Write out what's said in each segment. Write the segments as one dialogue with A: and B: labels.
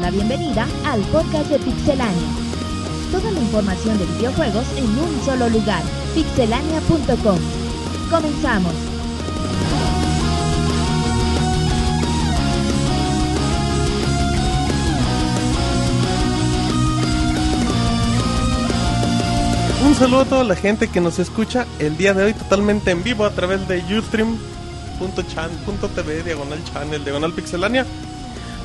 A: la bienvenida al podcast de Pixelania. Toda la información de videojuegos en un solo lugar, pixelania.com. Comenzamos.
B: Un saludo a toda la gente que nos escucha el día de hoy totalmente en vivo a través de ustream.chan.tv diagonal channel diagonal pixelania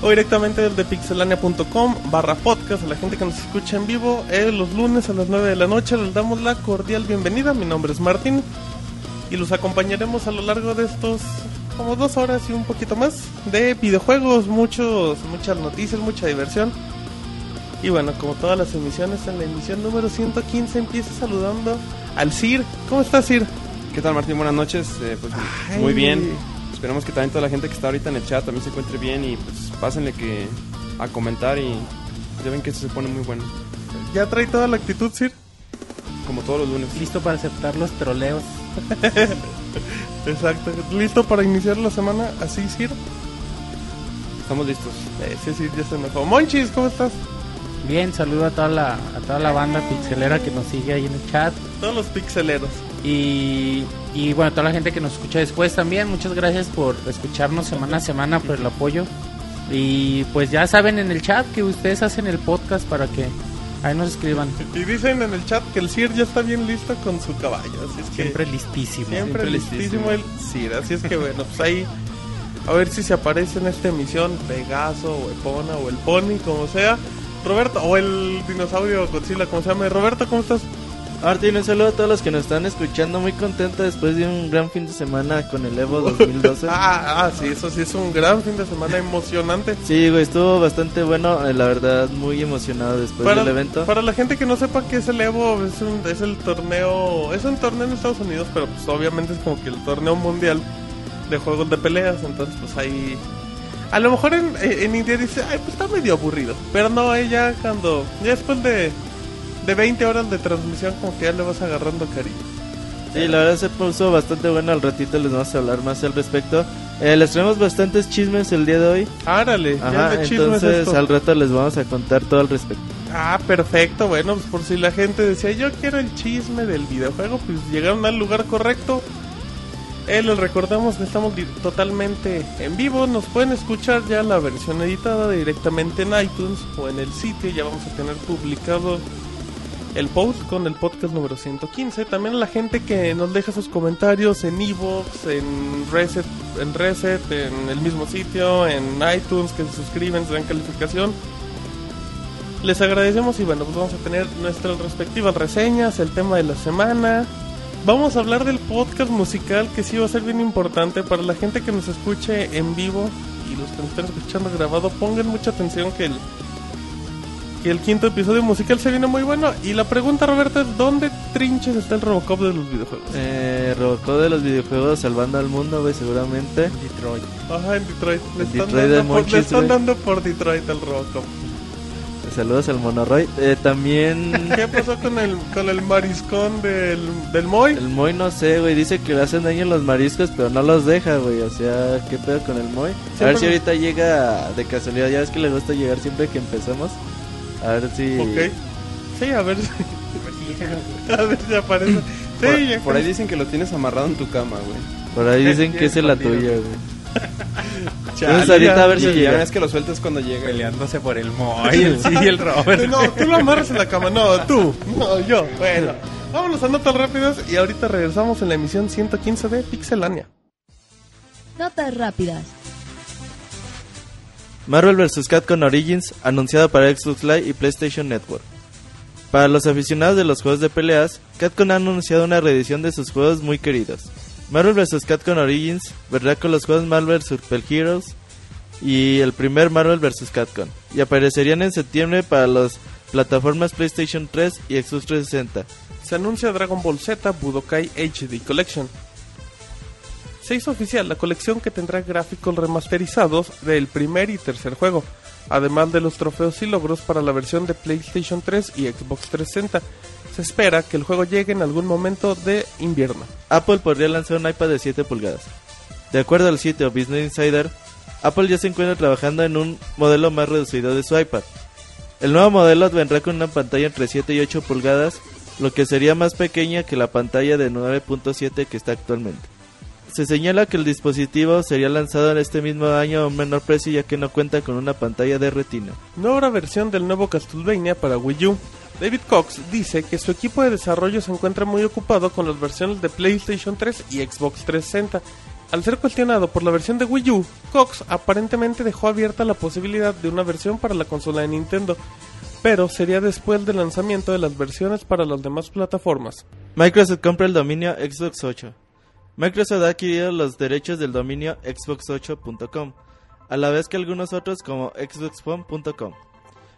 B: o directamente desde pixelania.com barra podcast a la gente que nos escucha en vivo eh, los lunes a las 9 de la noche les damos la cordial bienvenida mi nombre es Martín y los acompañaremos a lo largo de estos como dos horas y un poquito más de videojuegos muchos muchas noticias mucha diversión y bueno, como todas las emisiones, en la emisión número 115 empiezo saludando al Sir. ¿Cómo estás, Sir?
C: ¿Qué tal, Martín? Buenas noches. Eh, pues,
B: Ay.
C: muy bien. Esperemos que también toda la gente que está ahorita en el chat también se encuentre bien y pues pásenle que a comentar y ya ven que esto se pone muy bueno,
B: ¿Ya trae toda la actitud, Sir?
C: como todos los lunes.
D: listo para aceptar los troleos.
B: Exacto. ¿Listo para iniciar la semana así, Sir?
C: Estamos listos.
B: Eh, sí, sí, ya se enojó. Monchis, ¿cómo estás?
D: Bien, saludo a toda la a toda la banda pixelera que nos sigue ahí en el chat
B: Todos los pixeleros.
D: y y bueno, toda la gente que nos escucha después también, muchas gracias por escucharnos semana a semana por el apoyo. Y pues ya saben en el chat que ustedes hacen el podcast para que ahí nos escriban.
B: Y dicen en el chat que el Sir ya está bien listo con su caballo. Así es que
D: Siempre listísimo.
B: siempre
C: siempre
B: listísimo
C: listísimo.
B: el Sir. Así es que bueno, pues ahí a ver si se aparece en esta emisión Pegaso o Epona o el Pony, como sea. Roberto, o el dinosaurio Godzilla, como se llame. Roberto, ¿cómo estás?
E: Martín, un saludo a todos los que nos están escuchando. Muy contenta después de un gran fin de semana con el Evo 2012.
B: Ah, ah, sí, eso sí es un gran fin de semana emocionante.
E: Sí, güey, estuvo bastante bueno. eh, La verdad, muy emocionado después
B: Para,
E: Pues, del evento.
B: para la gente que no sepa qué es el Evo, es, un- es el torneo, es un torneo en Estados Unidos, pero pues obviamente es como que el torneo mundial de juegos de peleas, entonces pues ahí... A lo mejor en, en India dice, ay, pues está medio aburrido, pero no, ahí ya cuando, ya después de, de 20 horas de transmisión como que ya le vas agarrando cariño.
E: Sí, la verdad se puso bastante bueno. Al ratito les vamos a hablar más al respecto. Eh, les traemos bastantes chismes el día de hoy.
B: Árale, ya
E: Ajá,
B: es de chismes
E: entonces
B: esto.
E: al rato les vamos a contar todo al respecto.
B: Ah, perfecto. Bueno, pues por si la gente decía, yo quiero el chisme del videojuego, pues llegaron al lugar correcto. Eh, les recordamos que estamos di- totalmente en vivo. Nos pueden escuchar ya la versión editada directamente en iTunes o en el sitio. Ya vamos a tener publicado el post con el podcast número 115. También a la gente que nos deja sus comentarios en Evox, en Reset, en Reset, en el mismo sitio, en iTunes, que se suscriben, se dan calificación. Les agradecemos y bueno, pues vamos a tener nuestras respectivas reseñas, el tema de la semana. Vamos a hablar del podcast musical que sí va a ser bien importante para la gente que nos escuche en vivo y los que nos estén escuchando grabado. Pongan mucha atención que el, que el quinto episodio musical se viene muy bueno. Y la pregunta, Roberto, es: ¿dónde trinches está el Robocop de los videojuegos?
E: Eh, Robocop de los videojuegos salvando al mundo, güey, seguramente.
D: Detroit.
B: Ajá, en Detroit. Le
E: en
B: están,
E: Detroit de
B: dando, por, le
E: Monchis,
B: están
E: güey.
B: dando por Detroit al Robocop.
E: Saludos al Monoroy. Eh, también.
B: ¿Qué pasó con el, con el mariscón del, del Moy?
E: El Moy no sé, güey, dice que le hacen daño los mariscos, pero no los deja, güey. O sea, ¿qué pedo con el Moy? A
B: Siempre
E: ver si
B: lo-
E: ahorita llega de casualidad, ya ves que le gusta llegar siempre que empezamos. A ver si...
B: Ok. Sí, a ver si. A ver si aparece. Sí,
C: por,
B: ya-
C: por ahí dicen que lo tienes amarrado en tu cama, güey.
E: Por ahí dicen que es la
B: Escondido.
E: tuya, güey.
C: Chale,
E: Entonces ahorita
C: ya-
E: a ver si
C: ya- Ya
E: llega.
C: ves que lo sueltas cuando llega.
D: Peleándose por el Moy, el sí y el Robert.
B: Ah, No, tú lo amarras en la cama. No, tú. No, yo. Bueno. Vámonos a notas rápidas y ahorita regresamos en la emisión 115 de Pixelania.
A: Notas rápidas.
E: Marvel vs. Capcom Origins, anunciado para Xbox Live y PlayStation Network. Para los aficionados de los juegos de peleas, Capcom ha anunciado una reedición de sus juegos muy queridos. Marvel vs. Capcom Origins verdad con los juegos Marvel Super Heroes y el primer Marvel vs. Capcom, y aparecerían en septiembre para las plataformas PlayStation 3 y Xbox 360.
B: Se anuncia Dragon Ball Z Budokai HD Collection. Se hizo oficial la colección que tendrá gráficos remasterizados del primer y tercer juego, además de los trofeos y logros para la versión de PlayStation 3 y Xbox 360. Se espera que el juego llegue en algún momento de invierno.
E: Apple podría lanzar un iPad de 7 pulgadas. De acuerdo al sitio Business Insider, Apple ya se encuentra trabajando en un modelo más reducido de su iPad. El nuevo modelo vendrá con una pantalla entre 7 y 8 pulgadas, lo que sería más pequeña que la pantalla de 9.7 que está actualmente. Se señala que el dispositivo sería lanzado en este mismo año a un menor precio ya que no cuenta con una pantalla de retina.
B: No habrá versión del nuevo Castlevania para Wii U. David Cox dice que su equipo de desarrollo se encuentra muy ocupado con las versiones de PlayStation 3 y Xbox 360. Al ser cuestionado por la versión de Wii U, Cox aparentemente dejó abierta la posibilidad de una versión para la consola de Nintendo, pero sería después del lanzamiento de las versiones para las demás plataformas.
E: Microsoft compra el dominio Xbox 8. Microsoft ha adquirido los derechos del dominio xbox8.com, a la vez que algunos otros como xboxphone.com.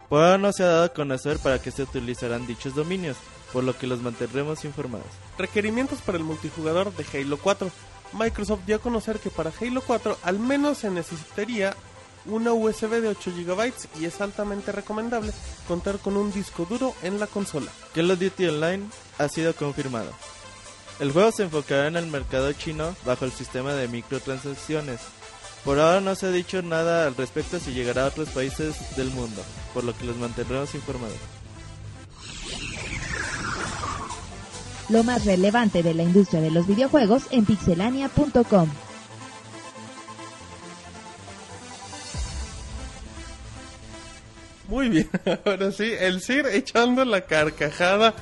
E: Por ahora no se ha dado a conocer para qué se utilizarán dichos dominios, por lo que los mantendremos informados.
B: Requerimientos para el multijugador de Halo 4. Microsoft dio a conocer que para Halo 4 al menos se necesitaría una USB de 8 GB y es altamente recomendable contar con un disco duro en la consola.
E: Call of Duty Online ha sido confirmado. El juego se enfocará en el mercado chino bajo el sistema de microtransacciones. Por ahora no se ha dicho nada al respecto si llegará a otros países del mundo, por lo que los mantendremos informados.
A: Lo más relevante de la industria de los videojuegos en pixelania.com.
B: Muy bien, ahora sí, el Sir echando la carcajada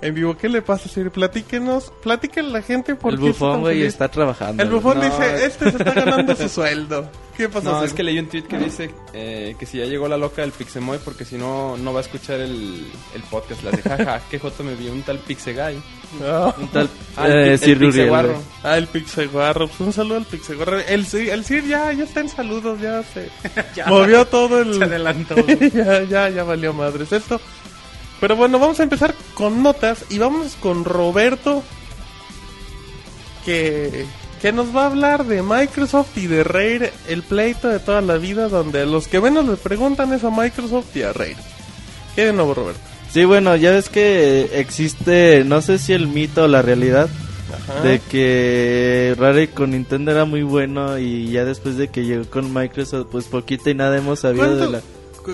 B: en vivo. ¿Qué le pasa, Sir? Platíquenos, platiquen la gente por
F: El
B: qué está
F: bufón,
B: tan
F: güey,
B: feliz.
F: está trabajando.
B: El bufón
C: No,
B: dice,
C: es-
B: este se está ganando su sueldo. ¿Qué pasó,
C: No,
B: Sir?
C: es que leí un tweet que dice eh, que si ya llegó la loca del Pixemoy porque si no, no va a escuchar el, el podcast. La de jaja, que Joto me vio un tal Pixeguy.
B: Ah.
F: Un tal
C: Ah, el
F: eh,
C: Pi- el
F: Sir Uriel,
C: Pixeguarro.
F: güey.
B: Ah, el Pixeguarro. Pues un saludo al Pixeguarro. El, Sir- el Sir ya, ya está en saludos, ya se movió todo el...
D: Se adelantó.
B: ya, ya, ya valió madres esto. Pero bueno, vamos a empezar con notas y vamos con Roberto. Que, que nos va a hablar de Microsoft y de Rare, el pleito de toda la vida, donde los que menos le preguntan es a Microsoft y a Rare. ¿Qué de nuevo, Roberto?
E: Sí, bueno, ya ves que existe, no sé si el mito o la realidad,
B: Ajá.
E: de que Rare con Nintendo era muy bueno y ya después de que llegó con Microsoft, pues poquito y nada hemos sabido de
B: ¿Cuánto-
E: la...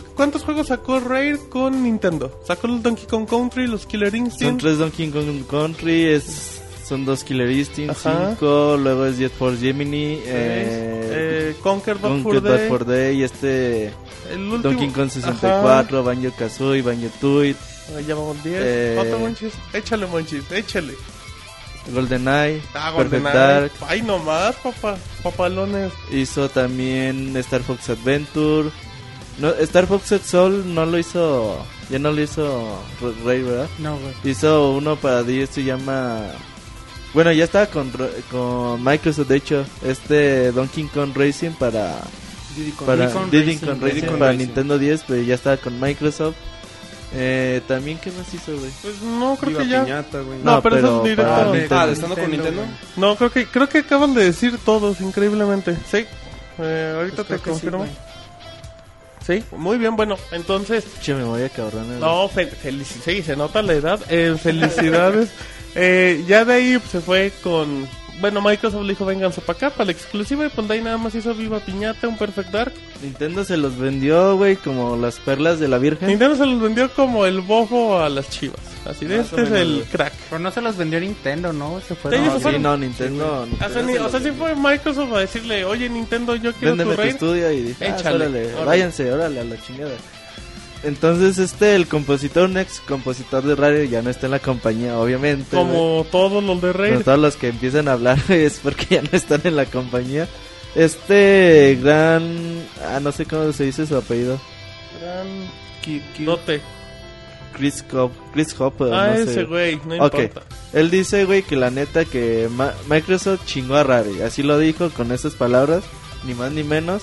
B: cu- ¿Cuántos juegos sacó Rare con Nintendo? Sacó el Donkey Kong Country, los Killer
E: Son
B: Instinct.
E: tres Donkey Kong Country, es, son dos Killer Instinct,
B: Ajá.
E: cinco, luego es Jet Force Gemini,
B: tres,
E: eh,
B: eh, Conquer Bad
E: Conquer
B: Fur
E: Bad
B: Day.
E: for Day y este
B: El último.
E: Donkey Kong
B: Ajá.
E: 64, Banjo Kazooie, Banjo Tooie,
B: Ah, Ya vamos 10.
E: Eh.
B: Otro Monchis. Échale, Monchis. Échale.
E: GoldenEye,
B: Ah,
E: Perfect
B: GoldenEye.
E: Dark,
B: Ay, nomás, papá. Papalones.
E: hizo también Star Fox Adventure. No, Star Fox Soul no lo hizo, ya no lo hizo R- Rey, ¿verdad?
D: No, güey.
E: Hizo uno para 10, se llama... Bueno, ya estaba con, Ro- con Microsoft, de hecho, este Donkey Kong Racing para
D: Diddy Kong.
E: para
D: Diddy Kong
E: Diddy
D: Racing,
E: Kong
D: güey.
E: Racing
C: Kong
E: para
C: Racing.
E: Nintendo 10, pero ya estaba con Microsoft. Eh, también qué más hizo, güey.
B: Pues no, creo
C: Viva
B: que ya.
C: Piñata, güey.
B: No, pero eso es directo.
E: para
B: Ah, de-
E: Nintendo.
C: Ah, ¿de estando con Nintendo?
B: No, creo que, creo que acaban de decir todos, increíblemente. Sí. Eh, ahorita
D: Pues creo
B: te
D: que sí,
B: confirmo.
D: güey.
B: Sí, muy bien, bueno, entonces,
E: Che, me voy a cabrón.
B: no, fel felici- sí, se nota la edad, eh, felicidades. Eh, ya de ahí pues, se fue con, bueno, Microsoft le dijo, vénganse para acá, para la exclusiva, y pues de ahí nada más hizo Viva Piñata, un Perfect Dark,
E: Nintendo se los vendió, güey, como las perlas de la Virgen.
B: Nintendo se los vendió como el bofo a las chivas. Así de,
E: Más
B: este
E: o
B: es
E: menos,
B: el
E: güey.
B: crack.
D: Pero no se los vendió Nintendo, ¿no? Se fueron.
B: Sí, ellos se
E: No, sí,
B: fueron.
E: no, Nintendo.
B: O
E: Nintendo
B: sea, ni-
E: se
B: Ah, o
E: los
B: sea, sí
E: vendió.
B: fue Microsoft a decirle, oye Nintendo, yo quiero
E: Véndeme
B: tu
E: tu
B: rey.
E: estudio y dije, ah,
B: Échale,
E: órale,
B: órale.
E: váyanse, órale, a la chingada. Entonces, este, el compositor, un ex compositor de radio, ya no está en la compañía, obviamente. güey.
B: Como todos los de
E: Pero
B: Rey.
E: todos los que empiezan a hablar es porque ya no están en la compañía. Este gran. Ah, no sé cómo se dice su apellido.
B: Gran dote.
E: Chris Hop. Chris Hopper.
B: Ah,
E: no sé.
B: ese güey, no
E: Ok.
B: importa.
E: Él dice, güey, que la neta que Ma- Microsoft chingó a Rare. Así lo dijo con esas palabras. Ni más ni menos.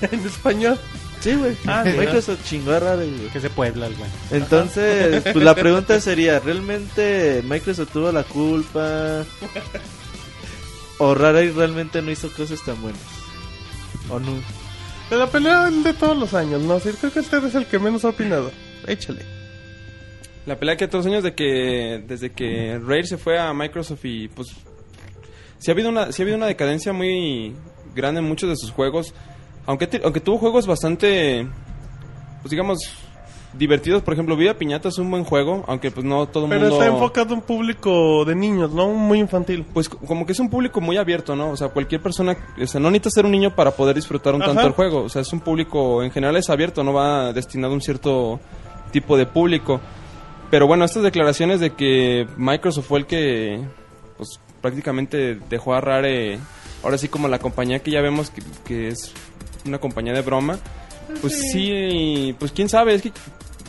B: en español.
E: Sí, güey.
B: Ah, mira.
E: Microsoft chingó a Rare, güey.
D: Que se puebla el güey.
E: Entonces, pues la pregunta sería, ¿realmente Microsoft tuvo la culpa? ¿O Rare realmente no hizo cosas tan buenas? ¿O no?
B: De la pelea de todos los años, ¿no? Sí, creo que este es el que menos ha opinado. Échale.
C: La pelea que todos los años de que desde que Rare se fue a Microsoft y pues sí ha habido una sí ha habido una decadencia muy grande en muchos de sus juegos. Aunque, ti- aunque tuvo juegos bastante, pues digamos, divertidos. Por ejemplo, Viva Piñata es un buen juego, aunque pues no todo el
B: Pero
C: mundo...
B: está enfocado a un público de niños, ¿no? Muy infantil.
C: Pues co- como que es un público muy abierto, ¿no? O sea, cualquier persona, o sea, no necesita ser un niño para poder disfrutar un
B: Ajá.
C: tanto el juego. O sea, es un público, en general es abierto, no va destinado a un cierto tipo de público. Pero bueno, estas declaraciones de que Microsoft fue el que, pues prácticamente dejó a Rare, ahora sí como la compañía que ya vemos que, que es una compañía de broma, pues sí, pues quién sabe, es que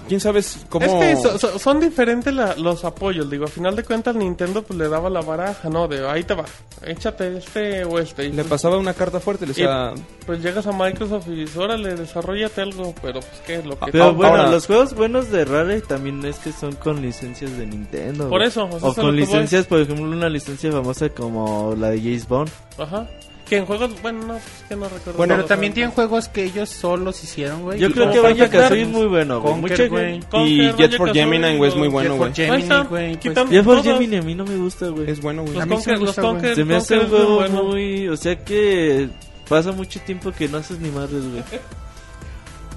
C: quién sabe s- cómo...
B: Es que so- so- son diferentes la- los apoyos, digo, a final de cuentas Nintendo pues le daba la baraja, ¿no? De ahí te va, échate este o este. Y
C: Le
B: pues,
C: pasaba una carta fuerte, le decía...
B: pues llegas a Microsoft y dices, órale, desarrollate algo, pero pues qué, lo que...
C: Ah,
E: Pero bueno,
C: ahora-
E: los juegos buenos de Rare también es que son con licencias de Nintendo.
B: Por
E: güey.
B: eso, o sea,
E: O
B: eso
E: con
B: lo que voy.
E: licencias, por ejemplo, una licencia famosa como la de James Bond.
B: Ajá. Que en juegos, bueno, no, pues que no recuerdo.
C: Bueno,
D: pero Ah. también tienen juegos que ellos solos hicieron, güey.
E: Yo
B: Y
E: creo
B: como
E: que Banjo
B: Banjo-Kazooie
E: Kazooie es muy bueno, güey.
D: Conker,
E: Mucha
D: güey.
E: gente-
B: pues, Conker,
C: Y Jet
B: Banjo-Kazooie,
C: for Gemini, güey, es muy
B: Jet
C: bueno,
D: Por
C: güey.
B: Ahí está,
D: Gemini, güey. pues,
B: quitan
E: Jeff for
B: todas.
E: Gemini a mí no me gusta, güey.
C: Es bueno, güey.
B: Los
D: A mí sí
B: Conker,
D: me
B: los
D: gusta,
B: Conker,
E: Se me hace
B: Conker es
E: un
B: muy
E: juego
B: bueno.
E: muy... O sea que pasa mucho tiempo que no haces ni madres, güey.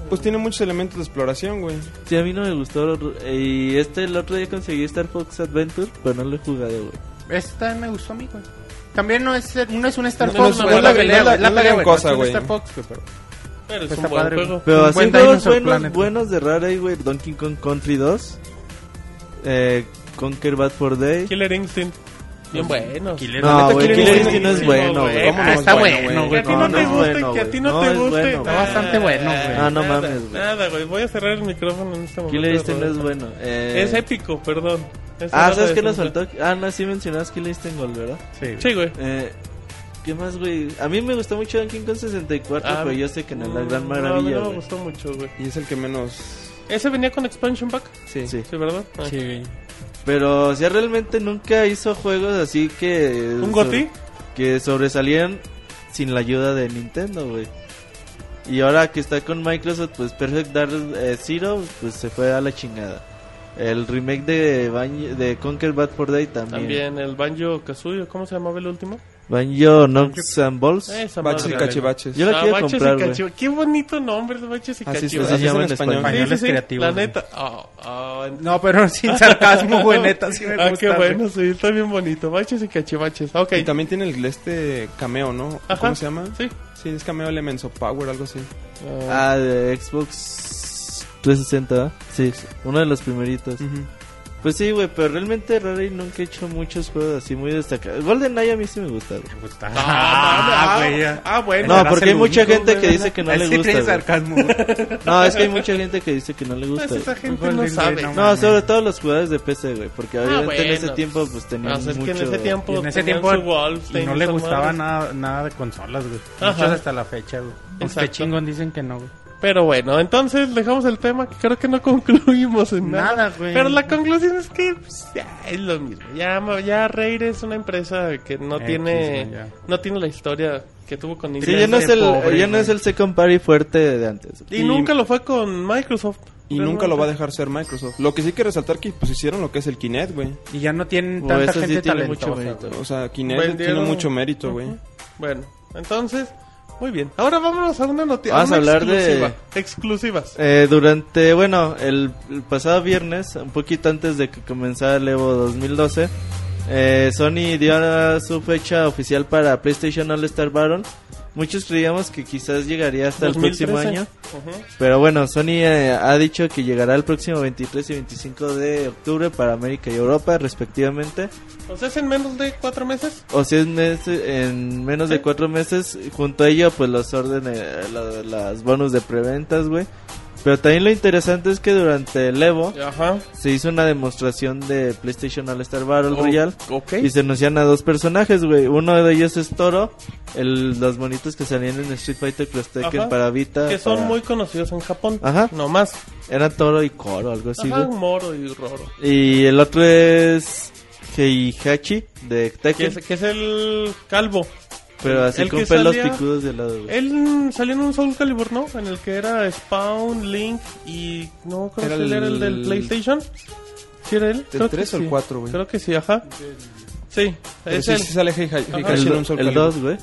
C: Pues tiene muchos elementos de exploración, güey.
E: Sí, a mí no me gustó. Y este, el otro día conseguí Star Fox Adventure, pero no lo he jugado, güey.
D: Este también me gustó a mí, güey. También no es, no es un Star
C: No, no
D: Fox,
C: es-
D: güey,
C: no
D: es la
C: es la-
D: pelea,
C: no es la-
D: güey, es la
C: no es la
D: pelea,
C: gran
D: güey, no es
C: cosa,
D: un
C: güey.
D: Star Fox, güey, pero
B: Pero es
D: Está
B: un buen
D: padre,
B: juego.
E: Pero
D: Un
E: así
D: buen
E: juegos
D: Dinosaur
E: buenos,
D: Planet.
E: buenos de Rare, güey. Donkey Kong Country 2. Eh, Conquer Bad for Day.
B: Killer Instinct. Bien bueno.
D: Killer-
E: No,
C: neta,
E: güey,
C: Killer
E: Killer
C: Instinct
E: Instinct no es
B: no,
E: bueno,
B: güey.
E: güey.
D: Ah, está bueno,
B: Que a
D: güey.
B: ti no,
D: No,
B: te
E: no es
B: guste,
E: bueno,
B: que a
E: güey.
B: ti no,
E: No
B: te
E: es
B: guste.
E: bueno,
D: Está bastante bueno, güey.
E: Ah, no
B: nada,
E: mames, güey.
B: Nada, güey. Voy a cerrar el micrófono en este momento.
E: Killer Instinct no es
B: Roberto.
E: bueno. Eh,
B: Es épico, perdón. Esa era
E: Ah,
B: la
E: ¿sabes qué lo
B: definición.
E: soltó? Ah, no, sí mencionabas Killer Instinct Gold, ¿verdad?
B: Sí, güey.
E: Eh, ¿Qué más, güey? A mí me gustó mucho Donkey Kong 64,
B: Ah,
E: pero yo sé que no es la gran
B: mm,
E: maravilla,
B: No, a mí no me
E: güey.
B: gustó mucho, güey.
C: Y es el que menos.
B: Ese venía con expansion pack.
E: sí.
B: Sí, ¿verdad? Ah.
D: Sí, güey.
E: Pero, o sea, realmente nunca hizo juegos así que...
B: ¿Un goti?
E: que sobresalían sin la ayuda de Nintendo, güey. Y ahora que está con Microsoft, pues Perfect Dark eh, Zero, pues se fue a la chingada. El remake de, Ban- de Conquer Bad for Day también.
B: También el Banjo Kazooie. ¿Cómo se llamaba el último?
E: Banjo Knox and Balls.
B: Esa
C: Baches y
B: madre. Ah,
C: cachivaches.
E: Yo la quiero
B: baches y
E: comprar, güey. Ah,
B: cachivaches. Qué bonito nombre, baches y
C: Así se,
B: cachivaches.
C: así se llama en
E: español.
C: español.
B: Sí, sí,
D: Españoles
B: sí,
D: creativos,
B: La
D: güey.
B: neta. Ah, ah, en-
D: No, pero sin sarcasmo, güey, neta, sí me gusta.
B: Ah, qué
D: güey.
B: bueno, sí, está bien bonito. Baches y cachivaches. ah, Ok.
C: Y también tiene el este cameo, ¿no?
B: Ajá.
C: ¿Cómo se llama?
B: Sí.
C: Sí, es cameo Elements of Power, algo así.
B: Ah,
E: Ah, de Xbox 360, ¿verdad? Sí, sí, uno de los primeritos. Pues sí, güey, pero realmente Rare nunca ha hecho muchos juegos así muy destacados. GoldenEye a mí sí me gusta, güey.
D: Me gusta. Ah,
B: ah,
D: güey. ya.
B: ah, bueno.
E: No,
D: Serás
E: porque
D: el
E: hay mucha
D: único,
E: gente
D: güey,
E: que
D: ¿verdad?
E: dice que no
D: Ahí
E: le
D: sí
E: gusta,
D: traes
E: güey.
D: sarcasmo, güey.
E: No, es que hay mucha gente que dice que no le gusta.
B: Pues
E: güey.
B: esa gente
D: Golden
B: no
D: Ring,
B: sabe.
D: no,
E: No, sobre todo los jugadores de PC, güey, porque obviamente en ese
B: Ah, bueno.
E: tiempo pues tenían
B: O sea, es
E: mucho...
B: que en ese tiempo.
D: Y en ese
B: tenían
D: tiempo
B: su Wolfenstein,
D: y no le
B: esas
D: gustaba
B: madres.
D: nada, nada de consolas, güey.
B: Ajá.
D: Muchos hasta la fecha, güey. Los
B: Exacto.
D: pechingón dicen que no, güey.
B: Pero bueno, entonces dejamos el tema que creo que no concluimos en nada.
D: Nada, güey.
B: Pero la conclusión es que pues, ya, es lo mismo. Ya, ma- ya Rare es una empresa que no
D: X,
B: tiene
D: güey, ya.
B: no tiene la historia que tuvo con
E: Sí,
B: Nintendo.
E: ya no, es el,
D: pobre,
E: ya no
D: güey.
E: es el second party fuerte de antes.
B: Y, nunca lo fue con Microsoft.
C: Y nunca lo va a dejar ser Microsoft. Lo que sí hay que resaltar que pues hicieron lo que es el Kinect, güey.
D: Y ya no tienen
E: Güey,
D: tanta
E: eso sí
D: gente
E: tiene mucho
D: talentosa,
E: mérito.
D: güey.
C: O sea, Kinect
B: Vendieron-
C: tiene mucho mérito, güey.
B: Bueno, entonces, muy bien. Ahora vámonos a una noticia.
E: Vamos a hablar de-
B: Exclusivas.
E: Eh, durante, bueno, el, el pasado viernes, un poquito antes de que comenzara el Evo 2012, eh, Sony dio a su fecha oficial para PlayStation All Star Battle. Muchos creíamos que quizás llegaría hasta el
B: 2013.
E: próximo año.
B: Ujú.
E: Pero bueno, Sony eh, ha dicho que llegará el próximo 23 y 25 de octubre para América y Europa, respectivamente.
B: O sea, Pues es en menos de cuatro meses.
E: O si es meses- en menos de cuatro meses, junto a ello, pues los órdenes, la- las bonus de preventas, güey. Pero también lo interesante es que durante el Evo
B: Ajá.
E: se hizo una demostración de PlayStation All Star Battle
B: O-
E: Royale.
B: Oh. Ok.
E: Y se anuncian a dos personajes, güey. Uno de ellos es Toro, el, los monitos que salían en Street Fighter Cross Tekken
B: Ajá.
E: para Vita.
B: Que son
E: para-
B: muy conocidos en Japón.
E: Ajá.
B: No más.
E: Era Toro y Coro, algo así,
B: Ajá,
E: güey.
B: Moro y Roro.
E: Y el otro es Heihachi de
B: Que
E: Tekken,
B: es, que es el calvo.
E: pero así
B: el
E: con
B: que
E: pelos
B: salía-
E: picudos de lado. güey.
B: Él salió en un Soul Calibur, ¿no? En el que era Spawn, Link y... No, creo
C: Era
B: que él era el del
C: el-
B: PlayStation. ¿Sí era él? Creo que
C: tres o el
B: sí.
C: cuatro, güey?
B: Creo que sí, ajá. Sí,
C: Pero
B: es
C: sí,
B: él.
C: sí sale Heihachi
B: Ajá.
C: Heihachi en un
E: El,
C: Soul
E: el
C: Calibur.
E: 2, güey.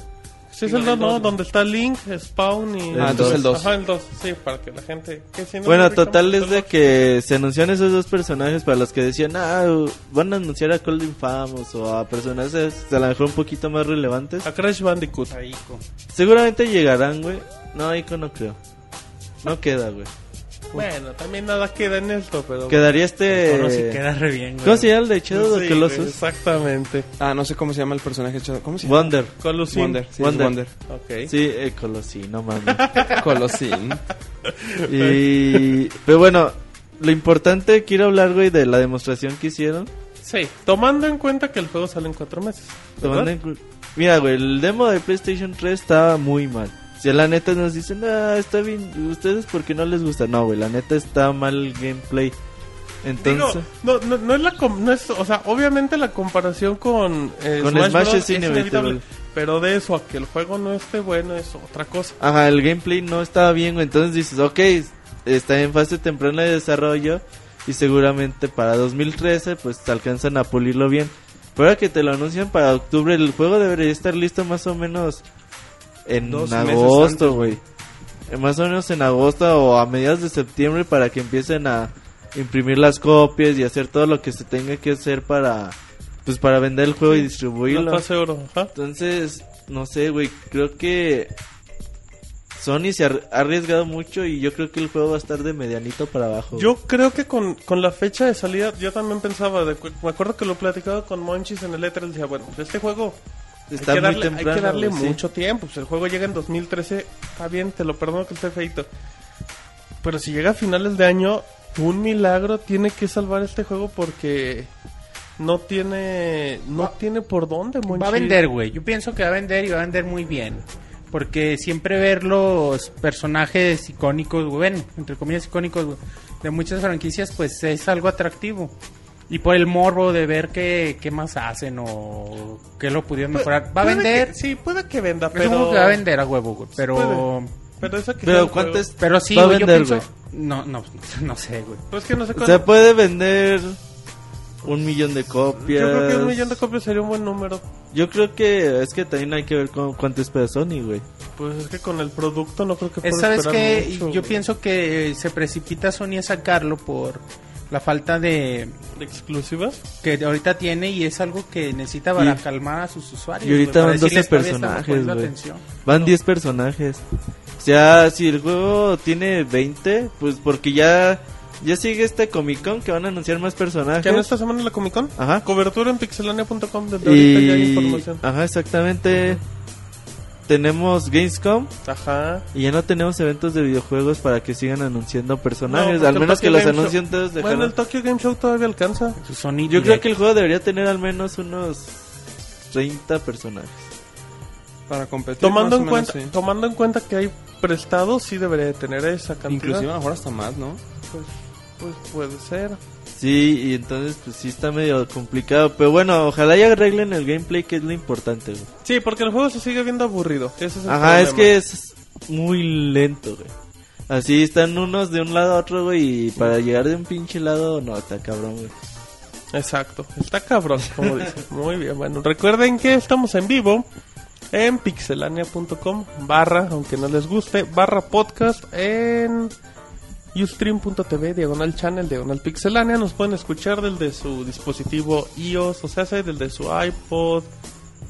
B: Sí, es el 2, ¿no? Donde está Link, Spawn y...
E: Ah, entonces el
B: dos.
C: dos.
B: Ajá, el 2, sí, para que la gente... que si no
E: Bueno,
B: ubicamos
E: total es
B: el
E: de
B: dos.
E: que se anunciaron esos dos personajes para los que decían, ah, van a anunciar a Cold Infamous o a personajes a lo mejor un poquito más relevantes.
B: A Crash Bandicoot.
D: A Ico.
E: Seguramente llegarán, güey. No, Ico no creo. No queda, güey.
B: Bueno, también nada queda en esto, pero...
E: Quedaría este...
F: Pero sí queda re bien, güey.
E: ¿Cómo se llama el de Shadow of
B: Sí,
E: the Colossus?
B: Exactamente.
C: Ah, no sé cómo se llama el personaje. chavo. ¿Cómo se llama?
E: Wonder.
B: Colusin.
C: Wonder. Sí, es
E: Wonder.
C: Wonder.
B: Ok.
E: Sí, eh, Colossi, no mames.
C: Colosín.
E: y... Pero bueno, lo importante quiero hablar, güey, de la demostración que hicieron.
B: Sí, tomando en cuenta que el juego sale en cuatro meses.
E: Tomando
B: ¿verdad?
E: en cu- Mira, güey, el demo de PlayStation 3 estaba muy mal. Si la neta nos dicen, ah, está bien, ustedes porque no les gusta. No, güey, la neta está mal el gameplay.
B: Digo,
E: Entonces,
B: no, no, no es la com- no es, o sea, obviamente la comparación con, eh,
E: Con Smash
B: Bros.
E: es inevitable.
B: pero de eso a que el juego no esté bueno es otra cosa.
E: ajá, el gameplay no estaba bien, güey. Entonces dices, ok, está en fase temprana de desarrollo. Y seguramente para 2013, pues alcanzan a pulirlo bien. Pero ahora que te lo anuncian para octubre, el juego debería estar listo más o menos en
C: Dos meses
E: agosto,
C: antes,
E: güey. Eh, Más o menos en agosto o a mediados de septiembre para que empiecen a imprimir las copias y hacer todo lo que se tenga que hacer para pues para vender el juego y
B: La
E: distribuirlo.
B: fase oro, ajá.
E: Entonces, no sé, güey, creo que Sony se ar- ha arriesgado mucho y yo creo que el juego va a estar de medianito para abajo.
B: Yo creo que con, con la fecha de salida, yo también pensaba, de cu- me acuerdo que lo platicaba con Monchis en el E3, decía, bueno, pues este juego
E: güey. está
B: hay que
E: muy
B: darle, hay que
E: temprano.
B: darle
E: güey, sí.
B: mucho tiempo. Pues el juego llega en 2013. Está bien, te lo perdono que esté feito. Pero si llega a finales de año, un milagro tiene que salvar este juego porque no tiene no tiene por dónde, Monchi.
D: Va a vender, güey. Yo pienso que va a vender y va a vender muy bien. Porque siempre ver los personajes icónicos, güey, bueno, entre comillas icónicos, güey, de muchas franquicias, pues es algo atractivo. Y por el morbo de ver qué, qué más hacen o qué lo pudieron
B: Pu-
D: mejorar. Va a
B: Pues, puede
D: vender.
B: que- sí, puede que venda,
D: Es un juego
B: pero
D: que va a vender a huevo, güey. Pero,
B: Puede. Pero eso que sea el
E: Pero
B: juego.
E: cuánto es
D: pero sí,
E: va a
D: güey, yo
E: vender,
D: pienso...
E: güey?
D: No, no, no sé, güey.
B: Pues que no sé
E: Se
B: cuánto.
E: puede vender un millón de copias.
B: Yo creo que un millón de copias sería un buen número.
E: Yo creo que es que también hay que ver con cuánto es para Sony, güey.
B: Pues es que con el producto no creo que
D: Eh,
B: pueda
D: ¿Sabes
B: esperar
D: que
B: mucho,
D: Yo
B: güey,
D: pienso que se precipita Sony a sacarlo por la falta de,
B: de exclusivas.
D: que ahorita tiene y es algo que necesita para calmar a sus usuarios.
E: Y ahorita
D: güey, para
E: van 12
D: decirles, "Todavía estamos
E: personajes,
D: poniendo
E: güey.
D: atención".
E: Van 10 personajes. O sea, si el juego tiene 20, pues porque ya ya sigue este Comic Con que van a anunciar más
B: Que en
E: personajes.
B: esta semana la Comic Con.
E: Ajá.
B: Cobertura en pixelania.com desde ahorita ya hay
E: Y
B: información.
E: ajá, exactamente. Tenemos Gamescom
B: Ajá.
E: y ya no tenemos eventos de videojuegos para que sigan anunciando personajes,
B: No,
E: al
B: porque
E: menos
B: el
E: que
B: Tokyo
E: los
B: Game Show-
E: anuncien todos de
B: Bueno,
E: jalón.
B: el Tokyo Game Show todavía alcanza.
D: Su Sony
E: Yo creo
D: Direct.
E: que el juego debería tener al menos unos 30 personajes.
C: Para competir.
B: Tomando
C: más
B: en
C: o menos,
B: cuenta,
C: sí.
B: tomando en cuenta que hay prestados, sí debería de tener esa cantidad.
C: Inclusive a lo mejor hasta más, ¿no?
B: Pues, pues puede ser.
E: Sí, y entonces pues sí está medio complicado, pero bueno, ojalá ya arreglen el gameplay que es lo importante. güey.
B: Sí, porque el juego se sigue viendo aburrido. Ese es el
E: Ajá, es que
B: problema.
E: es muy lento, güey. Así están unos de un lado a otro, güey, y para llegar de un pinche lado, no, está cabrón, güey.
B: Exacto. Está cabrón, como dicen. Muy bien, bueno. Recuerden que estamos en vivo en pixelania.com barra, aunque no les guste, barra podcast en ustream.tv, diagonal channel, diagonal pixelania. Nos pueden escuchar desde su dispositivo iOS, o sea, desde su iPod,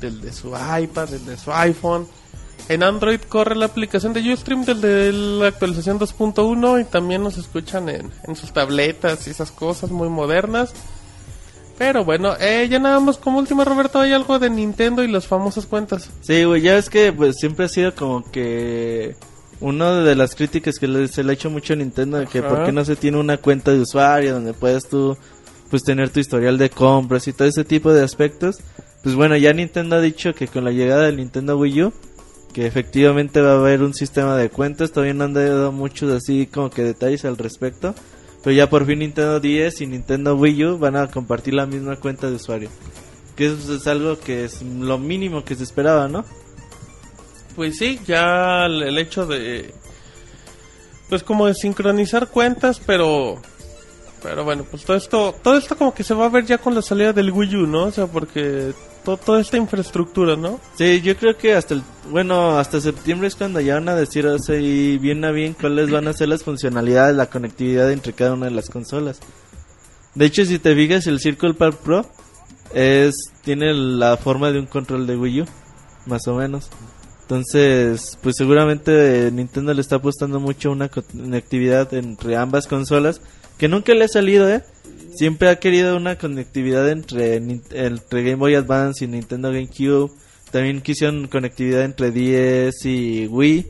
B: desde su iPad, desde su iPhone. En Android corre la aplicación de Ustream desde la actualización 2.1 y también nos escuchan en, en sus tabletas y esas cosas muy modernas. Pero bueno, eh, ya nada más como última, Roberto, hay algo de Nintendo y las famosas cuentas.
E: Sí, güey, ya es que pues siempre ha sido como que una de las críticas que le- se le ha hecho mucho a Nintendo de que
B: Ajá.
E: por qué no se tiene una cuenta de usuario donde puedas tú pues tener tu historial de compras y todo ese tipo de aspectos. Pues bueno, ya Nintendo ha dicho que con la llegada del Nintendo Wii U que efectivamente va a haber un sistema de cuentas, todavía no han dado muchos así como que detalles al respecto, pero ya por fin Nintendo 10 y Nintendo Wii U van a compartir la misma cuenta de usuario. Que eso es algo que es lo mínimo que se esperaba, ¿no?
B: Pues sí, ya el el hecho de. Pues como de sincronizar cuentas, pero. Pero bueno, pues todo esto. Todo esto como que se va a ver ya con la salida del Wii U, ¿no? O sea, porque to- toda esta infraestructura, ¿no?
E: Sí, yo creo que hasta el, bueno, hasta septiembre es cuando ya van a decir así bien a bien cuáles van a ser las funcionalidades, la conectividad entre cada una de las consolas. De hecho, si te fijas, el Circle Pad Pro es tiene la forma de un control de Wii U, más o menos. Entonces, pues seguramente eh, Nintendo le está apostando mucho a una co- conectividad entre ambas consolas, que nunca le ha salido, ¿eh? Siempre ha querido una conectividad entre, Nin- entre Game Boy Advance y Nintendo GameCube. También quisieron conectividad entre 10 y Wii,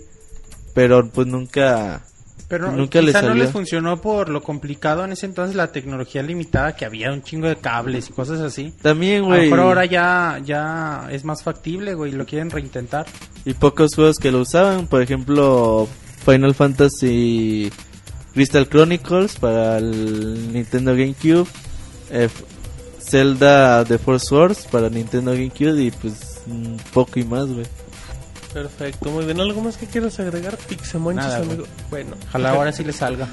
E: pero pues nunca...
D: Pero
E: Nunca le
D: quizá no
E: salió.
D: les funcionó por lo complicado en ese entonces la tecnología limitada que había un chingo de cables y cosas así.
E: También,
D: A lo
E: güey.
D: mejor ahora ya, ya es más factible, güey, lo quieren reintentar.
E: y pocos juegos que lo usaban. Por ejemplo, Final Fantasy Crystal Chronicles para el Nintendo GameCube, eh, Zelda The Force Wars para Nintendo GameCube y pues un poco y más, güey.
B: Perfecto, muy bien. ¿Algo más que quieras agregar, Pixemonches,
D: Nada, güey.
B: amigo? Bueno,
D: Ojalá ahora sí le salga.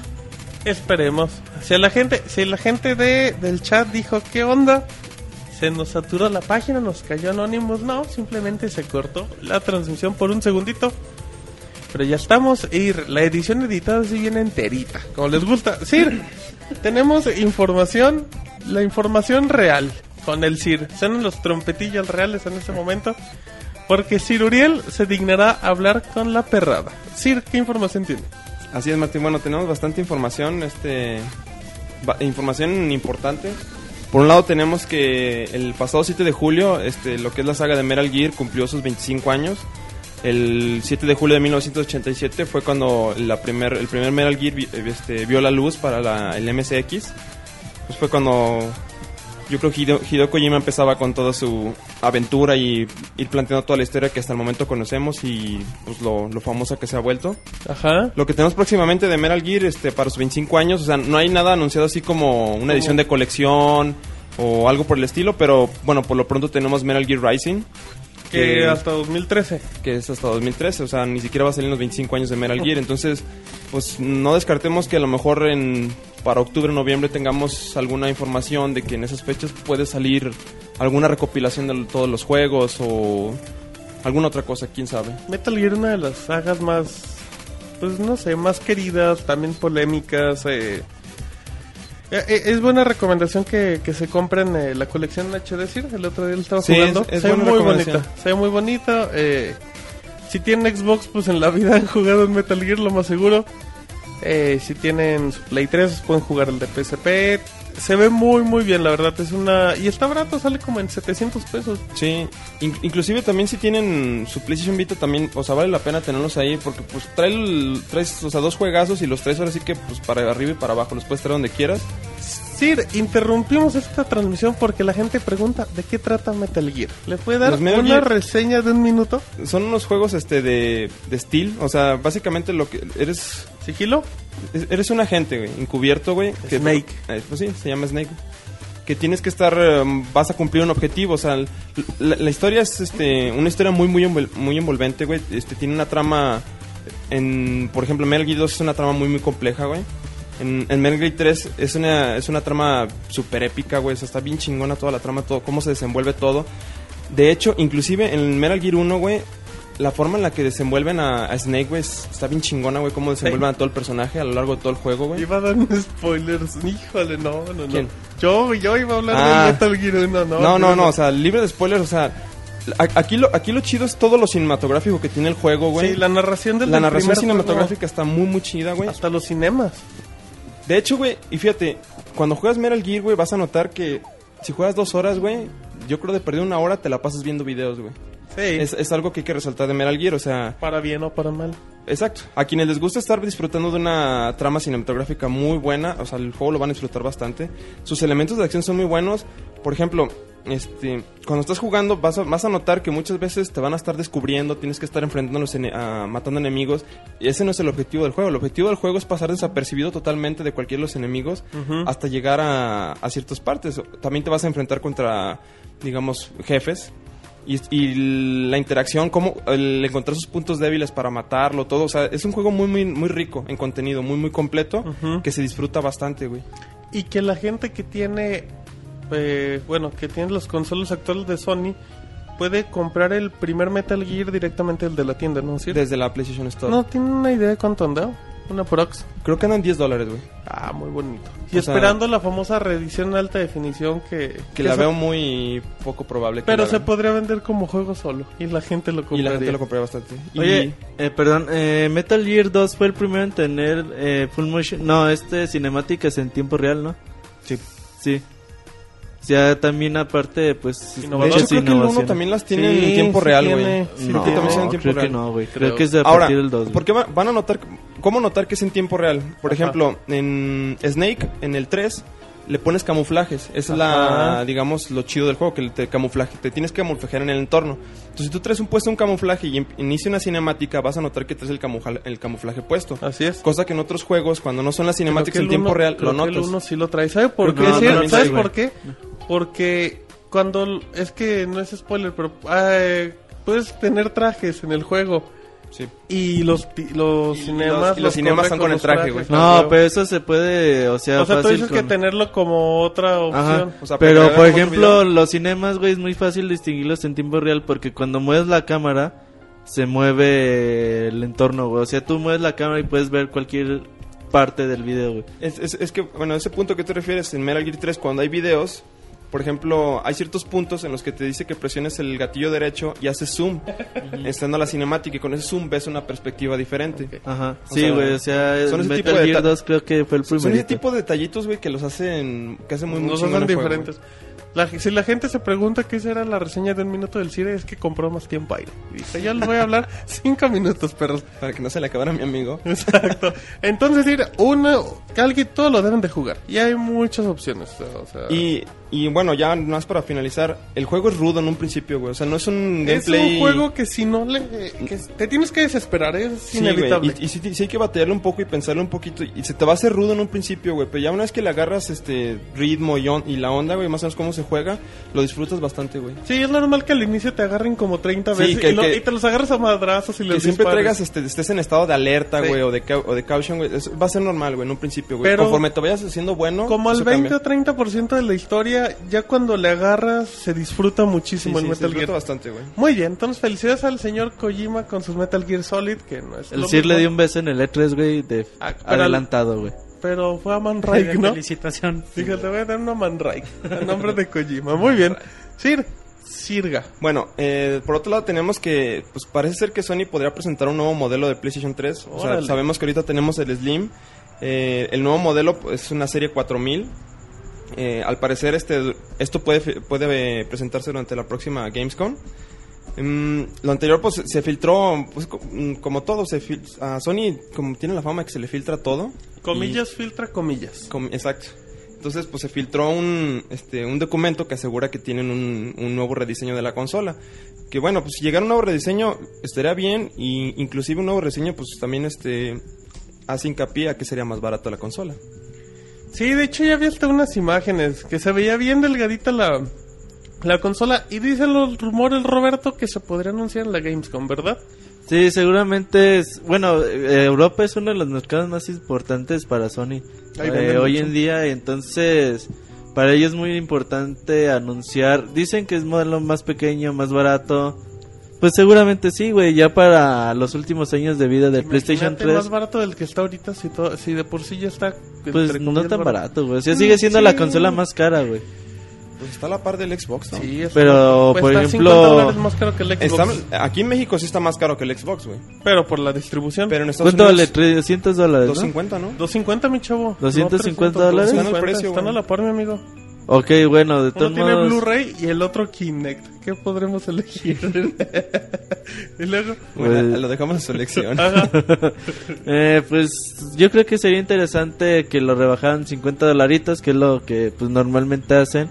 B: Esperemos. Si la gente, si la gente de, del chat dijo, ¿qué onda? Se nos saturó la página, nos cayó anónimos. No, simplemente se cortó la transmisión por un segundito. Pero ya estamos y re- la edición editada sí viene enterita, como les gusta. Sir, tenemos información, la información real con el Sir. Son los trompetillos reales en este momento. Porque Sir Uriel se dignará a hablar con la perrada. Sir, ¿qué información tiene?
C: Así es, Martín. Bueno, tenemos bastante información, este, ba- información importante. Por un lado tenemos que el pasado 7 de julio, este, lo que es la saga de Metal Gear cumplió sus 25 años. El 7 de julio de 1987 fue cuando la primer, el primer Metal Gear vi- eh, este, vio la luz para la- el MSX. Pues fue cuando yo creo que Hideo, Hideo Kojima empezaba con toda su aventura y ir planteando toda la historia que hasta el momento conocemos y pues lo, lo famosa que se ha vuelto.
B: Ajá.
C: Lo que tenemos próximamente de Metal Gear este, para sus 25 años, o sea, no hay nada anunciado así como una edición de colección o algo por el estilo, pero bueno, por lo pronto tenemos Metal Gear Rising,
B: Que
C: Que-
B: hasta 2013.
C: que es hasta 2013, o sea, ni siquiera va a salir en los 25 años de Metal Gear, entonces, pues no descartemos que a lo mejor en, para octubre o noviembre tengamos alguna información de que en esas fechas puede salir alguna recopilación de todos los juegos o alguna otra cosa, quién sabe.
B: Metal Gear, una de las sagas más, pues no sé, más queridas, también polémicas. eh. Eh, eh, Es buena recomendación que, que se compren eh, la colección HD Sir. El otro día lo estaba
C: Sí,
B: jugando.
C: es- es
B: se ve
C: buena
B: muy
C: recomendación.
B: bonita. Se ve muy bonita. eh, si tienen Xbox, pues en la vida han jugado en Metal Gear, lo más seguro. Eh, si tienen su Play 3, pueden jugar el de PSP. Se ve muy, muy bien, la verdad. Es una. Y está barato, sale como en 700 pesos.
C: Sí, in- inclusive también si tienen su PlayStation Vita también, o sea, vale la pena tenerlos ahí porque pues trae el- traes, o sea, dos juegazos y los tres ahora sí que pues para arriba y para abajo, los puedes traer donde quieras.
B: Sir, interrumpimos esta transmisión porque la gente pregunta de qué trata Metal Gear. ¿Le puede dar
C: Los Metal
B: una
C: Gear-
B: reseña de un minuto?
C: Son unos juegos este de de steel, o sea, básicamente lo que eres
B: ¿Sigilo?
C: es- eres un agente, güey, encubierto, güey, que-
B: Snake.
C: Eh, pues sí, se llama Snake. Que tienes que estar em, vas a cumplir un objetivo, o sea, l- la, la historia es este una historia muy muy envol- muy envolvente, güey. Este tiene una trama en por ejemplo, Metal Gear 2 es una trama muy muy compleja, güey. En, en Metal Gear 3 es una, es una trama súper épica, güey. O sea, está bien chingona toda la trama, todo, cómo se desenvuelve todo. De hecho, inclusive en Metal Gear 1, güey, la forma en la que desenvuelven a, a Snake, güey, es- está bien chingona, güey, cómo desenvuelven a todo el personaje a lo largo de todo el juego, güey.
B: Iba a dar un spoilers. Híjole, no, no, no.
C: ¿Quién?
B: Yo, yo iba a hablar
C: Ah.
B: de Metal Gear 1, no.
C: No, no,
B: pero
C: no, o sea, libre de spoilers, o sea, a- aquí lo, aquí lo chido es todo lo cinematográfico que tiene el juego, güey.
B: Sí, la narración del
C: La
B: del
C: narración
B: primer
C: cinematográfica está muy, muy chida,
B: juego,
C: güey.
B: hasta los cinemas.
C: De hecho, güey, y fíjate, cuando juegas Metal Gear, güey, vas a notar que si juegas dos horas, güey, yo creo de perder una hora te la pasas viendo videos, güey.
B: Sí.
C: Es, es algo que hay que resaltar de Metal Gear, o sea,
B: Para bien o para mal.
C: exacto. A quienes les gusta estar disfrutando de una trama cinematográfica muy buena, o sea, el juego lo van a disfrutar bastante. Sus elementos de acción son muy buenos. Por ejemplo, este, cuando estás jugando vas a, vas a notar que muchas veces te van a estar descubriendo, tienes que estar enfrentando a los ene- a- matando enemigos. Y ese no es el objetivo del juego. El objetivo del juego es pasar desapercibido totalmente de cualquiera de los enemigos
B: Ujú.
C: hasta llegar a, a ciertas partes. También te vas a enfrentar contra, digamos, jefes. Y, y la interacción, cómo el encontrar sus puntos débiles para matarlo, todo. O sea, es un juego muy, muy, muy rico en contenido, muy, muy completo,
B: Ujú.
C: que se disfruta bastante, güey.
B: Y que la gente que tiene eh, bueno, que tiene las consolas actuales de Sony, puede comprar el primer Metal Gear directamente del de la tienda, ¿no es cierto?
C: Desde la PlayStation Store.
B: No, tiene una idea de cuánto anda. Una Prox.
C: Creo que andan 10 dólares, güey.
B: Ah, muy bonito. Y
C: O sea-
B: esperando la famosa reedición en alta definición que...
C: Que la
B: eso-
C: veo muy poco probable. que
B: Pero
C: la
B: se
C: hagan.
B: podría vender como juego solo. Y la gente lo compraría.
C: Y la gente lo compré bastante. Y-
E: Oye, eh, perdón, eh, Metal Gear 2 fue el primero en tener eh, full motion, no, este cinemáticas en tiempo real, ¿no?
C: Sí.
E: Sí. O sea, también aparte, pues...
C: De
B: Innovador.
C: hecho,
E: muchas
C: creo que el uno
E: innovaciones.
C: también las tiene
B: Sí,
C: en tiempo
B: sí
C: real,
B: tiene,
C: güey.
B: sí
C: Creo que
B: tiene.
C: también son en tiempo
E: creo
C: real.
E: que no, güey. Creo,
B: Creo.
E: que es de a
C: Ahora,
E: partir del 2. güey.
C: ¿por qué va- van a notar? ¿Cómo notar que es en tiempo real? Por ejemplo, en Snake, en el 3, le pones camuflajes. Es la, digamos, lo chido del juego, que te camuflaje. Te tienes que camuflajear en el entorno. Entonces, si tú traes un puesto un camuflaje y em- inicia una cinemática, vas a notar que traes el, camufla- el camuflaje puesto.
B: Así es.
C: Cosa que en otros juegos, cuando no son las
B: Creo
C: cinemáticas
B: que el
C: en tiempo
B: uno-
C: real,
B: creo
C: lo
B: que el
C: notas.
B: uno sí lo trae. ¿Sabe por
E: Creo
B: qué?
E: que no,
B: Sí,
E: también
B: ¿Sabes
E: sí,
B: por
E: güey.
B: qué? Porque cuando... l- Es que no es spoiler, pero... eh, puedes tener trajes en el juego.
C: Sí.
B: Y los, pi- los
C: Y los-
B: cinemas...
C: y los
B: corre
C: cinemas están con el
B: los
C: traje,
B: trajes,
C: güey. pues
B: a
E: No,
B: huevo.
E: pero eso se puede, o sea,
B: O sea, tú
E: fácil
B: dices que
E: con-
B: tenerlo como otra
E: Ajá.
B: opción.
C: O sea, para
E: pero
C: que hagamos
E: por
C: un
E: ejemplo,
C: video.
E: los cinemas, güey, es muy fácil distinguirlos en tiempo real porque cuando mueves la cámara se mueve el entorno, güey. O sea, tú mueves la cámara y puedes ver cualquier parte del video, güey.
C: Es, es- es que, bueno, ese punto que te refieres en Metal Gear 3, cuando hay videos, por ejemplo, hay ciertos puntos en los que te dice que presiones el gatillo derecho y haces zoom, estando a la cinemática, y con ese zoom ves una perspectiva diferente. Pues,
E: Ajá.
C: O
E: Sí,
C: sea,
E: güey, o sea,
C: son ese tipo
E: Metal
C: de
E: Gear
C: ta-
E: 2 creo que fue el
C: Son ese
E: primerito.
C: tipo de detallitos, güey, que los hacen, que hacen muy, muy
B: Nos
C: chingón
B: hacen
C: el juego,
B: diferentes. La- si la gente se pregunta qué será la reseña de un minuto del Cire, es que compró más tiempo aire. Dice, yo les voy a hablar cinco minutos, perros.
C: güey, Para que no se le acabara a mi amigo.
B: Exacto. Entonces, ir una, alguien, todo lo deben de jugar. Y hay muchas opciones. O sea,
C: Y, y bueno, ya más para finalizar, el juego es rudo en un principio, güey. O sea, no es un
B: es
C: gameplay. Mm.
B: un juego que si no le. que te tienes que desesperar, es
C: Sí, güey,
B: inevitable.
C: Y, y sí, sí hay que batearle un poco y pensarle un poquito. Y se te va a hacer rudo en un principio, güey. Pero ya una vez que le agarras este ritmo y, on- y la onda, güey, más o menos cómo se juega, lo disfrutas bastante, güey.
B: Sí, es normal que al inicio te agarren como 30
C: Sí,
B: veces
C: que-
B: y, lo-
C: que-
B: y te los agarras a madrazos y
C: Que
B: les
C: siempre
B: dispares.
C: traigas, este, estés en estado de alerta,
B: Sí.
C: güey, o, de cau- o de caution, güey. Es- Va a ser normal, güey, en un principio, güey.
B: Pero-
C: Conforme te vayas haciendo bueno,
B: Como al
C: eso
B: 20
C: cambia.
B: o 30% de la historia, ya cuando le agarras, se disfruta
C: Sí,
B: muchísimo el
C: sí, se
B: Metal
C: disfruta
B: Gear.
C: bastante, güey.
B: Muy bien, entonces felicidades al señor Kojima con sus Metal Gear Solid, que no es.
E: El
B: lo
E: Sir le
B: mismo,
E: dio un beso en el E3, güey, de
B: Ah, pero-
E: adelantado, güey.
B: Pero fue a Man Raik, ¿no?
D: Felicitación.
B: Dije, te voy a dar una Man Raik, a nombre de Kojima. Muy bien. Sir, Sirga.
C: Bueno, eh, por otro lado tenemos que, pues parece ser que Sony podría presentar un nuevo modelo de PlayStation 3. O sea,
B: Órale.
C: sabemos que ahorita tenemos el Slim. Eh, el nuevo modelo pues, es una serie 4000. Eh, al parecer este, esto puede, fi- puede eh, presentarse durante la próxima Gamescom. Mm, lo anterior pues se filtró, pues, co- mm, como todo, se fil- a Sony como tiene la fama que se le filtra todo.
B: Comillas, filtra comillas.
C: Com- exacto. Entonces, pues se filtró un, este, un documento que asegura que tienen un, un nuevo rediseño de la consola. Que bueno, pues si llegara un nuevo rediseño estaría bien y inclusive un nuevo rediseño pues también este hace hincapié a que sería más barata la consola.
B: Sí, de hecho ya había hasta unas imágenes que se veía bien delgadita la, la consola. Y dicen los rumores, Roberto, que se podría anunciar en la Gamescom, ¿verdad?
E: Sí, seguramente es. Bueno, eh, Europa es uno de los mercados más importantes para Sony
B: Ahí
E: eh,
B: venden
E: hoy
B: mucho.
E: en día, entonces para ellos es muy importante anunciar. Dicen que es modelo más pequeño, más barato. Pues seguramente sí, güey, ya para los últimos años de vida del PlayStation
B: Imagínate,
E: 3.
B: más barato del que está ahorita, si, to- si de por sí ya está.
E: Pues
B: entre
E: no
B: comillas,
E: tan barato, güey. O sea,
B: Mm,
E: sigue siendo la
B: sí.
E: consola más cara, güey.
C: Pues está a la par del Xbox, ¿no?
B: Sí, es-
E: Pero, por
B: cuesta
E: ejemplo,
B: 50 dólares más caro que el Xbox,
C: Está- aquí en México sí está más caro que el Xbox, güey.
B: pero por la distribución.
C: Pero en Estados
E: ¿Cuánto vale?
C: Unidos
E: 300 dólares, ¿no?
C: 250, ¿no?
B: 250, mi chavo.
E: 250
B: No, 350,
E: dólares.
C: Están al precio,
B: Están a
C: güey.
B: la par, mi amigo.
E: Ok, bueno, de
B: Uno
E: todos
B: tiene
E: modos.
B: Blu-ray y el otro Kinect. ¿Qué podremos elegir? y luego.
C: Bueno,
E: Pues-
C: lo dejamos en su elección.
B: Ajá.
E: Eh, pues yo creo que sería interesante que lo rebajaran 50 dolaritos, que es lo que pues normalmente hacen,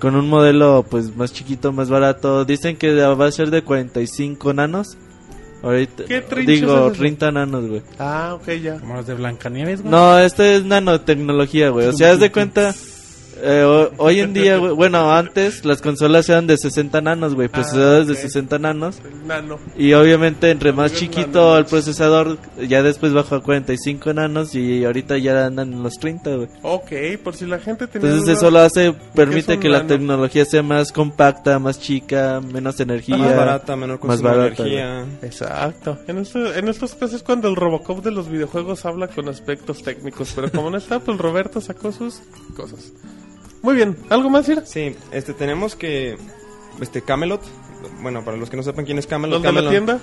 E: con un modelo pues más chiquito, más barato. Dicen que va a ser de 45 nanos. Ahorita
B: ¿Qué trinches
E: digo
B: es eso?
E: 30 nanos, güey. este
B: Ah, ok, ya.
D: Como los de Blancanieves, güey.
E: No, esto es nanotecnología, güey. O sea, haz de cuenta Eh, ho- hoy en día, güey, bueno, antes las consolas eran de 60 nanos, güey, procesadores
B: Ah, ok.
E: de 60 nanos.
B: El nano.
E: Y obviamente entre más
B: Los
E: chiquito
B: nanos.
E: el procesador, ya después bajó a 45 nanos y ahorita ya andan en los 30, güey.
B: Ok, por si la gente tenía.
E: Entonces
B: duda.
E: eso lo hace, permite
B: un
E: que la
B: nano?
E: tecnología sea más compacta, más chica, menos energía.
C: Más barata, menor
E: más
C: consumo de
E: barata,
C: energía.
B: Exacto. En, este- en estos casos es cuando el Robocop de los videojuegos habla con aspectos técnicos. Pero como no está, pues Roberto sacó sus cosas. Muy bien. ¿Algo más, Ira?
C: Sí, este, tenemos que... Este, Camelot. Bueno, para los que no sepan quién es Camelot.
B: ¿Los de la
C: Camelot-
B: tienda?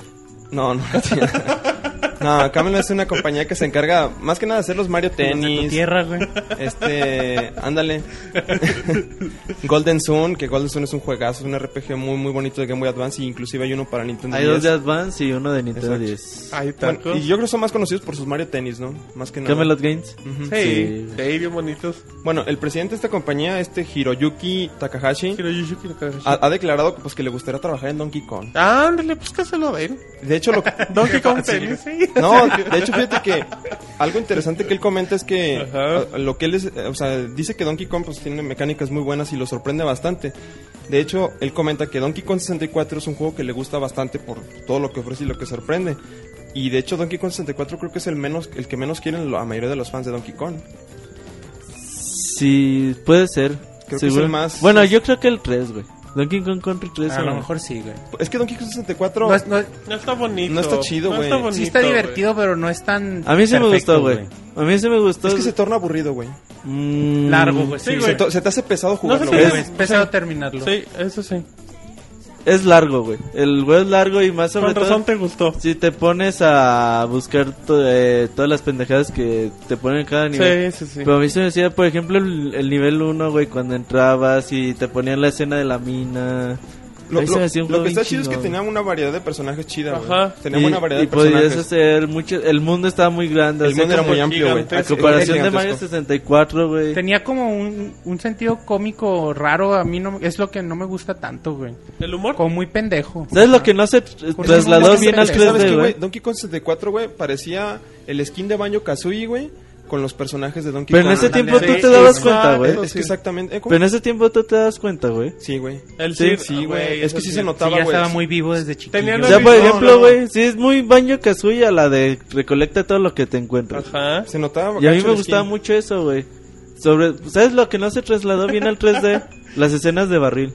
C: No, no. la tienda. no, Camelot es una compañía que se encarga más que nada de hacer los Mario
D: De tu
C: Tennis.
D: tierra, güey.
C: Este, ándale. Golden Sun, que Golden Sun es un juegazo, es un RPG muy muy bonito de Game Boy Advance y inclusive hay uno para Nintendo
E: Hay dos de
C: 10.
E: Advance y uno de Nintendo
C: Exacto.
E: 10.
B: Ahí
C: Bueno,
B: tacos.
C: y yo creo que son más conocidos por sus Mario Tennis, ¿no? Más que nada.
E: Camelot Games.
C: Ujú.
B: Sí,
E: Sí.
B: sí, bien bonitos.
C: Bueno, el presidente de esta compañía, este Hiroyuki Takahashi,
B: Hiroyushi Kakashi.
C: ha, ha declarado que, pues, que le gustaría trabajar en Donkey Kong.
B: Ah, ándale, pues que se lo den.
C: De hecho, lo
B: Donkey Kong
C: Sí.
B: tenis, sí.
C: No, de hecho, fíjate que algo interesante que él comenta es que
B: Ajá.
C: a- lo que él es, eh, o sea, dice que Donkey Kong pues, tiene mecánicas muy buenas y lo sorprende bastante. De hecho, él comenta que Donkey Kong 64 es un juego que le gusta bastante por todo lo que ofrece y lo que sorprende. Y de hecho, Donkey Kong 64 creo que es el menos el que menos quieren la mayoría de los fans de Donkey Kong.
E: Sí, puede ser.
C: Creo que es
E: Seguro.
C: el más-
E: Bueno, yo creo que el 3, güey. Donkey Kong Country 3.
D: A lo
E: güey.
D: mejor sí, güey.
C: Es que Donkey Kong 64
D: No es- no-
B: No está bonito.
C: No está chido, güey. Sí
D: sí está
B: bonito,
D: divertido, pero no es tan.
E: A mí sí me
D: perfecto,
E: gustó, güey. A mí sí me gustó.
C: es que se torna aburrido, güey.
E: Mm,
D: Largo, güey. Sí,
B: Sí,
C: Se,
D: güey.
B: güey.
C: to- se te hace pesado jugarlo.
B: sé si
D: Sí,
C: güey.
D: güey, Es pesado terminarlo.
B: Sí, eso sí.
E: Es largo, güey. El güey es largo y más sobre
B: Con razón
E: todo...
B: te gustó.
E: Si te pones a buscar to- eh, todas las pendejadas que te ponen en cada nivel.
B: Sí, sí, sí.
E: Pero a mí se me decía, por ejemplo, el, el nivel 1, güey, cuando entrabas y te ponían la escena de la mina.
C: Lo,
E: Ahí se
C: lo-
E: me hacía un
C: lo
E: juego
C: que está
E: bien
C: chido es que
E: chingón.
C: tenía una variedad de personajes chida, güey.
B: Ajá.
C: Tenía
E: Y-
C: una variedad
E: y
C: de personajes.
E: podías hacer mucho. El mundo estaba muy grande.
C: El
E: así
C: mundo era
E: como-
C: muy amplio, güey.
E: A
B: gigantesco.
E: comparación de
C: Gigantesco.
E: Mario 64, güey.
D: Tenía como un, un sentido cómico raro. A mí no, es lo que no me gusta tanto, güey.
B: El humor.
D: Como muy pendejo.
E: ¿Sabes lo que no se tr-
D: Porque
E: trasladó
D: somos
E: bien al
D: más pendejos,
C: ¿Sabes
E: 3D,
C: qué, güey?
E: güey?
C: Donkey Kong 64, güey, parecía el skin de Banjo Kazooie, güey, con los personajes de Donkey
E: Pero en
C: Kong.
E: ese
B: Ándale,
E: tiempo tú
B: sí,
E: te dabas
B: exacto,
E: cuenta, güey.
C: Es que exactamente. eh, ¿cómo?
E: Pero en ese tiempo tú te das cuenta, güey.
C: Sí, güey.
B: El
E: Sí,
B: Sir,
C: Sí,
B: ah,
C: güey. Es que sí
B: eso
C: se
D: Sí,
C: notaba,
D: ya
C: güey.
D: estaba muy vivo desde chiquito.
B: Tenía
E: O
B: los-
E: sea, por
B: No, no,
E: ejemplo,
B: no.
E: güey, sí es muy Banjo Kazooie la de recolecta todo lo que te encuentras.
B: Ajá.
C: Se notaba.
E: Y a mí
C: gacho
E: me
C: el
E: gustaba
C: skin.
E: mucho eso, güey. Sobre, ¿sabes lo que no se trasladó bien al 3D? Las escenas de barril.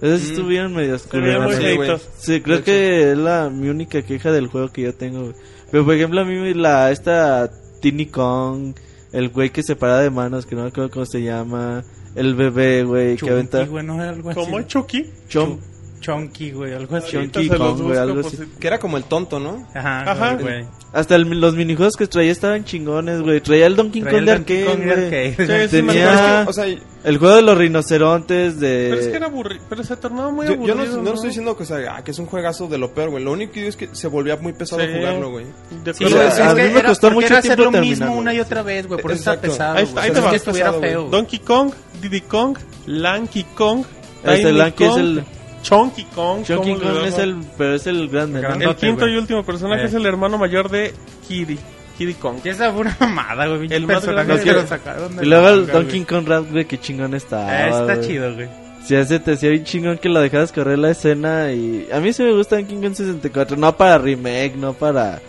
E: Esas
C: Mm.
E: estuvieron medio
B: Se veían muy
C: Sí, güey.
E: oscuras.
B: feitos.
E: Sí, creo
C: De
E: que es la mi única queja del juego que yo tengo, güey. Pero por ejemplo, a mí la esta Tiny Kong, el güey que se para de manos, que no me acuerdo cómo se llama, el bebé, güey, que
D: Chunky,
E: aventa
D: güey, no era algo así.
B: Como Chucky.
E: Chom-
D: Chunky, güey, algo así.
B: Ahorita
E: Chunky.
B: se los
E: Kong, güey,
B: busco
E: algo
B: por
E: así.
B: si-
C: Que era como el tonto, ¿no?
D: Ajá,
B: Ajá.
D: güey.
E: Hasta el- los minijuegos que traía estaban chingones, güey. Traía el Donkey
D: Traía
E: Kong
D: el
E: de
D: Donkey
E: arcade,
D: Kong de
E: güey.
D: arcade.
B: Sí, sí, me
E: Tenía-
B: acuerdo.
E: Ah.
C: O sea, yo,
E: El juego de los rinocerontes de...
B: Pero es que era aburrido. Pero se tornaba muy
C: yo
B: aburrido.
C: no, no estoy diciendo que, o sea, ah, que es un juegazo de lo peor, güey. Lo único que digo es que se volvía muy pesado
B: Sí.
C: jugarlo, güey.
B: De
D: Sí, güey,
E: Pero a-
B: acuerdo.
D: es
F: ah,
E: a
D: que
E: mí me
D: era-
E: costó
D: porque
E: mucho
D: era hacer
E: tiempo
D: lo mismo
E: terminarlo,
D: una y otra vez, güey. Por eso está
C: Exacto.
D: pesado.
B: Ahí
D: Ahí,
B: está, ahí te
D: que
B: va.
D: estuviera feo. güey.
B: Donkey Kong, Diddy Kong, Lanky Kong,
E: Este,
B: Tiny
E: Lanky es
B: Kong,
E: el-
B: Chunky Kong.
E: Donkey
B: ¿cómo le
E: Kong
B: llaman?
E: es el... Pero es el grande, ¿no?
D: Grande.
B: El quinto
D: güey.
B: y último personaje
D: Eh.
B: es el hermano mayor de Kiri. Kiri Kong.
D: Y esa fue una mamada, güey. pinche
B: El más
D: personaje
B: grande
D: que
B: que-
D: lo sacaron de
E: Y luego
D: la
E: el
D: manga,
E: Donkey
D: güey.
E: Kong Rap, güey, qué chingón estaba,
D: Ah, está
E: güey.
D: chido, güey.
E: Si hace te hacía bien chingón que lo dejabas correr la escena y... A mí sí me gusta Donkey Kong 64, no para remake, no para...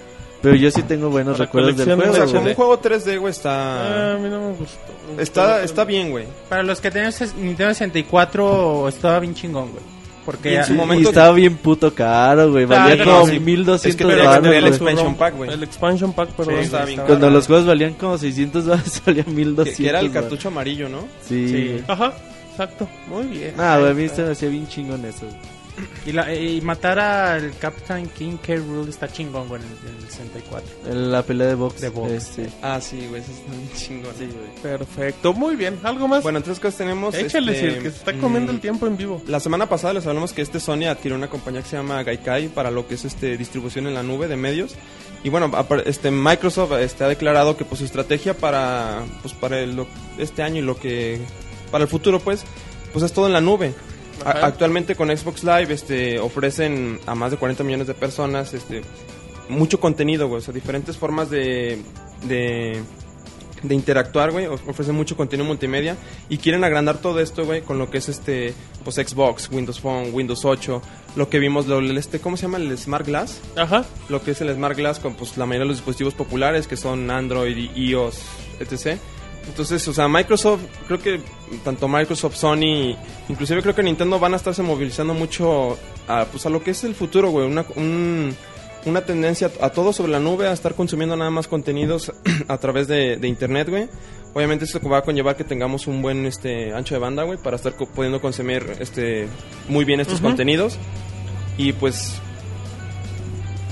E: Pero yo sí tengo buenos
B: Para
E: recuerdos del
B: colección,
E: juego,
C: O sea,
B: Pero,
C: como
E: güey.
C: un juego 3D, güey,
B: Ah,
C: está.
B: a mí no me gustó.
C: Está, está bien, güey.
D: Para los que tenían ses- Nintendo 64, estaba bien chingón, güey.
C: Y
D: Porque
C: en su
E: Y-
C: momento-
E: Y estaba bien puto caro, güey. Valía
B: pero
E: como
B: sí.
E: 1200
C: Es que tenía que
E: varos,
C: tener el
E: güey.
C: experto. expansion pack, güey.
B: El expansion pack, pero
C: Sí,
B: no
C: está
B: está
C: bien.
B: bien.
E: Cuando los juegos valían como 600 dólares, valía
C: Que,
E: 1200.
C: que era el
E: varos.
C: cartucho amarillo, ¿no?
E: Sí.
D: Sí.
B: Ajá, exacto. Muy bien.
E: Ah, güey, a mí se me hacía bien chingón eso. güey.
D: y, la- y matar al Captain King K. Rool está chingón, güey, en el, en el 64.
E: En La pelea de box.
D: De box.
E: Este.
C: Ah, sí, güey, ese está bien chingón.
B: Perfecto, muy bien. ¿Algo más?
C: Bueno, entonces, cosas tenemos?
B: Échale,
C: este,
B: Sir, que se está comiendo
C: mm,
B: el tiempo en vivo.
C: La semana pasada les hablamos que este Sony adquirió una compañía que se llama Gaikai para lo que es este distribución en la nube de medios. Y bueno, apar- este Microsoft este, ha declarado que pues, su estrategia para pues para el- lo- este año y lo que para el futuro pues pues es todo en la nube. A-
B: Ajá.
C: actualmente con Xbox Live este ofrecen a más de 40 millones de personas este mucho contenido, güey, o sea, diferentes formas de de de interactuar, güey, of- ofrecen mucho contenido multimedia y quieren agrandar todo esto, güey, con lo que es este, pues Xbox, Windows Phone, Windows 8, lo que vimos, lo, el este, ¿cómo se llama? El Smart Glass,
B: Ajá.
C: lo que es el Smart Glass con pues la mayoría de los dispositivos populares que son Android, i- iOS, etc. Entonces, o sea, Microsoft, creo que tanto Microsoft, Sony, inclusive creo que Nintendo van a estarse movilizando mucho a, pues, a lo que es el futuro, güey, una, un- una tendencia a todo sobre la nube, a estar consumiendo nada más contenidos a través de, de internet, güey. Obviamente esto va a conllevar que tengamos un buen este ancho de banda, güey, para estar co- pudiendo consumir este muy bien estos contenidos. Y pues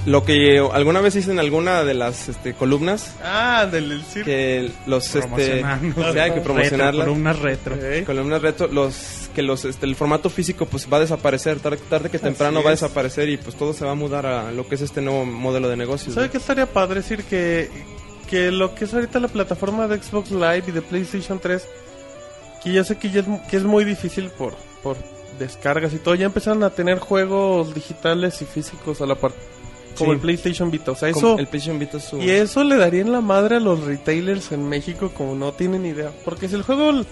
C: lo que alguna vez hice en alguna de las este, columnas
B: Ah, del del circo.
C: que los este
D: Promocionarnos.
C: sí, hay que
D: Retro,
C: promocionarlas
D: columnas retro.
B: Ok.
C: columnas reto los que los este, el formato físico pues va a desaparecer tarde, tarde que temprano va a
B: es.
C: desaparecer y pues todo se va a mudar a lo que es este nuevo modelo de negocio
B: Pues, ¿Sabe qué estaría padre decir que, que lo que es ahorita la plataforma de Xbox Live y de PlayStation 3, que yo sé que ya es, mu- que es muy difícil por, por descargas y todo, ya empezaron a tener juegos digitales y físicos a la par, como
C: Sí.
B: el PlayStation Vita, o sea,
C: Como
B: eso...
C: el PlayStation Vita es su-
B: Y eso le daría en la madre a los retailers en México como no tienen idea. Porque si el juego,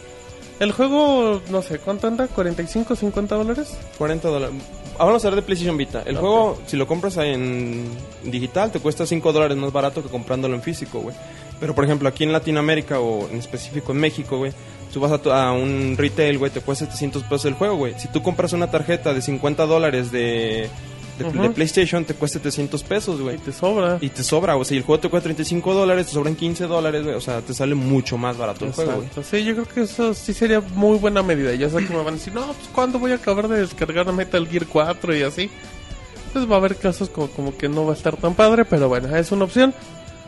B: el juego, no sé, ¿cuánto anda? ¿45, 50 dólares?
C: 40 dólares ah, vamos a hablar de PlayStation Vita el
B: Ok.
C: juego si lo compras en digital te cuesta 5 dólares más barato que comprándolo en físico güey pero por ejemplo aquí en Latinoamérica o en específico en México güey tú vas a, tu- a un retail güey te cuesta 700 pesos el juego güey si tú compras una tarjeta de 50 dólares de de,
B: Ujú.
C: de PlayStation te cuesta 700 pesos güey
B: Y te sobra.
C: y te sobra, o sea, y el juego te cuesta 35 dólares, te sobran 15 dólares, güey, o sea, te sale mucho más barato el juego, güey.
B: Exacto. Sí, yo creo que eso sí sería muy buena medida. Ya sé que me van a decir, no, pues ¿cuándo voy a acabar de descargar Metal Gear 4 y así? Pues va a haber casos como, como que no va a estar tan padre, pero bueno, es una opción.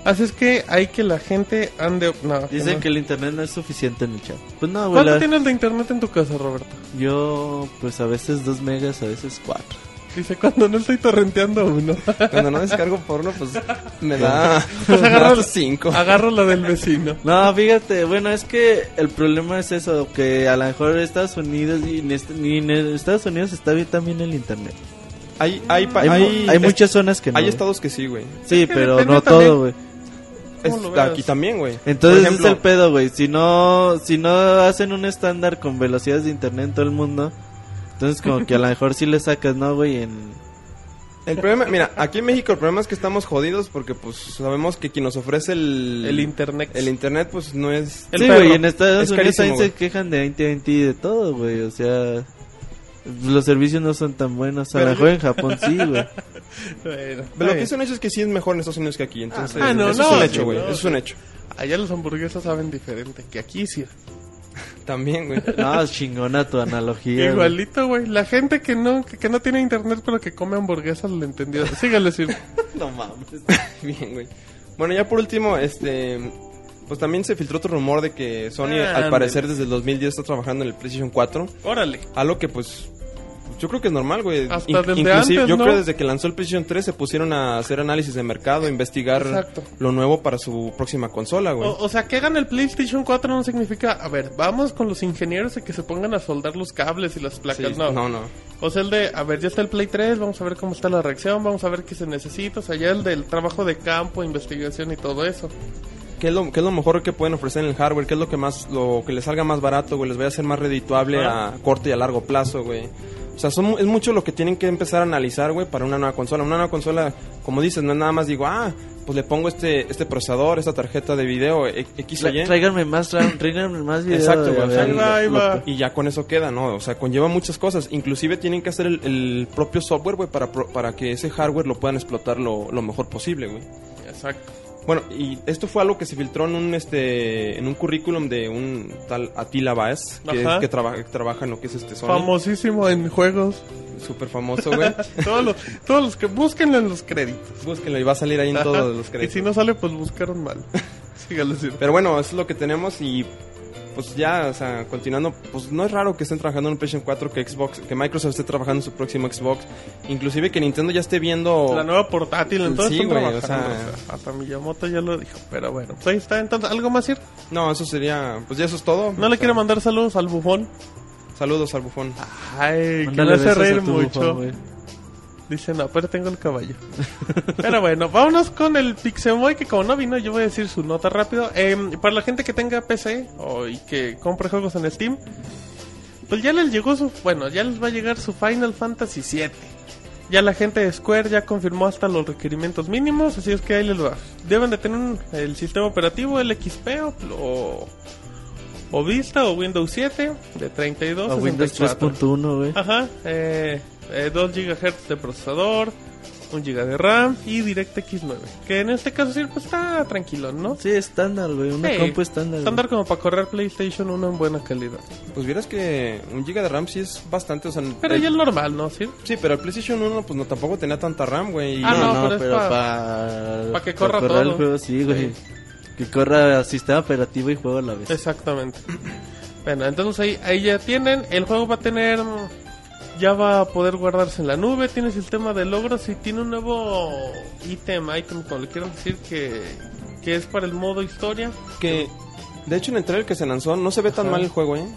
B: Así es que hay que la gente ande... No,
E: Dicen
B: no.
E: que el internet no es suficiente en el chat. Pues no, güey.
B: ¿Cuánto
E: la-
B: tienes de internet en tu casa, Roberto?
E: Yo, pues a veces 2 megas, a veces 4.
B: Dice, cuando no estoy torrenteando uno.
C: Cuando no descargo porno, pues me da
B: Pues agarra-
C: 5.
B: Agarro la del vecino.
E: No, fíjate, bueno, es que el problema es eso, que a lo mejor Estados Unidos y en est- ni en Estados Unidos está bien también el internet.
C: Hay, hay, pa-
E: Hay,
C: hay-
E: hay
C: es-
E: muchas zonas que no.
C: hay
E: güey.
C: estados que sí, güey.
E: Sí,
B: Es que
E: pero
B: depende
E: no
B: también.
E: todo, güey.
B: ¿Cómo lo
C: Es-
B: veas?
C: Aquí también, güey.
E: Entonces
C: Por
E: ese es
C: ejemplo,
E: el pedo, güey. Si no, si no hacen un estándar con velocidades de internet en todo el mundo, entonces como que a lo mejor sí le sacas, ¿no, güey? En...
C: el problema, mira, aquí en México el problema es que estamos jodidos porque pues sabemos que quien nos ofrece el
B: El internet.
C: el internet pues no es
B: El
E: sí,
B: perro.
E: güey, en Estados
C: Es
E: Unidos
C: carísimo,
E: también
C: güey.
E: se quejan de 2020 y de todo, güey. O sea, los servicios no son tan buenos. A lo
B: Pero
E: mejor en Japón sí, güey.
B: Bueno,
C: Pero lo que es
B: está
C: un hecho es que sí es mejor en Estados Unidos que aquí, entonces
B: Ah, no,
C: eso
B: no,
C: es un
B: sí,
C: hecho, güey,
B: no,
C: eso es un hecho.
B: bien. Allá los hamburguesas saben diferente que aquí, sí.
C: También, güey.
E: No, chingona tu analogía. güey.
B: Igualito, güey. La gente que no que, que no tiene internet pero que come hamburguesas le entendió. Sígale, sí.
E: No mames.
C: Bien, güey. Bueno, ya por último, este. Pues también se filtró otro rumor de que Sony,
B: Ah,
C: al
B: ándale.
C: parecer, desde el 2010 está trabajando en el PlayStation 4.
B: Órale.
C: Algo que, pues. Yo creo que es normal, güey.
B: Hasta
C: Inc-
B: desde
C: inclusive,
B: antes,
C: yo
B: ¿no?
C: creo que desde que lanzó el PlayStation 3 se pusieron a hacer análisis de mercado, a investigar
B: Exacto.
C: lo nuevo para su próxima consola, güey.
B: O, o sea, que hagan el PlayStation 4 no significa, a ver, vamos con los ingenieros y que se pongan a soldar los cables y las
C: Sí,
B: placas.
C: no,
B: no.
C: no.
B: O sea, el de, a ver, ya está el Play 3, vamos a ver cómo está la reacción, vamos a ver qué se necesita. O sea, ya el del trabajo de campo, investigación y todo eso.
C: ¿Qué, es lo, qué es lo mejor que pueden ofrecer en el hardware? ¿Qué es lo que más, lo que les salga más barato, güey? Les vaya a ser más redituable
B: Ah.
C: a corto y a largo plazo, güey. O sea, son, mu- es mucho lo que tienen que empezar a analizar, güey, para una nueva consola. Una nueva consola, como dices, no es nada más digo, ah, pues le pongo este, este procesador, esta tarjeta de video, e- X o Y.
E: Tráiganme más, RAM, tráiganme más videos.
C: Exacto, güey.
E: a
C: o sea,
E: ver,
B: Ahí va, ahí
E: lo-
B: va.
C: y ya con eso queda, ¿no? O sea, conlleva muchas cosas. Inclusive tienen que hacer el, el propio software, güey, para, pro- para que ese hardware lo puedan explotar lo, lo mejor posible, güey.
B: Exacto.
C: Bueno, y esto fue algo que se filtró en un este en un currículum de un tal Atila Baez, que,
B: Ajá.
C: que traba- que trabaja en lo que es este Sony,
B: Famosísimo en juegos.
C: súper famoso, güey.
B: todos, los, todos los que búsquenlo en los créditos.
C: Búsquenlo y va a salir ahí en todos los créditos.
B: Y si no sale, pues buscaron mal. Sígale, sí.
C: Pero bueno, eso es lo que tenemos y pues ya, o sea, continuando, pues no es raro que estén trabajando en un PlayStation 4, que Xbox, que Microsoft esté trabajando en su próximo Xbox, inclusive que Nintendo ya esté viendo
B: La nueva portátil, entonces
C: Sí,
B: están
C: güey, o
B: trabajando,
C: sea.
B: o sea, hasta Miyamoto ya lo dijo, pero bueno, pues ahí está. Entonces, ¿algo más, Sir?
C: No, eso sería, pues ya eso es todo.
B: ¿No
C: O
B: le
C: sea,
B: quiero mandar saludos al bufón?
C: Saludos al bufón.
B: Ay, que
E: Mándale
B: me hace
E: besos a
B: reír
E: tu bufón,
B: mucho.
E: güey.
B: Dice, no, pero tengo el caballo. pero bueno, vámonos con el Pixemoy, que como no vino, yo voy a decir su nota rápido. Em, para la gente que tenga PC o, y que compre juegos en Steam, pues ya les llegó su... Bueno, ya les va a llegar su Final Fantasy VII. Ya la gente de Square ya confirmó hasta los requerimientos mínimos, así es que ahí les va. Deben de tener un- el sistema operativo, el XP o, o, o Vista o Windows 7 de 32
E: A Windows
B: 64.
E: 3.1, güey.
B: Ajá, eh, eh, 2 GHz de procesador, 1 GB de RAM y DirectX 9. Que en este caso sí, pues está tranquilo, ¿no?
E: Sí, estándar, güey. Una
B: Sí,
E: compu estándar. güey.
B: Estándar como para correr PlayStation 1 en buena calidad.
C: Pues vieras que un giga de RAM sí es bastante, o sea...
B: Pero
C: el-
B: ya el normal, ¿no? Sí.
C: Sí, pero el PlayStation 1 pues no tampoco tenía tanta RAM, güey. y-
B: Ah, no, pero es pa-
E: para...
B: pa' que corra
E: correr
B: todo.
E: el juego, sí, güey. Que corra sistema operativo y juego a la vez.
B: Exactamente. Bueno, entonces ahí, ahí ya tienen. El juego va a tener. mm, Ya va a poder guardarse en la nube. Tiene sistema de logros y tiene un nuevo ítem, item, como le quieran decir, que, que es para el modo historia.
C: Que, de hecho, en el trailer que se lanzó no se ve tan
B: Ajá.
C: mal el juego, ¿eh?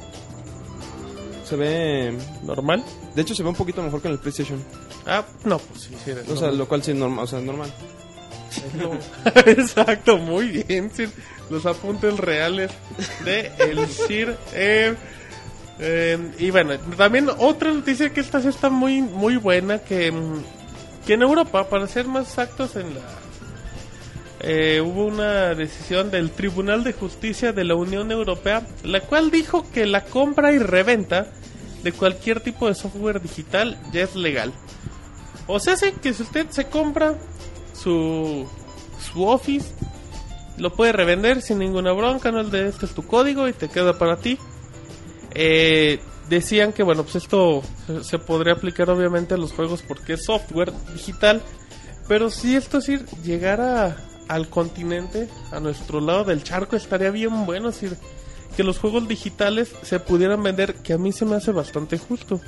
C: Se ve...
B: Normal.
C: De hecho, se ve un poquito mejor que en el PlayStation.
B: Ah, no, pues sí, sí. era
C: O sea,
B: normal.
C: lo cual sí es normal. O sea, normal.
B: Exacto, muy bien, Sir. Los apuntes reales de el Sir. Eh, eh, y bueno, también otra noticia que esta sí está muy, muy buena, que, mm, que en Europa, para ser más exactos, en la, eh, hubo una decisión del Tribunal de Justicia de la Unión Europea, la cual dijo que la compra y reventa de cualquier tipo de software digital ya es legal. O sea, sí, que si usted se compra su, su Office, lo puede revender sin ninguna bronca, no el de este es tu código y te queda para ti. Eh, decían que, bueno, pues esto se- se podría aplicar obviamente a los juegos porque es software digital, pero si esto es ir, llegar a- al continente, a nuestro lado del charco, estaría bien bueno, es decir, que los juegos digitales se pudieran vender, que a mí se me hace bastante justo.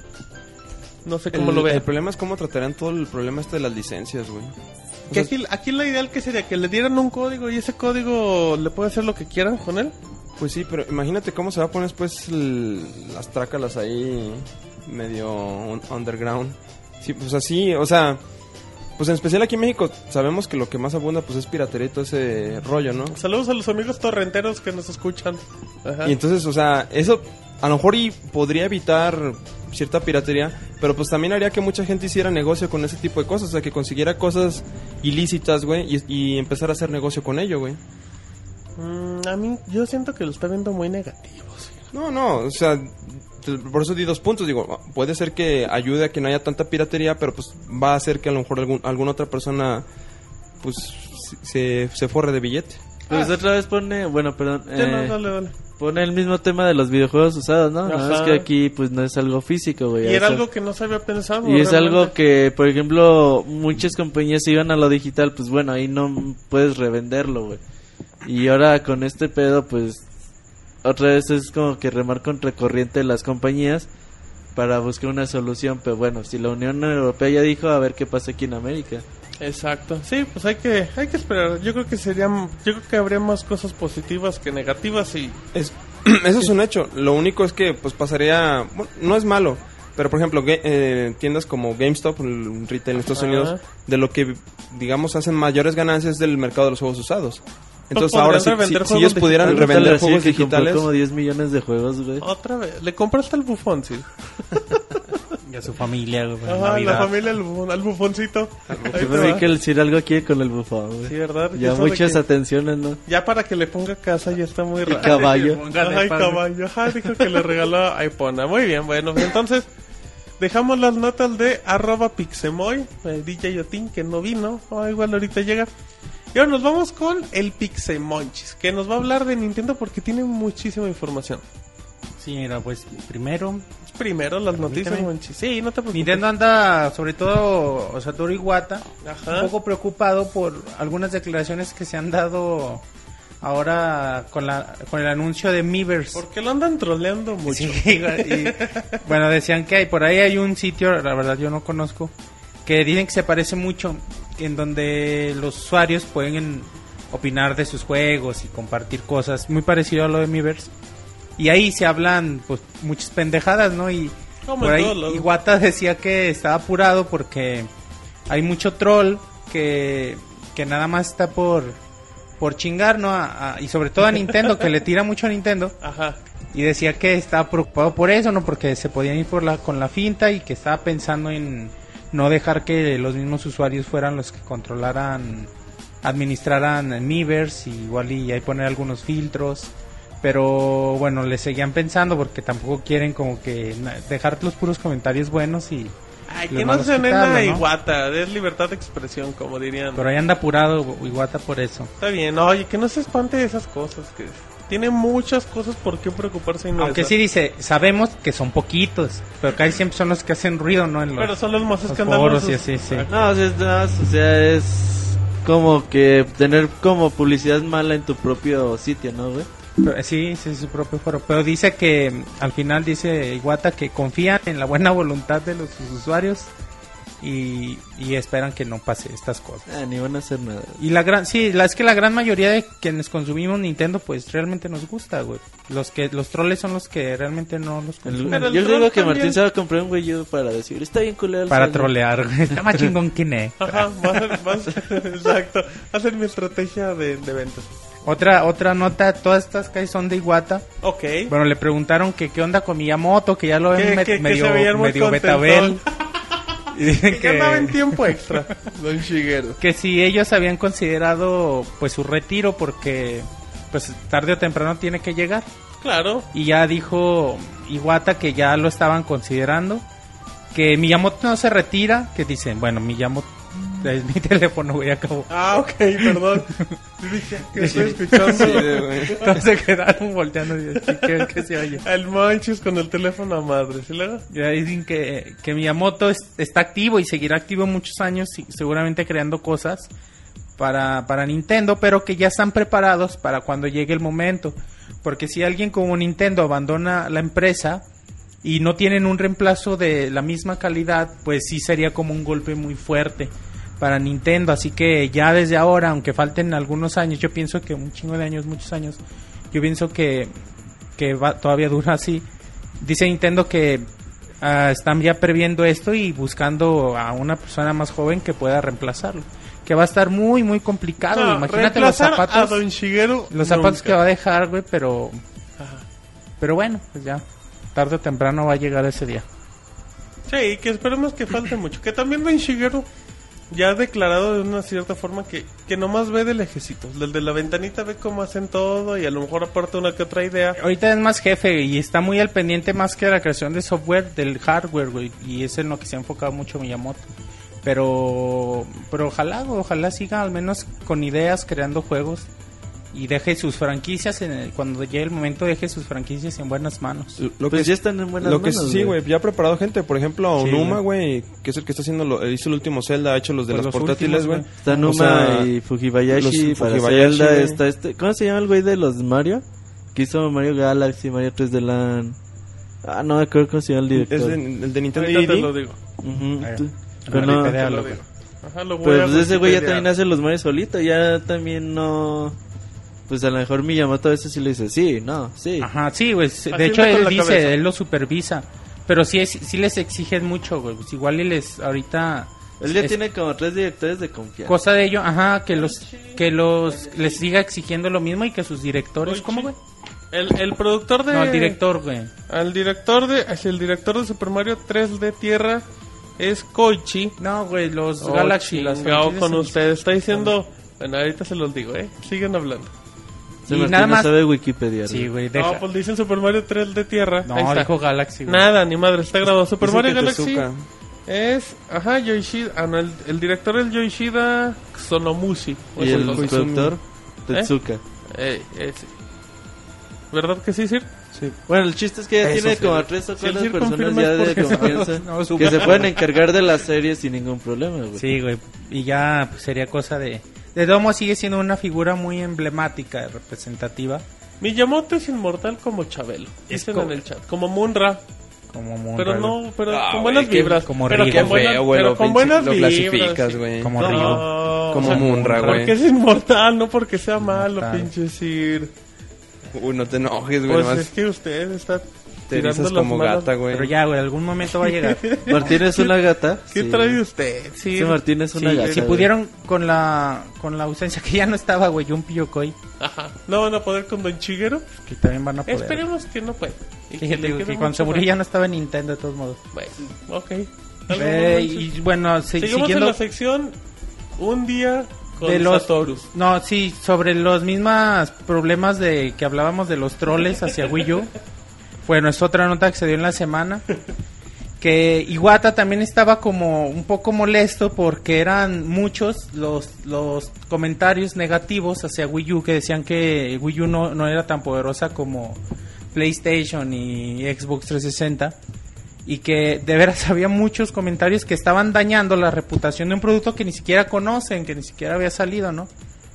B: No sé cómo
C: el,
B: lo vean.
C: el problema es cómo tratarán todo el problema este de las licencias, güey. O
B: Que
C: sea,
B: aquí, aquí lo ideal que sería que le dieran un código y ese código le puede hacer lo que quieran con él.
C: Pues sí, pero imagínate cómo se va a poner después el- las trácalas ahí medio un- underground. Sí, pues así, o sea, pues en especial aquí en México sabemos que lo que más abunda pues es piratería y todo ese rollo, ¿no?
B: Saludos a los amigos torrenteros que nos escuchan. Ajá.
C: Y entonces, o sea, eso a lo mejor y podría evitar cierta piratería, pero pues también haría que mucha gente hiciera negocio con ese tipo de cosas, o sea, que consiguiera cosas ilícitas, güey, y, y empezar a hacer negocio con ello, güey.
B: Mm, a mí, yo siento que lo está viendo muy negativo. sí.
C: No, no, o sea, te- por eso di dos puntos. Digo, puede ser que ayude a que no haya tanta piratería, pero pues va a hacer que a lo mejor algún, alguna otra persona pues se, se forre de billete.
E: Pues otra vez pone... Bueno, perdón.
B: Ya, ah. no,
E: eh,
B: dale, dale.
E: Pone el mismo tema de los videojuegos usados, ¿no? Nada más
B: Ajá.
E: que aquí pues no es algo físico, güey.
B: Y era
E: Eso-
B: algo que no se había pensado.
E: Y es
B: realmente.
E: algo que, por ejemplo, muchas compañías se iban a lo digital, pues bueno, ahí no puedes revenderlo, güey. Y ahora con este pedo, pues otra vez es como que remar contra corriente las compañías para buscar una solución, pero bueno, si la Unión Europea ya dijo, a ver qué pasa aquí en América.
B: Exacto. Sí, pues hay que, hay que esperar. Yo creo que serían, yo creo que habría más cosas positivas que negativas y
C: Es, eso es un hecho. Lo único es que pues pasaría... bueno, no es malo. Pero, por ejemplo, ga- eh, tiendas como GameStop, el retail en Estados
B: Ajá.
C: Unidos, de lo que, digamos, hacen mayores ganancias del mercado de los juegos usados.
B: Pues,
C: Entonces,
B: podrían
C: ahora sí,
B: revender
C: si, si
B: juegos
C: ellos
B: digitales.
C: pudieran
E: Pregúntale
C: revender
E: a Siri
C: juegos
E: que compró
C: digitales...
E: como 10 millones de juegos, güey.
B: otra vez. Le compraste al bufón, sí.
D: Y a su familia,
F: Pues
D: güey. pues,
B: Ajá, la familia al, bufón- al bufoncito. Ahí
E: Yo
B: te
E: me vi
B: va.
E: que el Siri algo quiere con el bufón, güey.
B: Sí, ¿verdad? Y
E: ya
B: eso de
E: muchas
B: que-
E: atenciones, ¿no?
B: Ya para que le ponga casa ya está muy raro.
E: Caballo.
B: Ajá, y caballo. Ajá, dijo que le regaló iPhone. Muy bien, bueno, pues entonces dejamos las notas de arroba pixemoy, eh, DJ Yotin, que no vino. Ah, igual ahorita llega. Y ahora nos vamos con el Pixemonchis, que nos va a hablar de Nintendo porque tiene muchísima información.
F: Sí, mira, pues primero,
B: Primero las noticias,
F: Permíteme.
B: Monchis. Sí, no te preocupes.
F: Nintendo anda, sobre todo Satoru Iwata,
B: Ajá.
F: un poco preocupado por algunas declaraciones que se han dado ahora con, la, con el anuncio de Miiverse.
B: ¿Por qué lo andan troleando mucho?
F: Sí, y- bueno, decían que hay, por ahí hay un sitio, la verdad yo no conozco, que dicen que se parece mucho, en donde los usuarios pueden en- opinar de sus juegos y compartir cosas, muy parecido a lo de Miiverse. Y ahí se hablan pues muchas pendejadas, ¿no? Y
B: Como
F: por
B: en
F: ahí
B: todos lados.
F: Iwata decía que estaba apurado porque hay mucho troll que, que nada más está por, por chingar, ¿no? A- a- y sobre todo a Nintendo, que le tira mucho a Nintendo.
B: Ajá.
F: Y decía que estaba preocupado por eso, ¿no? Porque se podían ir por la, con la finta y que estaba pensando en no dejar que los mismos usuarios fueran los que controlaran, administraran Miiverse y igual y ahí poner algunos filtros. Pero bueno, le seguían pensando porque tampoco quieren como que na- dejar los puros comentarios buenos y...
B: Ay,
F: Los
B: que no
F: malos
B: se nena
F: quitarlo, ¿no?
B: Iguata, es libertad de expresión, como dirían.
F: Pero ahí anda apurado Iguata por eso.
B: Está bien, oye, que no se espante de esas cosas, que tiene muchas cosas por qué preocuparse y no
F: Aunque
B: esas.
F: sí dice, sabemos que son poquitos, pero casi siempre son los que hacen ruido, ¿no? En los,
B: Pero son los más
F: los
B: escandalosos.
F: foros y así, sí.
E: No, o sea, es nada más, o sea, es como que tener como publicidad mala en tu propio sitio, ¿no, güey?
F: Pero, eh, Sí, sí, es su propio foro. Pero dice que mm, al final dice Iwata que confían en la buena voluntad de los sus usuarios y, y esperan que no pase estas cosas.
E: Ah, ni van a hacer nada. güey.
F: Y la gran, sí, la, es que la gran mayoría de quienes consumimos Nintendo, pues realmente nos gusta, güey. Los que, los troles son los que realmente no los
E: El-
F: consumen.
B: Pero el
E: yo le
B: troll
E: digo que
B: también.
E: Martín se va a comprar un Wii U para decir, está bien culero. el
F: Para
E: Zelda".
F: trolear, güey. Está más chingón que ne.
B: Ajá, va a ser- va a ser- exacto. Va a ser mi estrategia de, de ventas.
F: Otra, otra nota, todas estas calles son de Iwata.
B: Ok.
F: Bueno, le preguntaron que qué onda con Miyamoto, que ya lo
B: Que-
F: ven me-
B: que- que
F: medio,
B: se veían muy
F: medio
B: contentón.
F: betabel. Y dicen
B: que ya andaba en tiempo extra, Don Shigeru.
F: que si ellos habían considerado pues su retiro porque pues tarde o temprano tiene que llegar
B: Claro.
F: y ya dijo Iwata que ya lo estaban considerando que Miyamoto no se retira que dicen bueno Miyamoto es mi teléfono güey acabó
B: Ah, ok, perdón. Dije, que estoy escuchando.
C: Sí, güey.
F: todos se quedaron volteando y así que, que se oye
B: Al manches con el teléfono a madre. ¿Sí luego?
F: ya dicen que, que Miyamoto es- está activo y seguirá activo muchos años y seguramente creando cosas para, para Nintendo, pero que ya están preparados para cuando llegue el momento. Porque si alguien como Nintendo abandona la empresa y no tienen un reemplazo de la misma calidad, pues sí sería como un golpe muy fuerte para Nintendo. Así que ya desde ahora, aunque falten algunos años, yo pienso que un chingo de años, muchos años, yo pienso que, que va, todavía dura así. Dice Nintendo que ah, están ya previendo esto y buscando a una persona más joven que pueda reemplazarlo. Que va a estar muy, muy complicado.
B: No,
F: Imagínate los
B: reemplazar A
F: zapatos.
B: Don Shigeru.
F: Los zapatos
B: nunca.
F: que va a dejar, güey, pero. Pero bueno, pues ya. Tarde o temprano va a llegar ese día.
B: Sí, que esperemos que falte mucho. Que también Ben Shigeru ya ha declarado de una cierta forma que, que nomás ve del ejército. Desde la ventanita ve cómo hacen todo y a lo mejor aparte una que otra idea.
F: Ahorita es más jefe y está muy al pendiente más que de la creación de software, del hardware, güey. Y es en lo que se ha enfocado mucho Miyamoto. Pero, pero ojalá, güey, ojalá siga al menos con ideas, creando juegos. Y deje sus franquicias, en el- cuando llegue el momento, deje sus franquicias en buenas manos.
C: Lo
E: pues
C: que
E: ya están en buenas
C: Lo que
E: manos,
C: sí, güey, ya ha preparado gente, por ejemplo, a
F: Sí,
C: Onuma, güey, que es el que está haciendo, lo, hizo el último Zelda, ha hecho los de
F: Pues
C: las
F: los
C: portátiles, güey.
F: últimos,
E: Está Numa
C: O sea,
E: y Fujibayashi,
C: los
E: para
C: Fujibayashi,
E: Zelda,
C: güey.
E: está este... ¿Cómo se llama el güey de los Mario? Que hizo Mario Galaxy, Mario 3D Land... Ah, no me acuerdo cómo se llama el director.
C: Es de- el de Nintendo
B: Ahorita te lo
C: DD.
B: digo.
E: Ujú,
F: Ahí.
E: tú-
F: Ahorita
E: pero no-
F: te
B: Te
F: Véalo,
B: lo
F: güey.
B: digo. Ajá, lo voy
E: Pero
B: a
E: pues ese güey ya
B: Wikipedia.
E: también hace los mares solito, ya también no... Pues a lo mejor Miyamoto a veces sí le dice, sí, no, sí.
F: Ajá, sí, güey. se-
B: Así
F: De hecho,
B: anda con
F: él
B: la
F: dice,
B: cabeza.
F: él lo supervisa. Pero sí, es- sí les exigen mucho, güey. Pues igual y les ahorita...
E: Él ya
F: es
E: tiene como tres directores de confianza.
F: Cosa de ello, ajá, que los... Que los... Les siga exigiendo lo mismo y que sus directores... ¿Cómo, güey?
B: El, el productor de.
F: No, el director, güey.
B: Al director de. es El director de Super Mario 3D Tierra es Koichi.
F: No, güey, los
B: Oh,
F: Galaxy, las
B: chingao
F: franquicias
B: con
F: son-
B: ustedes. Está diciendo. Bueno, ahorita se los digo, ¿eh? Siguen hablando.
E: Sí,
F: y
E: Martín
F: nada
E: no
F: más-
E: sabe Wikipedia.
F: Sí,
E: güey.
F: güey,
B: No,
F: deja.
B: pues dicen Super Mario 3D Tierra. Ahí
F: No,
B: está.
F: dijo Galaxy, güey.
B: Nada, ni madre, está grabado. Super
C: Dicen
B: Mario
C: que
B: Galaxy
C: Tezuka.
B: es. Ajá, Yoshida. Ah, no, el, el director es Yoshida Sonomushi. o
E: Y
F: Pues
B: ese
E: el
B: entonces.
E: productor, Tetsuka.
B: Eh, ese. ¿Verdad que sí, Sir?
C: Sí.
E: Bueno, el chiste es que ya
C: Eso
E: tiene
C: sí.
E: como tres o
B: Si el
E: cuatro
B: Sir
E: personas
B: confirma
E: ya
B: es
E: de
B: porque no-
E: confianza
F: no supo.
E: que se pueden encargar de la serie sin ningún problema, güey.
F: Sí, güey. Y ya pues, sería cosa de... De Domo sigue siendo una figura muy emblemática, representativa,
B: Miyamoto es inmortal como Chabelo.
F: Es
B: Dicen
F: como-
B: en el chat. Como Munra.
F: como muy
B: Pero
F: raro.
B: no, pero
C: Ah,
B: con
C: güey,
B: buenas
C: qué-
B: vibras.
F: como
B: pero
F: Rigo.
B: con buenas,
C: Feo, güey,
B: pero
C: lo,
B: con
C: pinche-
B: buenas
C: lo
B: vibras.
C: clasificas,
B: sí.
C: güey.
F: Como
B: No,
F: Rigo.
C: Como
B: o sea,
C: Munra, güey.
B: Porque es inmortal, no porque sea malo,
F: Inmortal.
B: pinche Sir.
C: Uy, no te enojes, güey.
B: Pues
C: Pues, nomás-
B: es que usted está
C: Te
B: Tirando
C: dices
B: las
C: como
B: malas-
C: gata, güey.
F: Pero ya, güey, algún momento va a llegar.
E: Martín es una gata.
B: ¿Qué
E: sí.
B: trae usted?
E: Sí, Martín es una
F: Sí,
E: gata.
F: si
E: güey.
F: pudieron con la con la ausencia que ya no estaba, güey, un pillocoi
B: Ajá. ¿No van a poder con Don Chiguero?
F: que también van a poder.
B: Esperemos que no pueda. Y
F: Fíjate,
B: le
F: güey, que
B: quede
F: con
B: mucho
F: seguridad ya no estaba en Nintendo de todos modos.
B: Bueno, ok. Algo
F: Eh,
B: más,
F: y bueno, sí,
B: Seguimos en
F: siguiendo
B: la sección Un día con
F: de los
B: Satorus.
F: No, sí, sobre los mismos problemas de que hablábamos de los troles hacia Wii U. Bueno, es otra nota que se dio en la semana. Que Iwata también estaba como un poco molesto porque eran muchos los, los comentarios negativos hacia Wii U que decían que Wii U no, no era tan poderosa como PlayStation y Xbox 360 y que de veras había muchos comentarios que estaban dañando la reputación de un producto que ni siquiera conocen, que ni siquiera había salido, ¿no?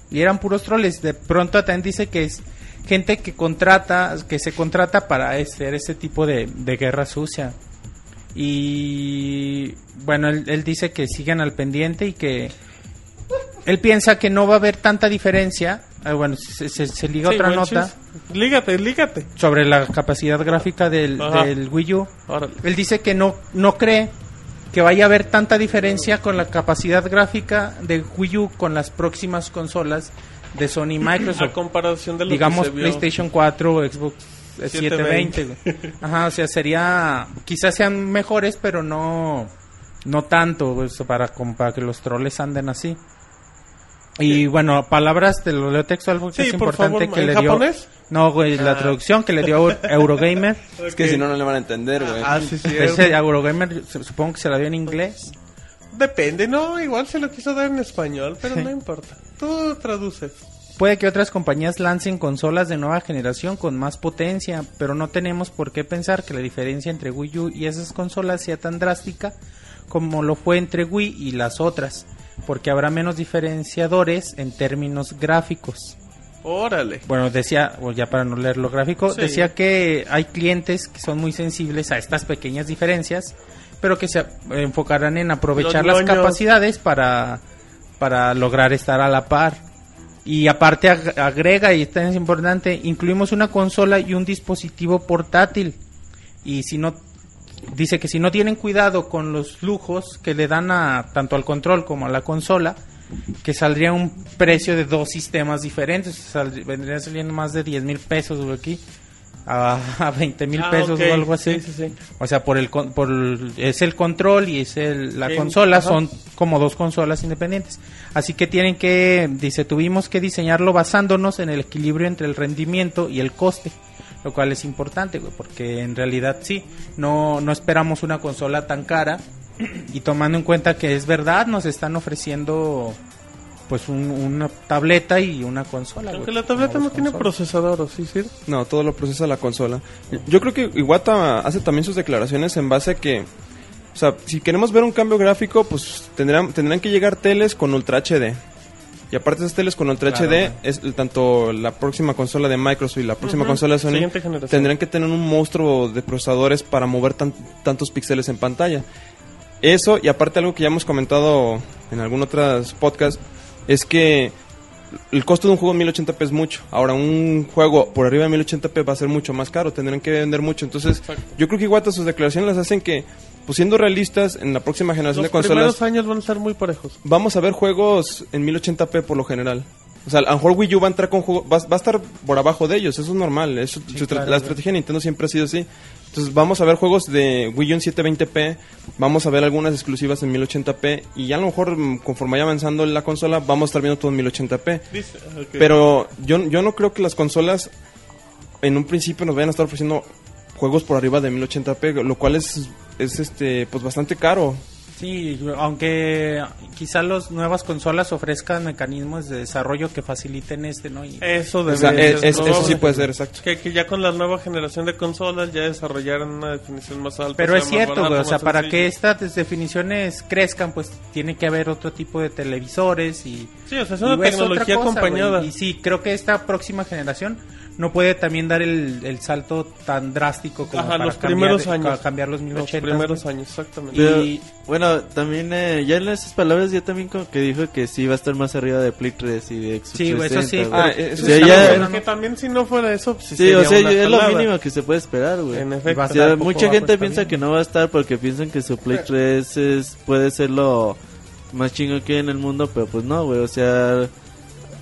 F: Y eran puros troles. De pronto también dice que es gente que contrata, que se contrata para hacer este tipo de, de guerra sucia. Y bueno, él, él dice que sigan al pendiente y que él piensa que no va a haber tanta diferencia. Ah, bueno, se, se- se liga
B: Sí,
F: otra
B: manches.
F: nota
B: Lígate, lígate.
F: sobre la capacidad gráfica del,
B: Ajá.
F: del Wii U.
B: Órale.
F: Él dice que no, no cree que vaya a haber tanta diferencia con la capacidad gráfica de Wii U con las próximas consolas de Sony y
B: A
F: Microsoft.
B: comparación de Ah, lo
F: Digamos
B: que se vio.
F: PlayStation 4 o Xbox eh,
B: 720.
F: 720. güey. Ajá, o sea, sería... Quizás sean mejores, pero no... No tanto, güey, o sea, para, com- para que los troles anden así. Y bueno, palabras, te lo leo textual
B: Sí,
F: porque es
B: por
F: importante
B: favor,
F: que
B: ¿en
F: le
B: japonés? Ah.
F: dio... No, güey, la traducción que le dio Eurogamer.
C: Es que si no, no le van a entender, güey.
B: Ah, sí, sí.
F: Ese Eurogamer se- supongo que se la dio en inglés.
B: Depende, no, igual se lo quiso dar en español, pero no importa. Tú traduces.
F: Puede que otras compañías lancen consolas de nueva generación con más potencia, pero no tenemos por qué pensar que la diferencia entre Wii U y esas consolas sea tan drástica como lo fue entre Wii y las otras, porque habrá menos diferenciadores en términos gráficos.
B: Órale.
F: Bueno, decía, o ya para no leer lo gráfico,
B: Sí.
F: decía que hay clientes que son muy sensibles a estas pequeñas diferencias, pero que se enfocarán en aprovechar
B: Los
F: las
B: ñoños.
F: capacidades para, para lograr estar a la par. Y aparte ag- agrega, y esto es importante, incluimos una consola y un dispositivo portátil. Y si no, dice que si no tienen cuidado con los lujos que le dan a tanto al control como a la consola, que saldría un precio de dos sistemas diferentes. Sal- vendría saliendo más de 10 mil pesos, güey, aquí. A, a 20 mil
B: Ah,
F: pesos
B: ok.
F: o algo así.
B: Sí, sí, sí.
F: O sea, por el, con- por el- es el control y es el, la
B: Sí,
F: consola,
B: ajá.
F: son como dos consolas independientes. Así que tienen que, dice, tuvimos que diseñarlo basándonos en el equilibrio entre el rendimiento y el coste. Lo cual es importante, güey, porque en realidad sí, no, no esperamos una consola tan cara. Y tomando en cuenta que es verdad, nos están ofreciendo pues un- una tableta y una consola.
B: Aunque
F: güey,
B: la
F: como
B: tableta
F: dos
B: no tiene
F: consolas.
B: procesador, ¿o sí, sí?
C: No, todo lo procesa la consola. Yo creo que Iwata hace también sus declaraciones en base a que, o sea, si queremos ver un cambio gráfico, pues tendrán, tendrán que llegar teles con Ultra HD. Y aparte de esas teles con Ultra
F: Claro.
C: HD, es el- tanto la próxima consola de Microsoft y la próxima
B: Ujú,
C: consola de Sony
B: siguiente generación.
C: tendrán que tener un monstruo de procesadores para mover tan- tantos píxeles en pantalla. Eso, y aparte algo que ya hemos comentado en algún otras podcast, es que el costo de un juego en 1080p es mucho. Ahora, un juego por arriba de 1080p va a ser mucho más caro. Tendrán que vender mucho. Entonces, yo creo que Iwata sus declaraciones las hacen que, pues siendo realistas, en la próxima generación
B: Los
C: de consolas,
B: primeros años van a estar muy parejos.
C: vamos a ver juegos en 1080p por lo general. O sea, a lo mejor Wii U va a entrar con juego, va, va a estar por abajo de ellos, eso es normal. es su- su tra-
F: claro,
C: la
F: claro.
C: estrategia de Nintendo siempre ha sido así. Entonces, vamos a ver juegos de Wii U en 720p, vamos a ver algunas exclusivas en 1080p, y ya a lo mejor, mm, conforme vaya avanzando la consola, vamos a estar viendo todo en 1080p.
B: Dice, ok.
C: Pero yo, yo no creo que las consolas en un principio nos vayan a estar ofreciendo juegos por arriba de 1080p, lo cual es, es este pues bastante caro.
F: Sí, aunque quizás las nuevas consolas ofrezcan mecanismos de desarrollo que faciliten este, ¿no? Y-
B: Eso
C: O
B: debe
C: sea,
B: ser
C: es- es- eso sí
B: probable.
C: puede ser, exacto.
B: Que, que ya con la nueva generación de consolas ya desarrollaron una definición más alta.
F: Pero
B: sea,
F: es
B: más
F: cierto,
B: barato,
F: güey, o sea,
B: más
F: para
B: sencillo.
F: que estas des- definiciones crezcan, pues tiene que haber otro tipo de televisores y...
B: Sí, o sea, es Pues,
F: y
B: una
F: otra
B: tecnología
F: cosa,
B: acompañada.
F: güey, Y sí, creo que esta próxima generación no puede también dar el, el salto tan drástico como
B: Ajá,
F: para
B: los
F: cambiar,
B: primeros
F: de-
B: años.
F: ca- cambiar los
B: Los
F: 1080.
B: primeros
F: güey.
B: años, exactamente.
F: Y-
E: Pero, bueno, también eh, ya en esas palabras ya también como que dijo que sí va a estar más arriba de Play 3 y de Xbox
F: Sí, güey, eso sí.
E: 360,
C: Ah,
E: güey.
C: eso
E: O sea,
C: sí,
E: ya-
C: claro,
B: Pero que también si no fuera eso, pues, sí
E: sí,
B: sería
E: o sea,
B: una
E: ya es lo
B: jalada.
E: mínimo que se puede esperar, güey.
B: En
E: O
B: efecto.
F: va a
E: sea,
F: estar poco
E: mucha
F: bajo,
E: gente
F: está
E: piensa
F: bien.
E: que no va a estar porque piensan que su Play 3 es, puede ser lo más chingo que hay en el mundo, pero pues no, güey, o sea,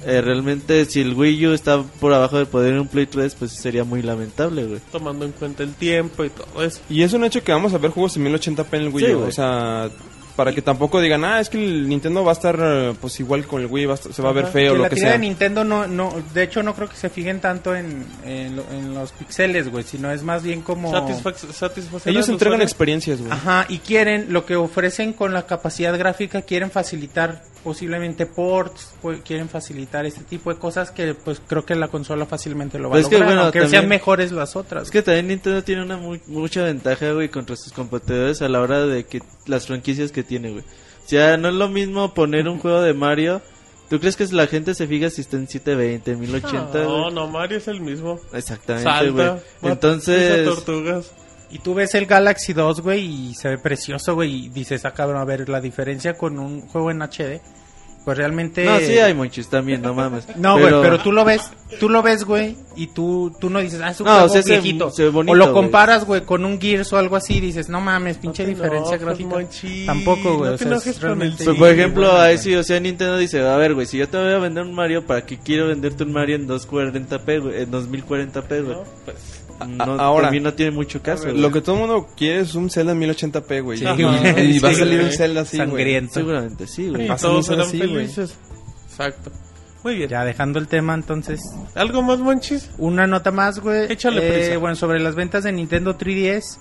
E: eh, realmente si el Wii U está por abajo del poder de un Play 3, pues sería muy lamentable, güey.
B: Tomando en cuenta el tiempo y todo eso.
C: Y es un hecho que vamos a ver juegos en 1080p en el Wii
E: Sí,
C: U.
E: güey.
C: O sea, para que tampoco digan, ah, es que el Nintendo va a estar eh, pues igual con el Wii, va a estar- se va a ver
F: Ajá.
C: feo,
F: Que
C: lo
F: la
C: que
F: tira
C: sea.
F: de Nintendo no, no, de hecho no creo que se fijen tanto en, en, lo- en los pixeles, güey, sino es más bien como...
B: Satisfac- satisfacer
C: Ellos
B: al
C: entregan
B: usuario.
C: experiencias, güey.
F: Ajá, y quieren, lo que ofrecen con la capacidad gráfica, quieren facilitar posiblemente ports, pu- quieren facilitar este tipo de cosas que pues creo que la consola fácilmente lo va
E: Pues
F: a
E: es que,
F: lograr,
E: bueno,
F: aunque sean
E: también-
F: mejores las otras.
E: Es que también Nintendo tiene una mu- mucha ventaja, güey, contra sus competidores a la hora de que las franquicias que tiene, güey. O sea, no es lo mismo poner un juego de Mario. ¿Tú crees que la gente se fija si está en 720, 1080?
B: No,
E: güey?
B: no, Mario es el mismo.
E: Exactamente, güey.
B: Salta. mata-
E: Entonces,
B: pisa tortugas.
F: Y tú ves el Galaxy 2, güey, y se ve precioso, güey, y dices, ah, cabrón, a ver, la diferencia con un juego en HD, pues realmente...
E: no, sí hay monchis también, no mames.
F: No, güey, pero... tú lo ves, tú lo ves, güey, y tú, tú no dices, ah, es un
E: No,
F: juego
E: o sea, se-
F: viejito.
E: se ve bonito,
F: o lo
E: güey.
F: comparas, güey, con un Gears o algo así, y dices, no mames, pinche
B: No te
F: diferencia
B: enojes,
F: gráfica.
B: Monchi,
F: Tampoco, güey,
B: no te
F: o sea, es
B: enojes con
F: realmente-
B: el
E: Pero,
B: sí,
E: pues, por ejemplo,
F: bueno,
E: ahí
F: bueno.
E: sí, o sea, Nintendo dice, a ver, güey, si yo te voy a vender un Mario, ¿para qué quiero venderte un Mario en 240p, güey? En 2040p, güey.
B: No, pues,
E: No,
C: A- ahora-
E: a mí no tiene mucho caso,
C: Lo
E: güey.
C: que todo el mundo quiere es un Zelda en 1080p, güey.
F: Sí,
C: Ajá.
F: güey.
C: Y va a
F: Sí,
C: salir un
B: güey.
C: Zelda así, güey.
F: Sangriento.
E: Seguramente sí, güey.
B: y
C: Así
B: todos
C: son
B: serán
C: así, güey.
B: felices. Exacto. Muy bien.
F: Ya dejando el tema, entonces,
B: ¿Algo más, Monchis?
F: una nota más, güey.
B: Échale
F: Eh,
B: prisa.
F: Bueno, sobre las ventas de Nintendo 3DS,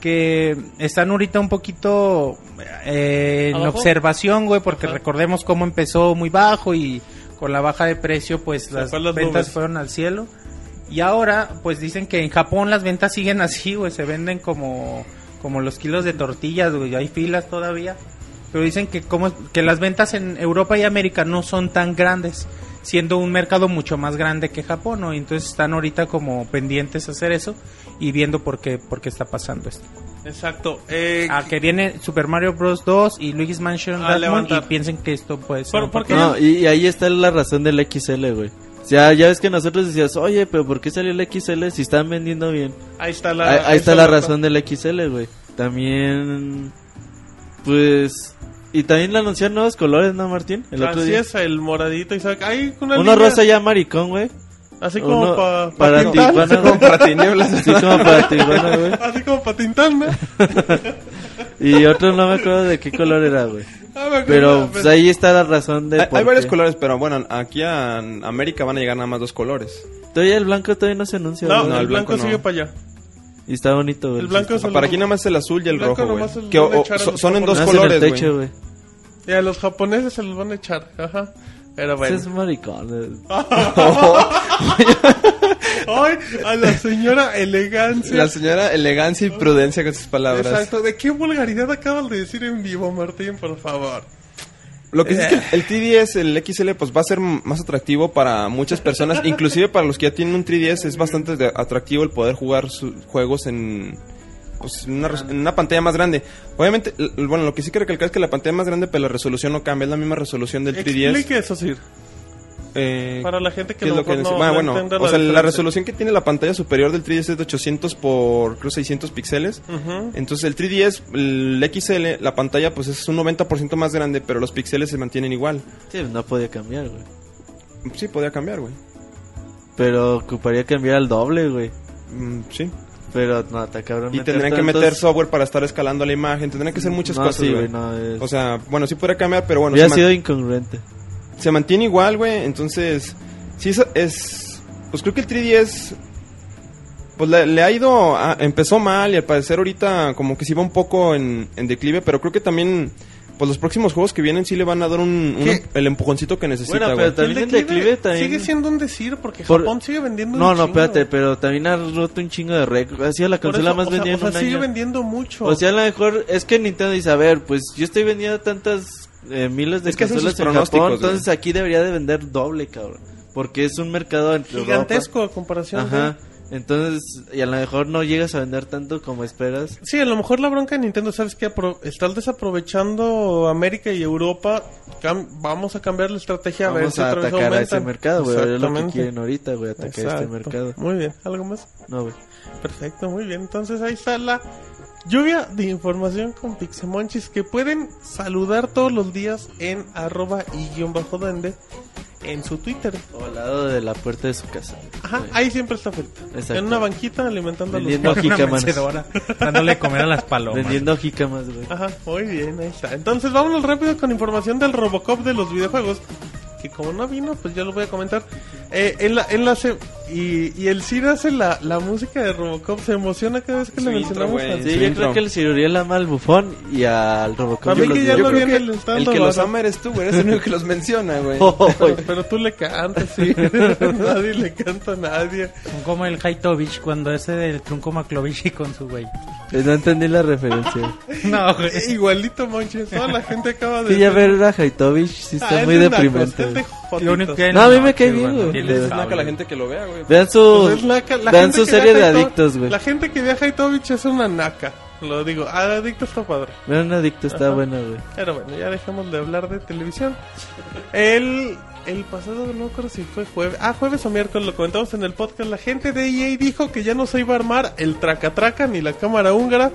F: que están ahorita un poquito eh, en
B: ¿Abajo?
F: observación, güey, porque
B: Ajá.
F: recordemos cómo empezó muy bajo y con la baja de precio, pues
B: Se
F: las
B: fue a las
F: ventas
B: nubes.
F: fueron al cielo. Y ahora, pues dicen que en Japón las ventas siguen así, güey, se venden como, como los kilos de tortillas, güey, hay filas todavía. Pero dicen que, como, que las ventas en Europa y América no son tan grandes, siendo un mercado mucho más grande que Japón, ¿no? Y Entonces están ahorita como pendientes a hacer eso y viendo por qué, por qué está pasando esto.
B: Exacto. Eh,
F: Ah, que viene Super Mario Bros. 2 y Luigi's Mansion
B: A
F: Dark Moon
B: levantar.
F: y piensen que esto puede ser...
B: Pero,
F: un
B: Ah, ¿por
F: poco-
B: qué?
E: No, y, y ahí está la razón del XL, güey. O sea, ya ves que nosotros decías, oye, pero ¿por qué salió el XL si están vendiendo bien?
B: ahí está la,
E: Ahí, ahí está la
B: nota.
E: razón del XL, güey. También, pues... Y también le anunciaron nuevos colores, ¿no, Martín? El otro
B: Así
E: día.
B: es, el moradito. Isaac. Hay una
E: Uno
B: línea,
E: rosa ya maricón, güey.
B: Así como
E: uno
B: pa- pa
E: para
B: pintar.
E: Tijuana,
C: Como
E: güey.
C: para tinieblas.
E: Sí, como para Tijuana, güey.
B: Así como para Tintán, ¿no? Ah,
E: Y otro no me acuerdo de qué color era, güey.
B: Ah, me acuerdo,
E: Pero
B: pues,
E: pues, ahí está la razón de
C: Hay,
E: por
C: hay varios
E: qué.
C: colores, pero bueno, aquí a América van a llegar nada más dos colores.
E: Todavía el blanco todavía no se anuncia,
B: No,
E: güey.
B: el,
C: el
B: blanco,
C: blanco no.
B: sigue para allá.
E: Y está bonito, güey.
B: El blanco es el
C: Para aquí nada más es el azul y el
B: Blanco
C: rojo, güey.
B: nomás es le
C: Que o- o-
B: echaron
C: so-
B: los
C: son en dos
E: Nace
C: colores,
E: en el
C: güey.
E: techo, güey.
B: Y a los japoneses se los van a echar. Ajá. Pero
E: Ese
B: bueno.
E: es maricón. eh.
B: Ay, a la señora elegancia.
C: La señora elegancia y prudencia con sus palabras.
B: Exacto. ¿De qué vulgaridad acabas de decir en vivo, Martín? Por favor.
C: Lo que sí es que el 3DS, el XL, pues va a ser m- más atractivo para muchas personas. Inclusive para los que ya tienen un 3DS es bastante de- atractivo el poder jugar sus juegos en, pues, en una, res- en una pantalla más grande. Obviamente, l- bueno, lo que sí que recalcar es que la pantalla es más grande, pero la resolución no cambia. Es la misma resolución del 3DS.
B: Explique eso, Sir.
C: Eh,
B: Para la gente que
C: ¿qué es
B: a
C: lo que
B: mejor
C: dice?
B: no,
C: Ah,
B: no
C: bueno,
B: entienda
C: o sea, la
B: diferencia.
C: resolución que tiene la pantalla superior del 3DS es de 800 por creo 600 píxeles.
B: Ujú.
C: Entonces el 3DS, el XL, la pantalla pues es un 90% más grande, pero los píxeles se mantienen igual.
E: Sí, no podía cambiar, güey.
C: Sí, podría cambiar, güey.
E: Pero ocuparía cambiar al doble, güey.
C: Mm, sí.
E: Pero no, está cabrón.
C: Y
E: meter
C: tendrían que
E: tantos-
C: meter software para estar escalando la imagen, tendrían que hacer muchas
E: No,
C: cosas,
E: sí,
C: güey.
E: güey, no, es-
C: O sea, bueno, sí podría cambiar, pero bueno, se,
E: Hubiera
C: man-
E: sido incongruente.
C: se mantiene igual, güey. Entonces, sí es, es- Pues creo que el 3DS... Pues le, le ha ido... a- empezó mal y al parecer ahorita como que sí va un poco en, en declive, pero creo que también... Pues los próximos juegos que vienen sí le van a dar un, un-
B: ¿Qué?
C: el empujoncito que necesita,
E: Bueno,
C: güey.
E: pero También
B: El
E: en declive también-
B: Sigue siendo un decir porque
E: Por-
B: Japón sigue vendiendo
E: No,
B: un
E: no,
B: chingo.
E: espérate, pero también ha roto un chingo de récords. Ha sido la
B: Por
E: consola
B: eso,
E: más
B: o sea,
E: vendida
B: o sea,
E: en un
B: sigue
E: año.
B: vendiendo mucho.
E: O sea, a lo mejor es que Nintendo dice, a ver, pues yo estoy vendiendo tantas eh, miles de
C: Es que hacen
E: consolas
C: sus
E: en
C: pronósticos,
E: Japón,
C: güey.
E: entonces aquí debería de vender doble, cabrón. porque es un mercado entre Europa.
B: Gigantesco a comparación de-
E: Ajá. Entonces, y a lo mejor no llegas a vender tanto como esperas.
B: Sí, a lo mejor la bronca de Nintendo, ¿sabes qué? Apro- Estás desaprovechando América y Europa. Cam- vamos a cambiar la estrategia a ver
E: Vamos
B: si
E: a
B: otra vez
E: atacar a ese
B: aumentan.
E: mercado, güey. Es lo que
B: Exactamente.
E: quieren ahorita, güey, atacar este
B: Exacto.
E: mercado.
B: Muy bien, ¿algo más?
E: No, güey.
B: Perfecto, muy bien. Entonces ahí está la lluvia de información con Pixemonchis que pueden saludar todos los días en arroba y guión bajo duende en su Twitter.
E: O al lado de la puerta de su casa.
B: Ajá,
E: Güey.
B: ahí siempre está Felita.
E: Exacto.
B: En una banquita alimentando a los
E: Vendiendo
B: perros.
F: Una
E: jícamas.
F: mecedora dándole comer a las palomas.
E: Vendiendo jícamas, güey.
B: Ajá, muy bien, ahí está. Entonces vámonos rápido con información del Robocop de los videojuegos. Que como no vino, pues yo lo voy a comentar. Eh, en la, en la se- y, y el Ciro hace la, la música de Robocop. Se emociona cada vez que
C: Su
B: le
C: intro,
B: mencionamos
C: güey.
B: al-
E: Sí,
C: Su
E: yo
C: intro.
E: creo que el ciruría ama al bufón y al
B: A
E: Robocop.
B: mí
E: yo los
B: que ya no
E: digo, creo
B: viene
E: que-
B: el estando
C: El que los
B: barato.
C: ama eres tú, güey. Eres el único que los menciona, güey.
E: Oh,
B: Pero,
E: güey.
B: pero tú le cantas, sí. nadie le canta a nadie.
G: Son como el Haitovich cuando ese del Trunco Maklovich y con su güey.
E: pues No entendí la referencia.
G: No, güey.
B: Eh, igualito, Monches. Toda la gente acaba de.
E: Sí, ya ver a Haitovich sí
B: Ah,
E: está
B: es
E: muy
B: de nacos,
E: deprimente.
B: es de
E: güey.
B: jotitos.
F: Lo único que hay
E: No, a mí
F: en la
E: me cae
F: noche,
E: bien,
F: bueno,
E: güey.
F: tienes
E: De-
C: Es
F: sable.
C: naca la gente que lo vea, güey.
E: Vean
B: Pues es
E: su,
B: naca. La
E: vean
B: gente
E: su
B: que
E: serie de
B: viaja y todo-
E: adictos, güey.
B: La gente que viaja a Itovich es una naca. Lo digo, ah, adicto está padre.
E: Vean un adicto, está
B: Ajá.
E: bueno, güey.
B: Pero bueno, ya dejamos de hablar de televisión. El, el pasado, no me acuerdo si fue jueves. Ah, jueves o miércoles, lo comentamos en el podcast. La gente de EA dijo que ya no se iba a armar el tracatraca ni la cámara húngara.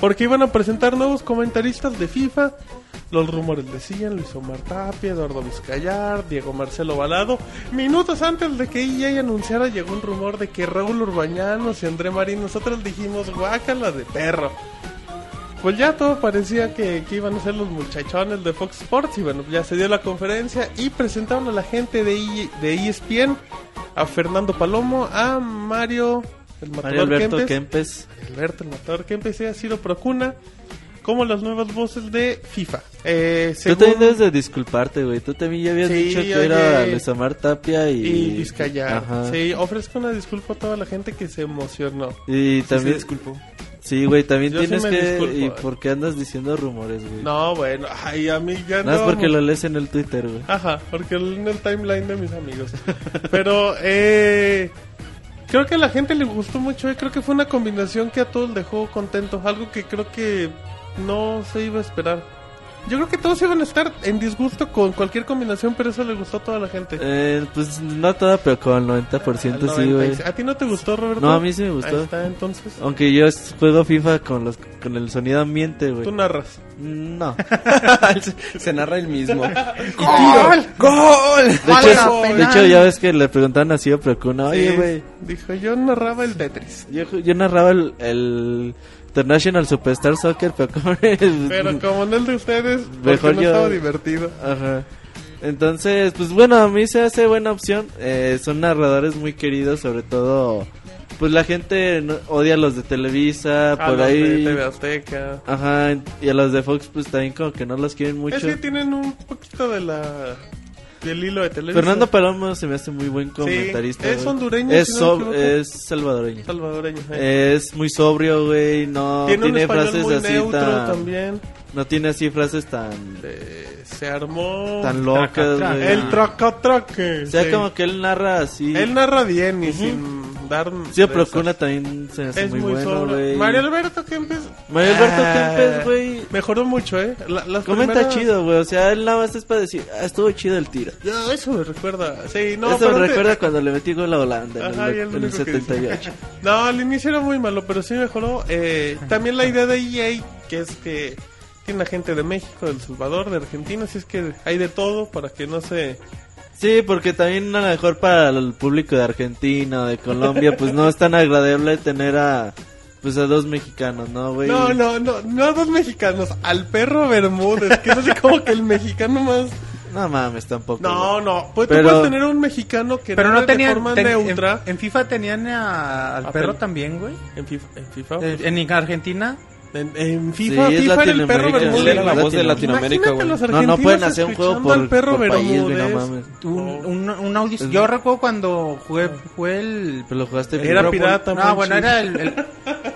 B: Porque iban a presentar nuevos comentaristas de FIFA. Los rumores decían Luis Omar Tapia, Eduardo Vizcayar, Diego Marcelo Balado. Minutos antes de que EA anunciara llegó un rumor de que Raúl Urbañanos y André Marín, nosotros dijimos guácala de perro. Pues ya todo parecía que, que iban a ser los muchachones de Fox Sports y bueno, ya se dio la conferencia y presentaron a la gente de, I- de E ESPN, a Fernando Palomo, a Mario, el
E: Mario
B: matador
E: Alberto
B: Kempes,
E: Kempes.
B: Alberto, el matador Kempes y a Ciro Procuna, como las nuevas voces de FIFA. Eh,
E: Tú
B: según-
E: también debes de disculparte, güey. Tú también ya habías
B: Sí,
E: dicho que
B: oye.
E: era Luis Omar Tapia y...
B: y Vizcayar.
E: Ajá.
B: Sí, ofrezco una disculpa a toda la gente que se emocionó.
C: También
E: Y también...
C: disculpo.
E: Sí, güey, también
B: Yo sí
E: tienes
B: me
E: que...
B: disculpo,
E: ¿Y
B: eh.
E: por qué andas diciendo rumores, güey?
B: No, bueno, ay, a mí ya
E: Nada más
B: no-
E: porque lo lees en el Twitter, güey.
B: Ajá, porque en el timeline de mis amigos. Pero eh, creo que a la gente le gustó mucho. eh, Creo que fue una combinación que a todos dejó contentos. Algo que creo que no se iba a esperar. Yo creo que todos iban a estar en disgusto con cualquier combinación, pero eso le gustó a toda la gente.
E: Eh, pues no toda, pero con el 90%
B: Al
E: sí, güey.
B: 96. ¿A ti no te gustó, Roberto?
E: No, a mí sí me gustó. Ah,
B: Ahí está, entonces.
E: Aunque yo es- juego FIFA con los con el sonido ambiente, güey.
B: Tú narras.
E: No.
C: Se narra el mismo.
E: De hecho,
B: ¡Hala,
E: de
B: penal!
E: hecho, ya ves que le preguntaban así a Procuna, oye,
B: Sí,
E: güey,
B: Dijo, yo narraba el Tetris.
E: yo, ju- yo narraba el, el International Superstar Soccer, pero como...
B: Pero como no el de ustedes, porque
E: Mm. Mejor
B: no
E: yo- Ah,
B: estaba divertido.
E: Ajá. Entonces, pues bueno, a mí se hace buena opción. Eh, son narradores muy queridos, sobre todo... Pues la gente no- odia a los de Televisa,
B: A
E: por
B: los Ah, de
E: ahí...
B: TV Azteca.
E: Ajá, y a los de Fox pues también como que no los quieren mucho.
B: Es que tienen un poquito de la del hilo de televisión.
E: Fernando Palomo se me hace muy buen comentarista.
B: es
E: güey.
B: hondureño,
E: Es,
B: si no me
E: sob-
B: equivoco.
E: es salvadoreño.
B: salvadoreño. eh.
E: Es muy sobrio, güey. No
B: tiene
E: tiene,
B: un español
E: frases
B: muy
E: así
B: neutro
E: tan.
B: también.
E: No tiene así frases tan.
B: Eh, se armó
E: tan locas, güey.
B: el trocotroque.
E: O sea,
B: sí.
E: como que él narra así.
B: él narra bien y sin dar
E: Sí,
B: de
E: Procuna
B: esas.
E: también se me hace
B: es
E: muy,
B: muy,
E: bueno,
B: sobrio.
E: güey.
B: Mario Alberto Kempes
E: Mario Alberto
B: Ah.
E: Kempes, güey.
B: mejoró mucho, eh. La- las
E: Comenta
B: primeras-
E: chido, güey. O sea, él nada más es para decir, ah, estuvo chido el tiro.
B: No, eso me recuerda. Sí, no,
E: Eso
B: pero
E: me
B: te-
E: recuerda cuando le metí gol a Holanda en
B: Ajá,
E: el-
B: y el
E: en el
B: único que-
E: 78.
B: No, al inicio era muy malo, pero sí mejoró. Eh, también la idea de EA, que es que tiene gente de México, de El Salvador, de Argentina, así es que hay de todo para que no se...
E: Sí, porque también a lo mejor para el público de Argentina, de Colombia, pues no es tan agradable tener a pues a dos mexicanos, ¿no, güey?
B: No, no, no, no a dos mexicanos, al perro Bermúdez, que es así como que el mexicano más...
E: No mames tampoco.
B: No,
E: güey.
B: no, pues
E: Pero-
B: tú puedes tener un mexicano que
F: Pero no
B: narre
F: tenían.
B: de forma
F: ten- en-
B: neutra.
F: En, FIFA tenían a- al
B: A
F: perro
B: Pel-
F: también, güey.
B: En, FIFA, en FIFA,
F: Eh, En Argentina.
B: en- en FIFA,
E: Sí, es
B: FIFA era el perro
E: Latinoamérica,
B: Bermúdez.
C: Él era la voz de
E: Latinoamérica.
C: Latinoamérica,
B: Imagínate
C: güey.
B: los
E: No, no
B: argentinos
E: pueden hacer un juego
B: escuchando al
E: por,
B: perro
E: por país, güey, no
B: Bermúdez.
E: mames.
F: Un,
B: No.
F: un, un audio. Yo recuerdo cuando jugué, jugué el.
E: Pero lo jugaste
B: Era
E: primero.
B: pirata,
F: No,
B: Monchis.
F: bueno, era el, el, el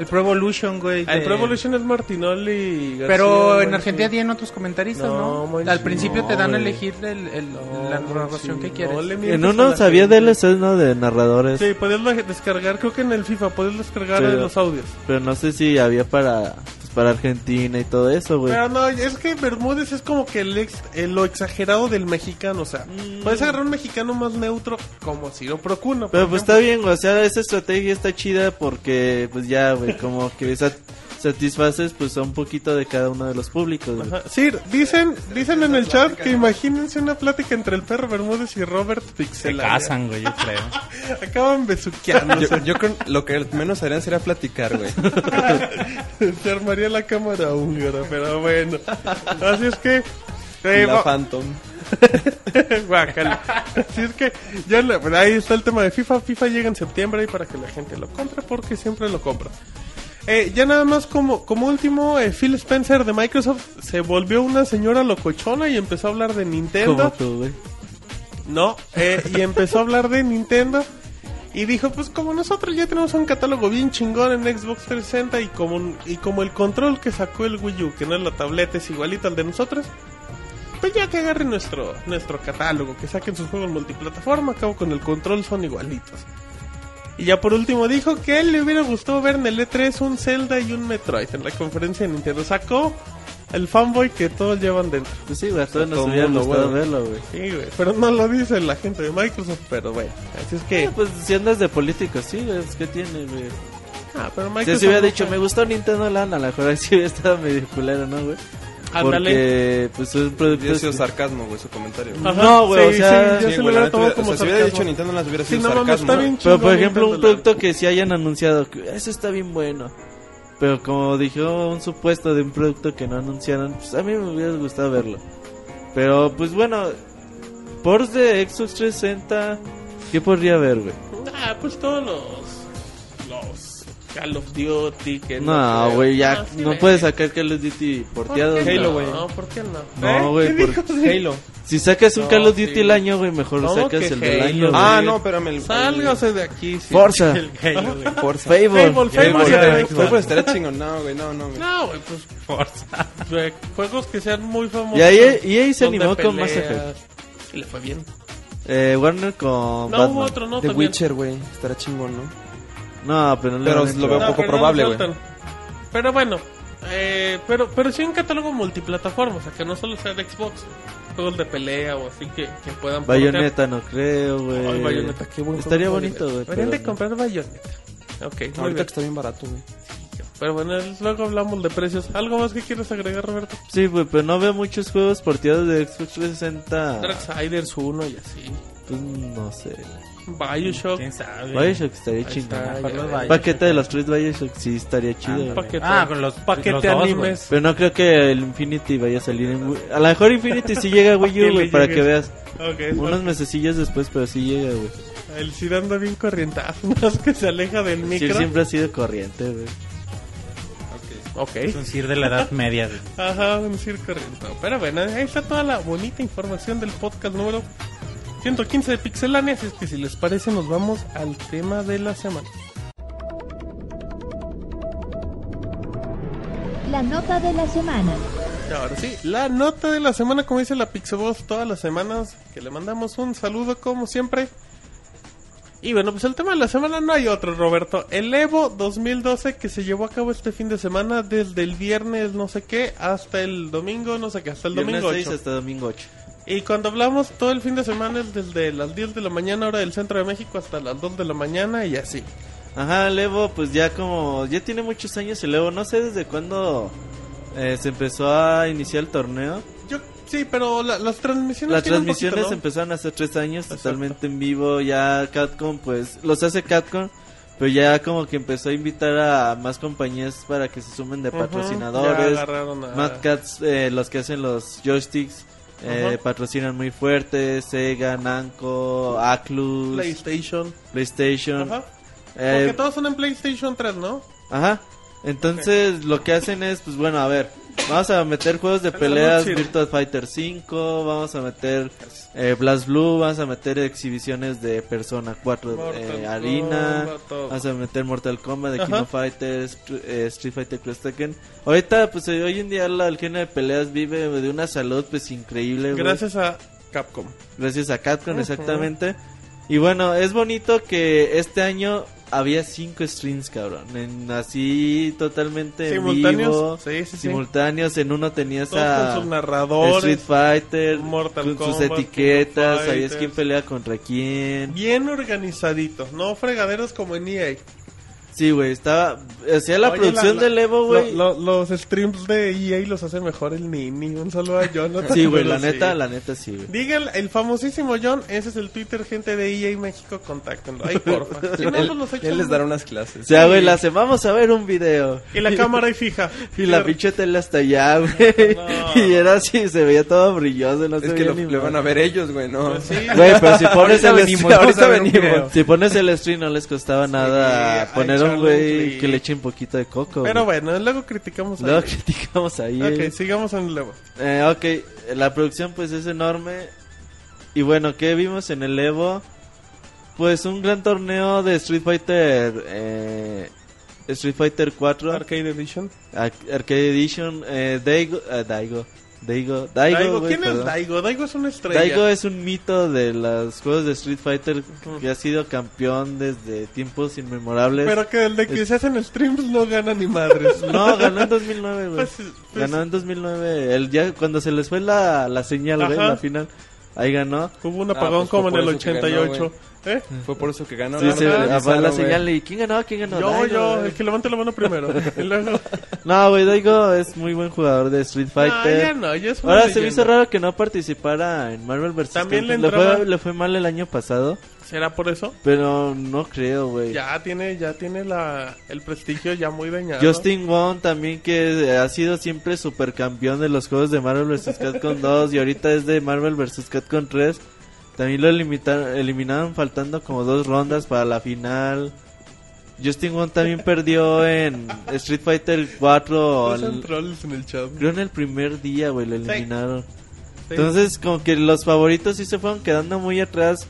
F: El Pro Evolution, güey.
B: El
F: de-
B: Pro Evolution es Martinoli. García,
F: Eh, Pero en
B: Marchi.
F: Argentina tienen otros comentaristas,
B: No,
F: ¿no?
B: Monchi,
F: Al principio te dan
B: no,
F: a elegir el, el-
B: No,
F: la
B: Monchi,
F: narración que
B: no
F: quieres.
B: le mientas
E: En
B: a
E: uno
B: la
E: sabía
B: gente.
E: DLCs, ¿no? De narradores.
B: Sí, podías la- descargar, creo que en el FIFA podías descargar
E: Sí.
B: eh, los audios.
E: Pero no sé si había para, pues, para Argentina y todo eso, güey.
B: Pero no, es que Bermúdez es como que el ex- eh, lo exagerado del mexicano, o sea,
F: Mm.
B: puedes agarrar un mexicano más neutro como Ciro Procuno. por
E: Pero pues
B: ejemplo.
E: está bien, güey. O sea, esa estrategia está chida porque, pues ya, güey, como que sat- satisfaces, pues a un poquito de cada uno de los públicos, güey.
B: Ajá. Ah, Sí, dicen, dicen en el chat que imagínense una plática entre el perro Bermúdez y Robert
G: Se
B: Pixel.
G: casan, güey, yo creo.
B: Acaban besuqueándose.
C: Yo, yo creo lo que menos harían sería platicar, güey.
B: Se armaría la cámara húngara, pero bueno. Así es que. eh,
C: La
B: va-
C: Phantom.
B: Guácala. Así es que ya la- bueno, ahí está el tema de FIFA. FIFA llega en septiembre y para que la gente lo compre, porque siempre lo compra. Eh, ya nada más como, como último, eh, Phil Spencer de Microsoft se volvió una señora locochona y empezó a hablar de Nintendo.
E: Como tú, güey.
B: No, eh, y empezó a hablar de Nintendo. Y dijo, pues como nosotros ya tenemos un catálogo bien chingón en Xbox 360 y como, y como el control que sacó el Wii U, que no es la tableta, es igualito al de nosotros, pues ya que agarren nuestro, nuestro catálogo, que saquen sus juegos multiplataforma, acabo con el control, son igualitos. Y ya por último dijo que a él le hubiera gustado ver en el E3 un Zelda y un Metroid en la conferencia de Nintendo. Sacó el fanboy que todos llevan dentro.
E: Pues sí, güey, a todos nos
C: Todo
E: hubiera
C: mundo,
E: gustado
C: güey.
E: verlo, güey.
B: Sí, güey, pero no lo dice la gente de Microsoft, pero bueno, así es que...
E: Eh, pues si andas de político, sí, güey, es que tiene, güey.
B: Ah, pero
E: Si
B: Microsoft
E: se hubiera
B: no
E: dicho,
B: sabe.
E: me gustó Nintendo LAN, a lo mejor así hubiera estado medio culero, ¿no, güey?
B: Ándale.
E: Porque, pues es un producto...
C: Hubiera sido sarcasmo, güey, su comentario.
B: Ah,
C: güey.
B: Ajá,
E: No,
B: sí,
E: güey, o sea...
B: sí, yo se lo
C: güey,
B: hubiera
C: la neta
B: tomado
C: hubiera-
B: como
C: o sea, si hubiera
B: sarcasmo.
C: dicho Nintendo, las hubiera
B: Sí,
C: sido
B: no mames,
C: sarcasmo.
B: está bien
E: Pero por
B: chingón
E: ejemplo, un
B: Nintendo Land.
E: producto que sí hayan anunciado, que eso está bien bueno. Pero como dijo un supuesto de un producto que no anunciaron, pues a mí me hubiera gustado verlo. Pero pues bueno, por de Xbox 360, ¿qué podría haber, güey?
B: Ah, pues todos los... Los... Call of Duty, que
E: No,
B: sé.
E: güey, ya
B: Ah, sí,
E: no
B: güey.
E: puedes sacar Call of Duty
B: ¿Por
E: porteado.
B: qué
E: güey.
B: no? No, ¿por qué no?
E: No,
B: ¿Eh?
E: güey,
B: ¿Qué
E: por-
B: dijo? Sí.
C: Halo.
E: Si sacas un
B: No,
E: Call of Duty
B: sí.
E: el año, güey, mejor
B: ¿Cómo
E: sacas
B: que
E: el del
B: Halo,
E: año. güey.
C: Ah, no, pero el...
B: Sálgase de aquí. sí.
E: Forza,
B: Halo,
C: Forza.
E: Fable.
B: Fable,
C: Fable,
B: Fable,
C: estaría-
B: Xbox.
C: Fable estaría chingón. No, güey, no, no. güey.
B: No, güey, pues... Forza. Juegos que sean muy famosos.
E: Y ahí, y ahí se
B: Son de
E: animó
B: peleas.
E: con Mass Effect.
B: Y le fue bien.
E: Eh, Warner con
B: No
E: Batman.
B: hubo otro, ¿no?
C: The
B: También.
C: Witcher, güey, estará chingón, ¿no?
E: No, pero no le
C: Pero
E: van a
C: lo veo
E: entrar.
C: poco
B: pero
C: probable,
B: lo
C: güey.
B: sueltan. Pero bueno, eh, pero, pero sí un catálogo multiplataforma, o sea, que no solo sea de Xbox, juegos de pelea o así que, que puedan portear.
E: Bayonetta no creo, güey.
B: Ay, Bayonetta, qué buen
E: Estaría
B: juego, Bayonetta.
E: bonito, güey.
B: Deberían
E: pero
B: de
E: no.
B: comprar Bayonetta. Ok, muy
C: Ahorita
B: bien.
C: que está bien barato, güey.
B: Pero bueno, luego hablamos de precios. ¿Algo más que quieres agregar, Roberto?
E: Sí, güey, pero no veo muchos juegos porteados de Xbox 360.
G: Ah.
B: Darksiders 1 y así.
E: Pues, no sé.
B: Bioshock.
G: ¿Quién sabe?
E: Bioshock estaría
B: Ahí
E: chingón.
B: está,
G: Mejor
B: ya
G: los
B: ves.
E: Un
G: Bioshock.
E: paquete de los tres Bioshock sí estaría chido. güey.
B: Paquete.
G: Ah, con los
B: Paquete
G: los dos,
B: animes.
E: Pero no creo que el Infinity vaya a salir en Wii- A lo mejor Infinity sí llega a Wii U, güey, para que veas.
B: Ok,
E: Unos mesecillos después, pero sí llega, güey.
B: el Cid anda bien corrientazo, más que se aleja del
E: Sí,
B: micro.
E: siempre ha sido corriente, güey.
B: Ok.
G: Es un Sir de la Edad Media, güey.
B: Ajá, un circo rentado. Pero bueno, ahí está toda la bonita información del podcast número 115 de Pixelania. Así es que si les parece, nos vamos al tema de la semana.
A: La nota de la semana.
B: Y ahora sí, la nota de la semana, como dice la Pixaboss todas las semanas, que le mandamos un saludo como siempre. Y bueno, pues el tema de la semana no hay otro, Roberto. El Evo 2012 que se llevó a cabo este fin de semana desde el viernes no sé qué hasta el domingo no sé qué, hasta el
E: Viernes
B: domingo
E: 6
B: ocho.
E: hasta domingo 8.
B: Y cuando hablamos todo el fin de semana es desde las 10 de la mañana hora del centro de México hasta las 2 de la mañana y así.
E: Ajá, el Evo, pues ya como. Ya tiene muchos años el Evo. No sé desde cuándo eh, se empezó a iniciar el torneo.
B: Yo sí, pero la- las transmisiones
E: Las
B: tienen un
E: transmisiones
B: poquito, ¿no?
E: empezaron hace tres años
B: Exacto.
E: totalmente en vivo. Ya Catcom, pues los hace Catcom, pero ya como que empezó a invitar a más compañías para que se sumen de
B: Ujú,
E: patrocinadores.
B: ya agarraron a-
E: Mad Cats, eh, los que hacen los joysticks, eh,
B: Ajá.
E: patrocinan muy fuerte. Sega, Namco, Atlus,
B: PlayStation.
E: PlayStation.
B: Ajá.
E: eh,
B: Porque todos son en PlayStation 3, ¿no?
E: Ajá. Entonces lo que hacen es, pues bueno, a ver, Vamos a meter juegos de peleas
B: noche.
E: Virtua Fighter 5, vamos a meter eh, Blast Blue, vamos a meter exhibiciones de Persona 4 eh,
B: Mortal
E: Arena,
B: Kombat, todo.
E: vamos a meter Mortal Kombat, de King
B: Ajá.
E: of Fighters, Str- eh, Street Fighter Cross Tekken. Ahorita, pues eh, hoy en día la, el género de peleas vive de una salud pues increíble. güey.
B: Gracias a Capcom.
E: Gracias a Capcom, exactamente. Y bueno, es bonito que este año había cinco streams, cabrón. En, así totalmente en vivo,
B: Simultáneos. Sí, sí, sí.
E: simultáneos. En uno tenías
B: Todos con sus
E: a Street
B: narradores.
E: Fighter,
B: Mortal
E: con sus
B: Kombat, King of
E: etiquetas, sabías
B: Fighters.
E: quién pelea contra quién.
B: Bien organizaditos, no fregaderos como en E EA.
E: Sí, güey, estaba... Hacía la
B: Oye,
E: producción
B: la-
E: del Evo,
B: lo-
E: güey.
B: lo- los streams de EA los hace mejor el Nini. Un saludo a Jonathan.
E: Sí, güey, la
B: Pero sí.
E: neta, la neta sí, güey.
B: Diga el, el famosísimo John, ese es el Twitter, gente de EA México, contáctenlo. Ay, porfa. Si no,
C: él,
B: pues los echan.
C: él les dará unas clases.
E: O sea, güey, la hace, vamos a ver un video.
B: Y la cámara ahí fija.
E: Y la pinche tele hasta allá, güey.
B: No.
E: Y era así, se veía todo brilloso. No se
C: es que
E: veía
C: lo,
E: ni
C: le van a ver ellos, güey, ¿no?
B: Pues sí.
E: Güey, pero si pones
C: Ahorita
E: el
C: venimos,
E: stream,
C: ahorita
E: ahorita venimos.
C: venimos.
E: Si pones el stream no les costaba nada
B: hay
E: poner
B: challenge
E: un güey
B: y-
E: que le eche un poquito de coco.
B: Pero
E: güey.
B: bueno, luego criticamos a
E: Luego
B: EA.
E: criticamos ahí.
B: Ok,
E: eh.
B: sigamos en el Evo.
E: Eh, ok, la producción pues es enorme. Y bueno, ¿qué vimos en el Evo? Pues un gran torneo de Street Fighter eh, Street Fighter 4
B: Arcade Edition.
E: Arc- Arcade Edition eh, Daigo, eh, Daigo Daigo Daigo,
B: Daigo,
E: güey,
B: ¿quién es
E: perdón.
B: Daigo? Daigo es una estrella.
E: Daigo es un mito de los juegos de Street Fighter que ha sido campeón desde tiempos inmemorables.
B: Pero que el de que se hacen streams no gana ni madres.
E: No, ganó en 2009, güey.
B: Pues, pues-
E: ganó en 2009. El ya cuando se les fue la, la señal, güey,
B: Ajá.
E: la final. Ahí ganó.
B: Hubo un
C: Ah,
B: apagón
C: pues fue
B: como en
C: por
B: el
C: eso que ganó,
B: 88. ¿Eh?
C: Fue por eso que ganó.
E: Sí,
C: la
E: se
C: verdad,
E: apagó la
C: güey.
E: señal y ¿quién ganó? ¿Quién ganó?
B: yo,
E: Daigo,
B: yo,
E: güey.
B: el que levante la mano primero. Y luego.
E: No, güey, Daigo es muy buen jugador de Street
B: Ah, ya
E: Fighter.
B: no, ya es una
E: Ahora se me
B: leyenda.
E: hizo raro que no participara en Marvel vs.
B: También le
E: Capcom. fue,
B: entraba-
E: le fue mal el año pasado,
B: ¿Será por eso?
E: pero no creo, güey.
B: Ya tiene, ya tiene la, el prestigio ya muy dañado.
E: Justin Wong también que eh, ha sido siempre supercampeón de los juegos de Marvel vs. Capcom 2 y ahorita es de Marvel vs. Capcom 3. También lo elimita- eliminaron faltando como dos rondas para la final. Justin Wong también perdió en Street Fighter 4.
B: No sean
E: al-
B: trolls en el chat.
E: creo en el primer día, güey, lo eliminaron.
B: Sí.
E: Entonces como que los favoritos sí se fueron quedando muy atrás.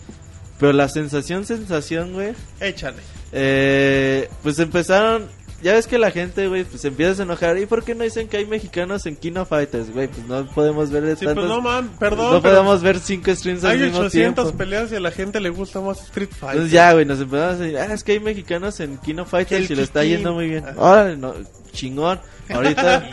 E: Pero la sensación, sensación, güey.
B: Échale.
E: Eh, pues empezaron. Ya ves que la gente, güey, pues se empieza a enojar. ¿Y por qué no dicen que hay mexicanos en Kino Fighters, güey? Pues no podemos ver
B: Sí,
E: tantos.
B: pues no, man, perdón.
E: no
B: pero
E: podemos ver cinco streams al
B: Hay
E: mismo
B: 800
E: tiempo.
B: peleas y a la gente le gusta más Street Fighter.
E: Entonces ya, güey, nos empezamos a decir, ah, es que hay mexicanos en Kino Fighters
B: El
E: y lo está
B: Kikín.
E: yendo muy bien.
B: Ah.
E: Órale, no, chingón. Ahorita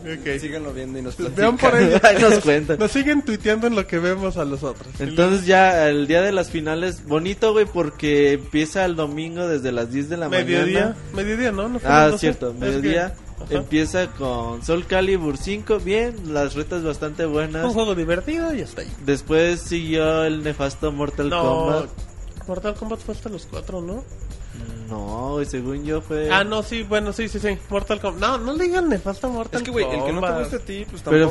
B: Ok.
C: Síganlo viendo y nos
B: Vean
C: platican.
B: por ahí.
E: ahí nos cuentan.
B: Nos siguen tuiteando en lo que vemos a los otros.
E: Entonces ya, el día de las finales, bonito, güey, porque empieza el domingo desde las 10 de la
B: mediodía.
E: mañana.
B: Mediodía, ¿no? ¿No fue las
E: Ah,
B: 12?
E: cierto,
B: Es
E: mediodía.
B: que- Ajá.
E: Empieza con Soul Calibur 5, bien, las retas bastante
B: Un
E: buenas.
B: juego divertido y hasta ahí.
E: Después siguió el nefasto Mortal
B: no.
E: Kombat.
B: Mortal Kombat fue hasta los cuatro, ¿no?
E: No, güey, según yo fue...
B: Ah, no, sí, bueno, sí, sí, sí. Mortal Kombat. No, no le digan nefasta Mortal
C: Es que, güey, el que no te
B: Kombat.
C: gusta a ti, pues tampoco...
E: Pero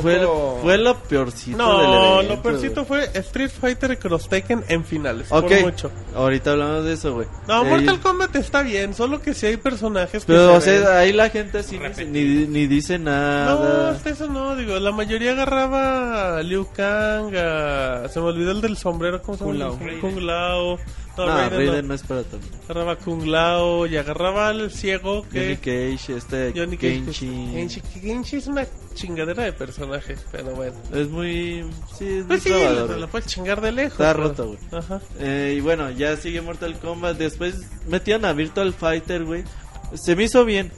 E: fue, fue lo peorcito este del
B: No,
E: evento,
B: lo peorcito
E: güey.
B: fue Street Fighter y Cross Tekken en finales.
E: Ok,
B: Por mucho.
E: ahorita hablamos de eso, güey.
B: No,
E: Eh,
B: Mortal Kombat está bien, solo que si hay personajes que
E: Pero, o
B: se ven.
E: sea, ahí la gente sí ni, ni, ni dice
B: No,
E: nada.
B: hasta eso no, digo, la mayoría agarraba a Liu Kang, a- se me olvidó el del sombrero, ¿cómo se llama?
C: Kung Lao.
B: Kung Lao. No,
E: No,
B: Raiden no.
E: Ah, Raiden no es para tanto.
B: Agarraba a Kung Lao y agarraba al ciego
E: Johnny
B: que...
E: Cage, este
B: Johnny Cage.
E: Kenshin.
B: Kenshi. que Kenshi es una chingadera de personaje, pero bueno.
E: Es muy... Sí, es muy
B: Pues sí,
E: trabador,
B: lo,
E: güey.
B: lo puedes chingar de lejos.
E: Está
B: pero-
E: roto, güey.
B: Ajá.
E: Eh, y bueno, ya sigue Mortal Kombat. Después metieron a Virtual Fighter, güey. Se me hizo bien.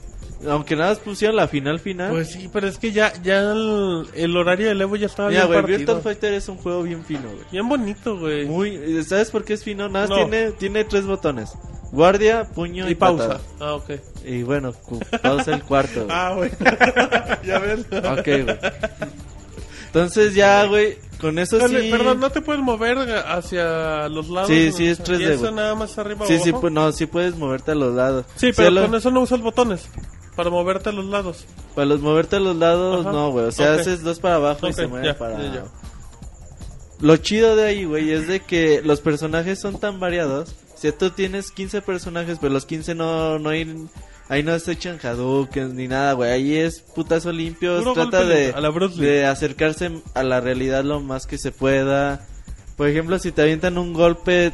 E: Aunque nada más pusieron la final final.
B: Pues sí, pero es que ya, ya el, el horario del Evo ya estaba
E: Mira,
B: bien
E: güey,
B: partido.
E: Virtual Fighter es un juego bien fino, güey.
B: Bien bonito, güey.
E: Muy, eh, ¿Sabes por qué es fino? Nada más
B: No.
E: tiene, tiene tres botones. Guardia, puño y,
B: Y pausa.
E: patada.
B: Ah, ok.
E: Y bueno, cu- pausa el cuarto. güey.
B: Ah, güey. ya ves.
E: Ok, güey. Entonces ya, güey, con eso
B: Dale,
E: sí...
B: Perdón, no te puedes mover hacia los lados.
E: Sí, sí, es 3D,
B: Y eso
E: güey.
B: nada más arriba o
E: Sí, sí,
B: abajo?
E: pues, no, sí puedes moverte a los lados.
B: Sí, pero
E: Solo-
B: con eso no usas botones. Para moverte a los lados.
E: Para los moverte a los lados,
B: Ajá.
E: no, güey. O sea,
B: Ok.
E: haces dos para abajo y
B: Ok,
E: se mueve
B: ya,
E: para.
B: ya, ya.
E: Lo chido de ahí, güey, es de que los personajes son tan variados. O sea, tú tienes 15 personajes, pero los 15 no, no hay Ahí no se echan Hadoukens ni nada, güey. Ahí es putazo limpio.
B: Puro
E: trata
B: golpe
E: de,
B: a la Bruce Lee.
E: de acercarse a la realidad lo más que se pueda. Por ejemplo, si te avientan un golpe,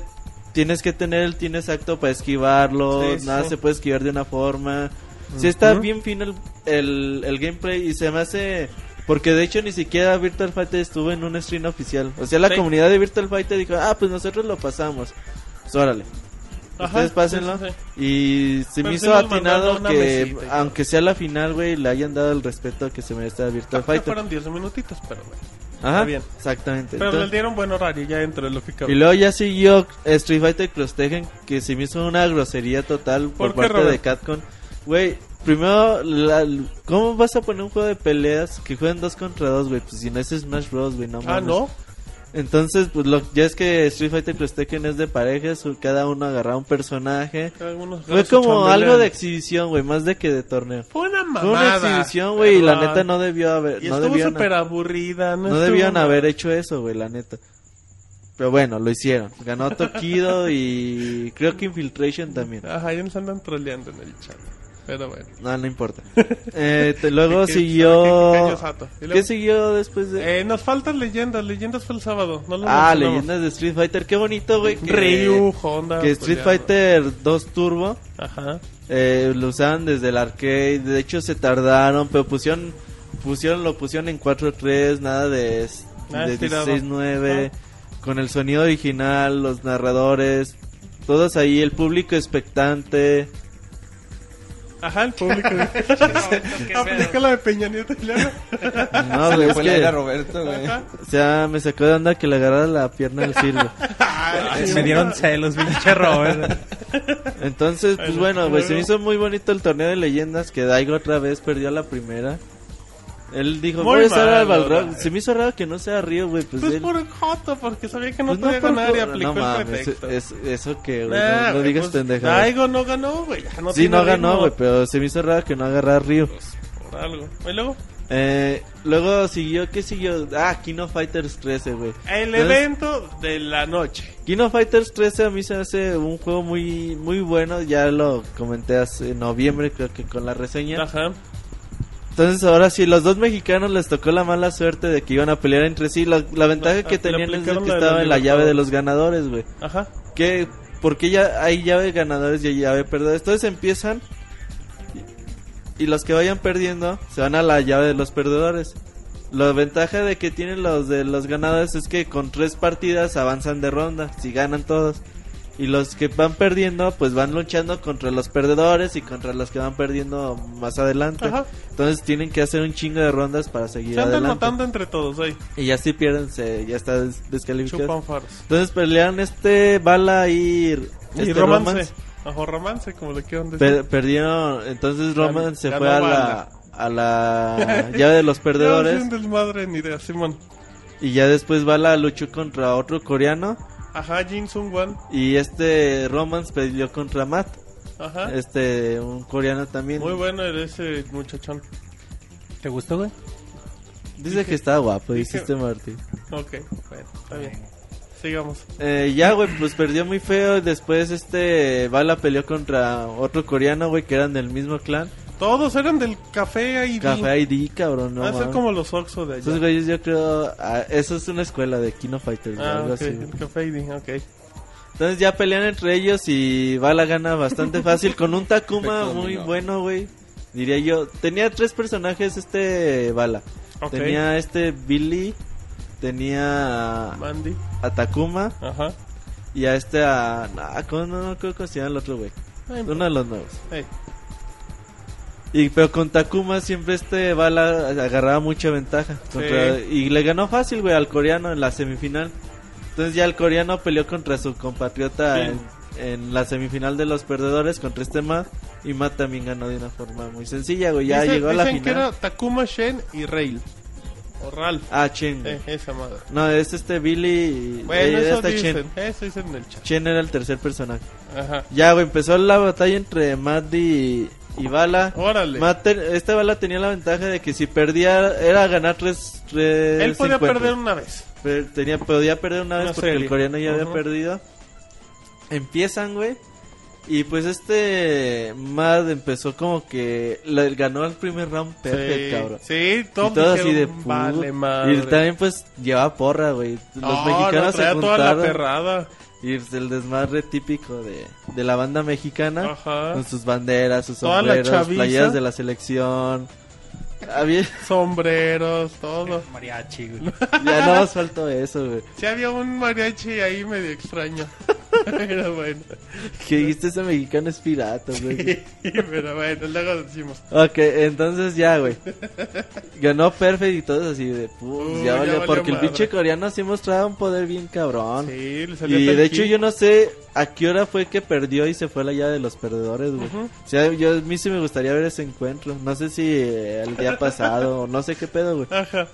E: tienes que tener el tino exacto para esquivarlo.
B: Sí, sí.
E: nada se puede esquivar de una forma. Sí está bien fino el, el, el gameplay y se me hace... Porque de hecho ni siquiera Virtual Fighter estuvo en un stream oficial. O sea, la
B: Sí.
E: comunidad de Virtual Fighter dijo, ah, pues nosotros lo pasamos. Pues órale. Ustedes pásenlo.
B: sí, sí,
E: Y se
B: Pero
E: me
B: sí
E: hizo
B: nos mandaron
E: atinado
B: una
E: que,
B: mesita y todo.
E: aunque sea la final, güey, le hayan dado el respeto que se merece a Virtual
B: sí.
E: Fighter.
B: Fueron 10 minutitos, pero bueno.
E: Ajá,
B: bien.
E: exactamente.
B: Pero
E: Este, Entonces-
B: les dieron buen horario ya dentro de lo que cabe.
E: y luego ya siguió Street Fighter Cross Tekken, que se me hizo una grosería total por,
B: ¿Por qué,
E: parte de
B: Robert?
E: Capcom. Güey, primero, la- ¿cómo vas a poner un juego de peleas que jueguen dos contra dos, güey? Pues si no es Smash Bros, güey, no
B: ah,
E: mames.
B: no.
E: Entonces, pues lo, ya es que Street Fighter Cross Tekken es de parejas, cada uno agarra un personaje.
B: Algunos
E: pues, Fue
B: gatos
E: como algo de
B: chambelean.
E: exhibición, güey, más de que de torneo.
B: Fue una
E: Fue una
B: mamada.
E: exhibición, güey, y la
B: Perdón.
E: neta no debió haber.
B: Y
E: no
B: estuvo
E: debieron,
B: súper aburrida. No,
E: no
B: estuvo
E: debieron
B: nada.
E: haber hecho eso, güey, la neta. Pero bueno, lo hicieron. Ganó Tokido y creo que Infiltration también.
B: Ajá, ya nos andan troleando en el chat. Pero bueno.
E: No, no importa. Eh, te- luego
B: ¿Qué- qué- qué- qué-
E: siguió.
B: qué- Sato? Y
E: ¿Qué
B: luego-
E: siguió después de.?
B: Eh, nos faltan leyendas. Leyendas fue el sábado. No lo
E: ah,
B: mencionamos.
E: leyendas de Street Fighter. Qué bonito, güey. que-
B: Ryu, pues Honda.
E: Que Street
B: peleando.
E: Fighter 2 Turbo.
B: Ajá.
E: Eh, lo usaban desde el arcade. De hecho, se tardaron, pero pusieron, pusieron lo pusieron en 4.3, nada de, s-
B: Nada
E: de
B: estirado.
E: 16.9, con el sonido original, los narradores, todos ahí, el público expectante.
B: Ajá, el público. Aplica la de Peña Nieto y luego-
E: No,
C: Se
E: güey,
C: le
E: es
C: fue la
E: que,
C: era a Roberto, güey.
E: o sea, me sacó de onda que le agarrara la pierna al sirvo. Ah,
F: Me dieron celos, pinche Robert.
E: Entonces, pues
B: Bueno,
E: bueno, güey, se me
B: luego.
E: hizo muy bonito el torneo de leyendas que Daigo otra vez perdió la primera. Él dijo,
B: Muy
E: voy a estar al
B: malo,
E: Balrog.
B: güey.
E: Se me hizo raro que no sea Río, güey. Pues,
B: Pues
E: él-
B: por joto, porque sabía que no
E: Pues
B: podía
E: por
B: ganar y
E: ju-
B: aplicó el
E: no mames,
B: pretexto.
E: es- eso que, güey,
B: Nah,
E: no, no
B: güey,
E: digas
B: pues,
E: pendejadas.
B: Daigo no ganó, güey. ya No
E: sí,
B: tiene
E: no
B: ritmo.
E: ganó,
B: Pues.
E: güey, pero se me hizo raro que no agarrara a Ryu.
B: Por algo. Y luego,
E: Eh, luego siguió, ¿qué siguió? Ah, Kino Fighters 13, güey.
B: el
E: Entonces,
B: evento de la noche.
E: Kino Fighters 13 a mí se me hace un juego muy muy bueno, ya lo comenté hace en noviembre creo que con la reseña.
B: Ajá.
E: Entonces ahora sí, los dos mexicanos les tocó la mala suerte de que iban a pelear entre sí. La, la ventaja
B: Ajá,
E: que
B: le
E: tenían es de
B: aplicaron
E: que
B: la de
E: estaba
B: los
E: en la llave de
B: Libertadores.
E: los ganadores, güey.
B: Ajá.
E: ¿Qué? ¿Por qué ya hay llave ganadores y hay llave perdedores? Entonces empiezan y, y los que vayan perdiendo se van a la llave de los perdedores. La ventaja de que tienen los de los ganadores es que con tres partidas avanzan de ronda, si ganan todos. Y los que van perdiendo, pues van luchando contra los perdedores y contra los que van perdiendo más adelante.
B: Ajá.
E: Entonces tienen que hacer un chingo de rondas para seguir
B: Se andan
E: adelante.
B: matando entre todos ahí.
E: Y ya si pierden, se- ya está des- descalificado.
B: Chupan faros.
E: Entonces pelearon este bala y,
B: y
E: este
B: romance.
E: Romance.
B: Ojo, romance, como le quieran decir.
E: Per- perdieron, entonces Romance se
B: ganó
E: fue a la,
B: Bala.
E: a la llave de los
B: Ya, sí,
E: perdedores
B: un desmadre en idea, Simón.
E: y ya después Bala luchó contra otro coreano
B: Ajá, Jin Sung Wan.
E: y este Romance peleó contra Matt,
B: Ajá.
E: este un coreano también.
B: Ah. Muy bueno era ese muchachón.
F: ¿Te gustó, güey?
E: Dice que está guapo,
B: dije-
E: dice este Martín.
B: Ok, bueno, está bien. Sigamos.
E: Eh, ya, güey, pues perdió muy feo. Después este Bala peleó contra otro coreano, güey, que eran del mismo clan.
B: Todos eran del café ahí.
E: Café ID, cabrón, no
B: Va a ser
E: mames.
B: como los Oxxo de
E: Esos
B: allá.
E: güeyes yo creo... ah, eso es una escuela de Kino Fighters,
B: Ah,
E: algo
B: ok,
E: así. güey.
B: el café ID, ok.
E: Entonces ya pelean entre ellos y Bala gana bastante fácil con un Takuma
C: Perfecto,
E: muy
C: dominó.
E: bueno, güey. Diría yo. Tenía tres personajes este Bala.
B: Ok.
E: Tenía este Billy, tenía a-
B: Mandy,
E: a Takuma
B: ajá.
E: y a este a... ah, ¿cómo no, no creo que se llama el otro güey.
B: No importa.
E: Uno de los nuevos.
B: Ey,
E: Y pero con Takuma siempre este Bala agarraba mucha ventaja. contra- y le ganó fácil, güey, al coreano en la semifinal. Entonces ya el coreano peleó contra su compatriota
B: Sí.
E: en, en la semifinal de los perdedores contra este Matt. Y Matt también ganó de una forma muy sencilla, güey. Ya
B: Dice-
E: llegó a la
B: dicen que
E: final.
B: era Takuma, Shen y Rail. O Ral.
E: Ah, Chen. güey.
B: Eh, esa madre.
E: No, es este Billy. y-
B: Bueno,
E: eh,
B: eso
E: está
B: dicen.
E: Chen.
B: Eso dicen en el chat.
E: Chen era el tercer personaje.
B: Ajá.
E: Ya, güey, empezó la batalla entre Matt y, y Bala.
B: Órale.
E: Mate- este bala tenía la ventaja de que si perdía era ganar 3 tres
B: Él podía
E: encuentros.
B: perder una vez.
E: Per- tenía podía perder una vez
B: Una
E: porque el
B: serie.
E: coreano ya había
B: Ujú.
E: perdido. Empiezan, güey. Y pues este Mad empezó como que la- ganó el primer round perfect, cabrón.
B: Sí,
E: Y
B: todos,
E: todos así
B: dijeron,
E: de puta.
B: vale, madre.
E: Y también pues llevaba porra, güey. Los
B: No, no,
E: mexicanos se
B: traía toda la
E: juntaron.
B: perrada.
E: Y es el desmadre típico de, de la banda mexicana.
B: Ajá.
E: Ah, Con sus banderas, sus
B: Toda la
E: sombreros,
B: chaviza.
E: playeras de la selección. Había,
B: Sombreros, todo.
G: Mariachi, güey.
E: ya nada más faltó eso, güey.
B: Sí, había un mariachi ahí medio extraño. pero bueno.
E: Que dijiste ese mexicano es pirata, güey.
B: pero bueno, luego decimos.
E: Ok, entonces ya, güey. Ganó Perfect y todos así de pum,
B: Uh,
E: ya
B: ya
E: valió.
B: valió
E: Porque el
B: madre.
E: pinche coreano sí mostraba un poder bien cabrón.
B: Sí, le salió
E: y
B: tan
E: de hecho
B: chido.
E: yo no sé a qué hora fue que perdió y se fue a la llave de los perdedores, güey. O sea, yo a mí sí me gustaría ver ese encuentro. No sé si eh, el día pasado o no sé qué pedo, güey.
B: Ajá.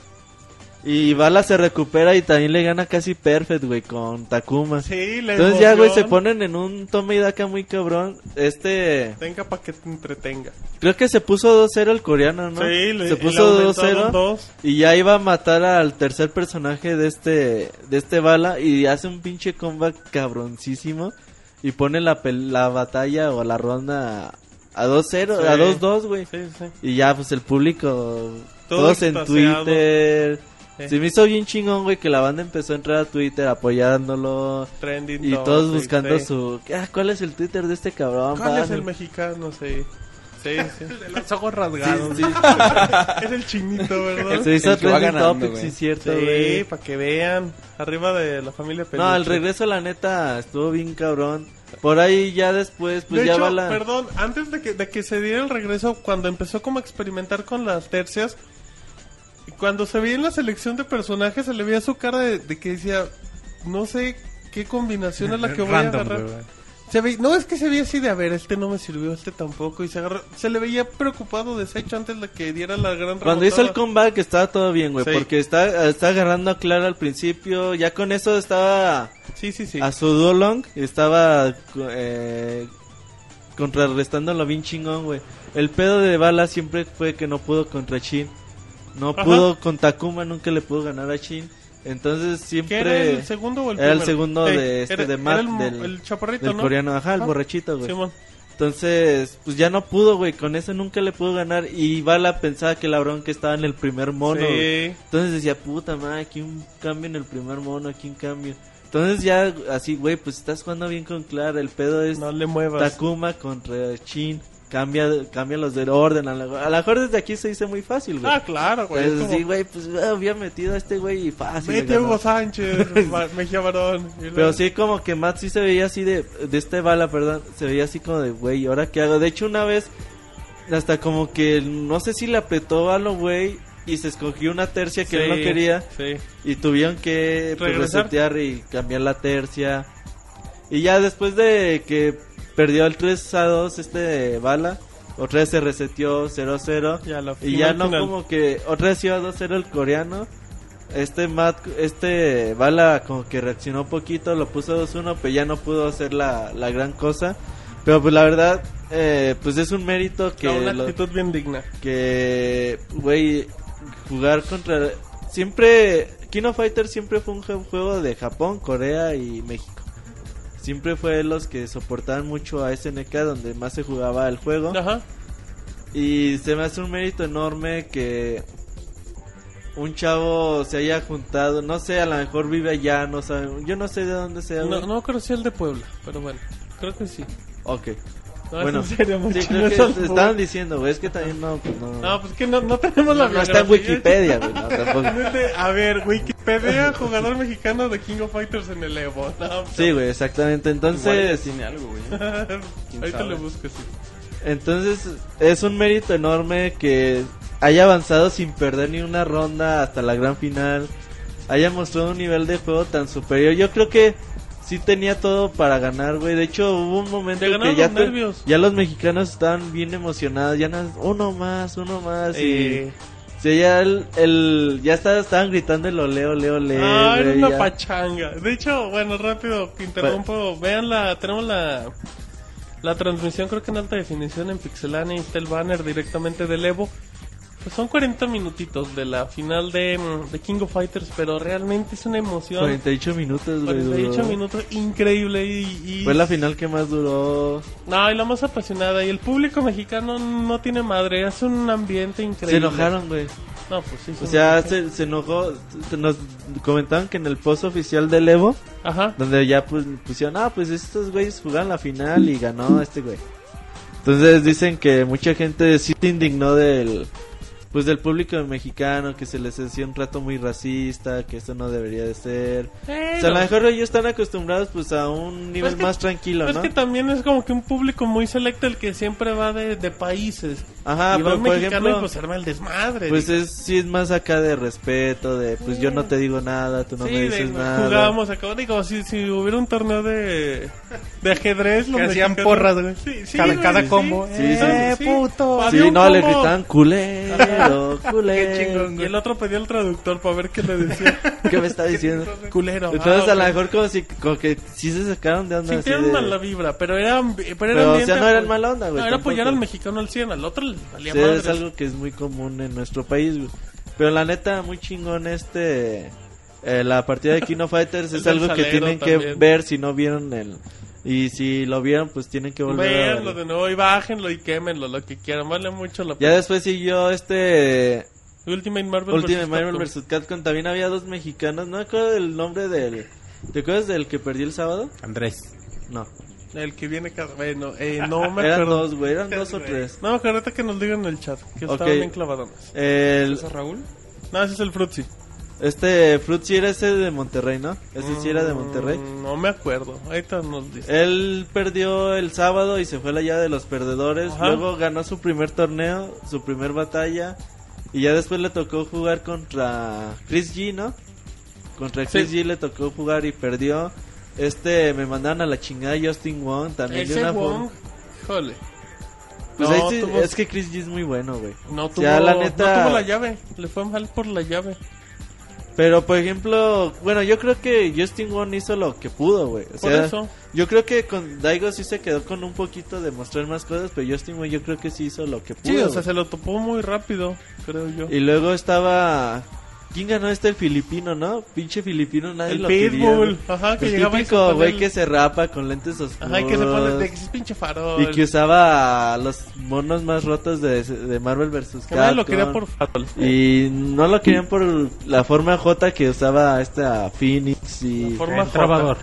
E: Y Bala se recupera y también le gana casi Perfect, güey, con Takuma.
B: Sí, la
E: Entonces ya, güey, se
B: emoción.
E: ponen en un tome y daca muy cabrón. Este...
B: Tenga para que te entretenga.
E: Creo que se puso 2-0 el coreano, ¿no?
B: Sí, le,
E: se
B: le
E: puso
B: aumentaron
E: 2-0
B: dos.
E: y ya iba a matar al tercer personaje de este de este bala y hace un pinche comeback cabroncísimo y pone la pel- la batalla o la ronda a 2-0,
B: Sí.
E: a 2-2, güey.
B: Sí, sí.
E: Y ya pues el público
B: Todo
E: todos en
B: extasiado.
E: Twitter.
B: Sí.
E: Se me hizo bien chingón, güey, que la banda empezó a entrar a Twitter apoyándolo
B: Trending
E: y todos
B: topic,
E: buscando
B: sí.
E: su ah, ¿cuál es el Twitter de este cabrón?
B: ¿Cuál es
E: Van.
B: el mexicano? Sí. Sí, sí.
D: Los ojos rasgados.
E: Sí, sí.
B: es el chinito, ¿verdad?
E: Se
B: Sí,
E: hizo
C: El que va
E: trending
C: ganando,
E: topic,
C: güey.
E: sí, es cierto, güey.
B: para que vean. Arriba de la familia Peluche.
E: No, el regreso, la neta, estuvo bien cabrón. Por ahí ya después, pues
B: de
E: ya
B: hecho,
E: va la.
B: perdón, antes de que, de que se diera el regreso, cuando empezó como a experimentar con las tercias, cuando se veía en la selección de personajes, se le veía su cara de, de que decía, no sé qué combinación es
E: Ah,
B: la que voy a
F: Random,
B: agarrar.
F: güey.
B: Se ve- no, es que se veía así de, a ver, este no me sirvió, este tampoco, y se agarró, se le veía preocupado, deshecho, antes de que diera la gran
E: Cuando hizo el
B: remontada.
E: comeback estaba todo bien, güey.
B: Sí.
E: Porque está, está agarrando a Clara al principio. Ya con eso estaba
B: Sí, sí, sí.
E: a su Dolong. Estaba eh, contrarrestándolo bien chingón, güey. El pedo de Bala siempre fue que no pudo contra Chin. No
B: Ajá.
E: pudo con Takuma, nunca le pudo ganar a Chin. Entonces
B: ¿Qué era
E: siempre.
B: el segundo o el
E: era el
B: primero?
E: segundo
B: Sí,
E: de este,
B: era-
E: de
B: era
E: Matt,
B: el, mo-
E: del-
B: el chaparrito,
E: Del
B: ¿no?
E: coreano, ajá, el
B: Ajá.
E: borrachito, güey.
B: Simón.
E: Entonces, pues ya no pudo, güey. Con eso nunca le pudo ganar. Y Bala pensaba que la bronca estaba en el primer mono.
B: Sí.
E: güey. Entonces decía, puta madre, aquí un cambio en el primer mono, aquí un cambio. Entonces ya así, güey, pues estás jugando bien con Clara. El pedo es
B: No le muevas.
E: Takuma contra Chin. Cambia, cambia los del orden. A lo a lo mejor desde aquí se dice muy fácil, güey.
B: Ah, claro, güey. es
E: Entonces,
B: como-
E: sí, güey, pues güey, había metido a este güey y fácil. le
B: Vete
E: ganaba.
B: Hugo Sánchez, Ma- Mejía Barón. Y luego-
E: Pero sí, como que Matt sí se veía así de, de este bala, perdón, se veía así como de, güey, ¿ahora qué hago? De hecho, una vez, hasta como que, no sé si le apretó a lo güey, y se escogió una tercia que
B: Sí,
E: él no quería,
B: Sí.
E: y tuvieron que pues,
B: Regresar.
E: resetear y cambiar la tercia. Y ya después de que perdió el 3 a 2 este bala, otra vez se reseteó 0 0.
B: Ya la
E: Y ya
B: final,
E: no
B: final.
E: como que otra vez iba 2-0 el coreano. Este Matt, este Bala como que reaccionó un poquito, lo puso 2-1, pero ya no pudo hacer la, la gran cosa. Pero pues la verdad, eh, pues es un mérito que,
B: No, una
E: lo-
B: actitud bien digna.
E: que, güey, jugar contra... Siempre, Kino Fighter siempre fue un jue- juego de Japón, Corea y México. Siempre fue los que soportaban mucho a SNK donde más se jugaba el juego.
B: Ajá.
E: Y se me hace un mérito enorme que un chavo se haya juntado, no sé, a lo mejor vive allá, no sabe, yo no sé de dónde sea.
B: No,
E: güey.
B: no creo que sea el de Puebla, pero bueno. Creo que sí.
E: Ok.
B: No,
E: bueno,
B: es en serio,
E: sí,
B: mucho,
E: creo
B: no
E: que
B: es al
E: te
B: fútbol.
E: estaban diciendo, güey, es que también no, pues no.
B: No, pues que no, no tenemos la
E: no está en
B: biografía.
E: Wikipedia, güey, no, tampoco.
B: Vete, A ver, Wikipedia, jugador mexicano de King of Fighters en el Evo. No, pues,
E: Sí, güey, exactamente.
C: Igual
E: Entonces,
C: tiene algo, güey. quién
B: Ahorita
C: sabe.
B: lo busco, sí.
E: entonces es un mérito enorme que haya avanzado sin perder ni una ronda hasta la gran final. haya mostrado un nivel de juego tan superior. Yo creo que sí tenía todo para ganar, güey. De hecho, hubo un momento
B: Te
E: en que
B: ganaron
E: ya,
B: los
E: te-
B: nervios.
E: ya los mexicanos estaban bien emocionados. Ya nada- uno más, uno más.
B: Eh,
E: Y, sí, ya, el, el- ya está- estaban gritando el ole, ole, ole.
B: ah, era
E: güey,
B: una
E: ya. Pues-
B: pachanga. De hecho, bueno, rápido, que interrumpo. Vean la, tenemos la, la transmisión, creo que en alta definición en Pixelania. Ahí está el banner directamente del Evo. Pues son 40 minutitos de la final de, mm, de King of Fighters, pero realmente es una emoción.
E: 48 minutos, Pues, güey.
B: 48
E: duró.
B: minutos increíble y, y-
E: Fue la final que más duró.
B: No, y la más apasionada. Y el público mexicano no tiene madre, hace un ambiente increíble.
E: Se enojaron, güey.
B: No, pues sí.
E: O
B: se
E: sea,
B: enojaron.
E: se, se enojó. se- Nos comentaban que en el post oficial del Evo,
B: Ajá.
E: donde ya pues, pusieron, ah, pues estos güeyes jugaron la final y ganó este güey. Entonces dicen que mucha gente sí se indignó del. Pues del público mexicano, que se les hacía un trato muy racista, que esto no debería de ser. O sea, a lo
B: Bueno.
E: mejor ellos están acostumbrados pues a un nivel
B: es que-
E: más tranquilo,
B: Pero
E: ¿no?
B: Es que también es como que un público muy selecto el que siempre va de, de países.
E: Ajá,
B: y va
E: Ah, pero,
B: un
E: por
B: mexicano
E: ejemplo,
B: y pues arma el desmadre.
E: Pues
B: digo.
E: es, sí es más acá de respeto, de pues yo no te digo nada, tú no
B: sí,
E: me dices
B: de-
E: nada.
B: jugábamos acá. Digo, si, si hubiera un torneo de, de ajedrez, los
F: Que hacían
B: mexicanos-
F: porras, güey.
B: Sí, sí,
F: Cada-
B: güey,
F: cada
B: sí.
F: combo.
E: Sí, sí,
B: Eh,
F: sí.
B: puto.
E: Sí,
B: Había un
E: no, le
B: combo.
E: gritaban culero, culero.
F: Qué chingón,
B: Y el otro pedía el traductor para ver qué le decía.
E: ¿Qué me está diciendo?
B: Culero.
E: Entonces
B: ah,
E: a lo
B: ok.
E: mejor como, si, como que sí se sacaron de onda. así
B: Sintieron
E: de-
B: mala vibra, pero era. ambi- Pero, era
E: Pero, o
B: ambiente
E: sea, no
B: apo-
E: eran mala onda, güey,
B: No, era apoyar al
E: tampoco.
B: mexicano al 100, al otro le valía
E: Sí,
B: madre.
E: es algo que es muy común en nuestro país, güey. Pero la neta, muy chingón este... eh, la partida de Kino Fighters
B: El
E: es algo que
B: salero
E: tienen que
B: también.
E: ver si no vieron el... Y si lo vieron, pues tienen que volver a
B: Verlo
E: verlo.
B: de nuevo y bájenlo y quémenlo, lo que quieran. Vale mucho la
E: Ya
B: pena.
E: después siguió este...
B: Ultimate Marvel
E: Ultimate
B: versus
E: Marvel
B: Capcom.
E: vs. Capcom. También había dos mexicanos. No me acuerdo del nombre del... ¿Te acuerdas del que perdió el sábado?
F: Andrés.
E: No.
B: El que viene cada. Bueno, eh, no me
E: Eran
B: acuerdo.
E: dos, güey. Eran dos o tres.
B: No, que ahorita que nos digan en el chat, que
E: Ok.
B: estaban bien clavadones.
E: El,
F: Raúl?
B: No, ese es el Frutzi.
E: este Fruit sí era ese de Monterrey, ¿no? Ese sí era de Monterrey.
B: Mm, No me acuerdo. Ahorita nos dice.
E: Él perdió el sábado y se fue a la llave de los perdedores.
B: Ajá.
E: Luego ganó su primer torneo, su primer batalla. Y ya después le tocó jugar contra Chris G, ¿no? Contra Chris
B: Sí.
E: G le tocó jugar y perdió. Este me mandaron a la chingada Justin Wong también de
B: Ese
E: una forma-
B: Wong. Híjole.
E: Pues
B: No,
E: ahí sí-
B: tuvo-
E: es que Chris G es muy bueno, güey.
B: No tuvo,
E: Ya, la
B: no
E: neta-
B: tuvo la llave. Le fue mal por la llave.
E: Pero por ejemplo, bueno, yo creo que Justin Wong hizo lo que pudo, güey.
B: Por
E: O sea,
B: eso.
E: yo creo que con Daigo sí se quedó con un poquito de mostrar más cosas, pero Justin Wong yo creo que sí hizo lo que pudo.
B: Sí, o sea,
E: güey.
B: se lo topó muy rápido, creo yo.
E: Y luego estaba ¿Quién ganó este el filipino, no? Pinche filipino, nadie
B: El
E: lo quería,
B: Pitbull,
E: güey.
B: ajá, que
E: el
B: llegaba y se
E: típico
B: pone
E: güey
B: el-
E: que se rapa con lentes oscuros.
B: Ajá, y que se pone de que es pinche farol.
E: Y que usaba los monos más rotos de, de Marvel vs.
B: Que nadie lo
E: Capcom.
B: quería por farol.
E: Y no lo querían por la forma J que usaba esta Phoenix y...
B: Forma J.
G: Trabador.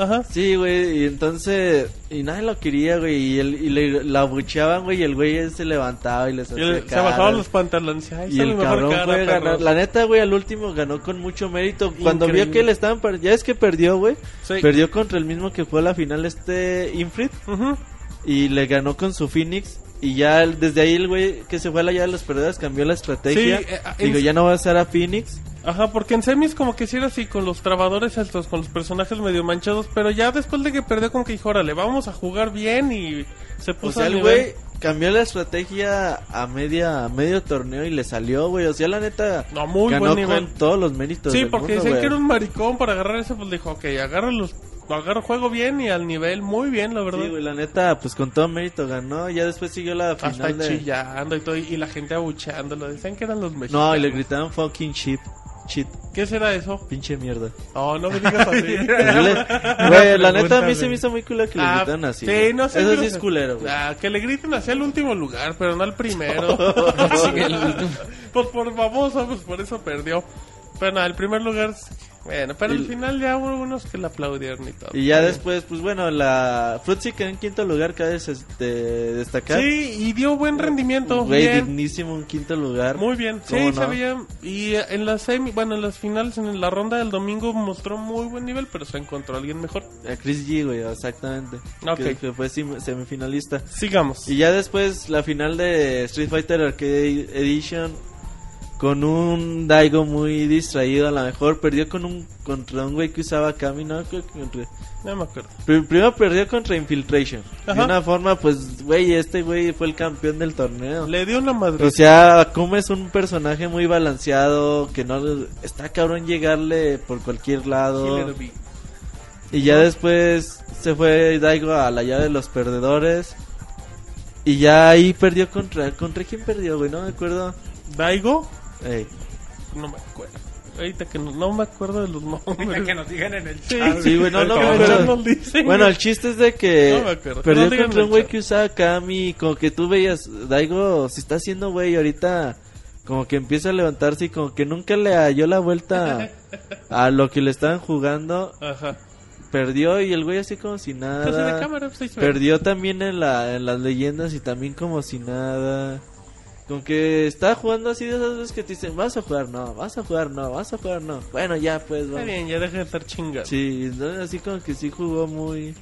B: Ajá.
E: Sí, güey, y entonces... Y nadie lo quería, güey, y, el, y le, la abucheaban, güey, y el güey se levantaba y les
B: Y
E: hacía
B: el- se
E: caras.
B: bajaban los pantalones. Ay,
E: Y
B: esa es
E: el
B: mi mejor
E: cabrón
B: cara,
E: fue ganar.
B: perros.
E: La neta, güey, al último ganó con mucho mérito. Cuando vio
B: Increíble.
E: que le estaban... per- Ya es que perdió, güey.
B: Sí.
E: Perdió contra el mismo que fue a la final este Infrit.
B: Ujú.
E: Y le ganó con su Phoenix. Y ya el- desde ahí el güey que se fue a la llave de los perdedores cambió la estrategia.
B: Sí, eh, ah,
E: Digo,
B: en-
E: ya no va a ser a Phoenix.
B: Ajá, porque en semis como que si era así con los trabadores estos, con los personajes medio manchados, pero ya después de que perdió con que dijo, órale, vamos a jugar bien y se
E: O
B: puso
E: sea,
B: al
E: Pues el
B: nivel.
E: güey cambió la estrategia a media a medio torneo y le salió, güey. O sea, la neta
B: No, muy
E: ganó
B: buen nivel.
E: con todos los méritos.
B: Sí,
E: del
B: porque
E: mundo,
B: decían
E: güey.
B: que era un maricón para agarrar eso, pues dijo, ok, agarra los, agarro juego bien y al nivel, muy bien, la verdad.
E: Sí, güey, la neta, pues con todo mérito ganó. Ya después siguió la final
B: Hasta
E: de...
B: chillando y todo, y la gente abucheándolo, decían que eran los mexicanos.
E: No, y le gritaban fucking shit. Shit,
B: ¿Qué será eso?
E: pinche mierda.
B: Oh, no me digas así.
E: Así le- Güey, la neta a mí
F: güey.
E: se me hizo muy cool que le
B: Ah,
E: gritaran así.
B: Sí,
E: güey.
B: no sé.
E: Eso
B: pero-
E: sí es culero, güey.
B: Ah, que le griten hacia el último lugar, pero no al primero. pues por famoso, pues por eso perdió. Pero nada, el primer lugar. Bueno, pero al
E: Y-
B: final ya hubo unos que le aplaudieron y todo.
E: Y ya después, pues bueno, la Fruitsy quedó en quinto lugar, cabe este, destacar.
B: Sí, y dio
E: eh,
B: buen rendimiento.
E: Güey,
B: bien.
E: dignísimo un quinto lugar.
B: Muy bien, sí,
E: ¿Cómo
B: se
E: no?
B: veía. Y eh, en las semi, bueno, en las finales, en la ronda del domingo mostró muy buen nivel, pero se encontró alguien mejor.
E: A Chris G, güey, exactamente.
B: Ok.
E: Que, que fue sim- semifinalista.
B: Sigamos.
E: Y ya después la final de Street Fighter Arcade Edition con un Daigo muy distraído a lo mejor perdió con un contra un güey que usaba Kami, ¿no? Creo que contra-
B: No me acuerdo.
E: pri- Primero perdió contra Infiltration. De
B: Ajá.
E: una forma, pues, güey, este güey fue el campeón del torneo.
B: Le dio una madre.
E: O sea, Akuma es un personaje muy balanceado, que no... Está cabrón llegarle por cualquier lado.
B: Killer Bee.
E: Y ya después se fue Daigo a la llave de los perdedores. Y ya ahí perdió contra... ¿Contra quién perdió, güey? No me acuerdo. Eh,
B: Daigo,
E: Ey.
B: no me acuerdo. Ahorita que no, no me acuerdo de los nombres.
F: que nos digan en el
B: Sí,
E: Sí, güey, no, no,
B: Ahorita
E: pero-
B: ya nos dicen.
E: Bueno, el chiste es de que
B: No me acuerdo.
E: perdió
B: No digan
E: contra un güey
B: mucho.
E: que usaba Kami. Como que tú veías, Daigo se está haciendo güey ahorita. Como que empieza a levantarse y como que nunca le halló la vuelta a lo que le estaban jugando.
B: Ajá.
E: Perdió y el güey así como si nada.
B: Entonces, de cámara, pues, ahí se ve.
E: Perdió también en, la, en las leyendas y también como si nada. Con que está jugando así de esas veces que te dicen, vas a jugar, no, vas a jugar, no, vas a jugar, no. Bueno, ya pues,
B: Está
E: vamos.
B: bien, ya deja de estar chingando.
E: Sí, no, así como que sí jugó muy...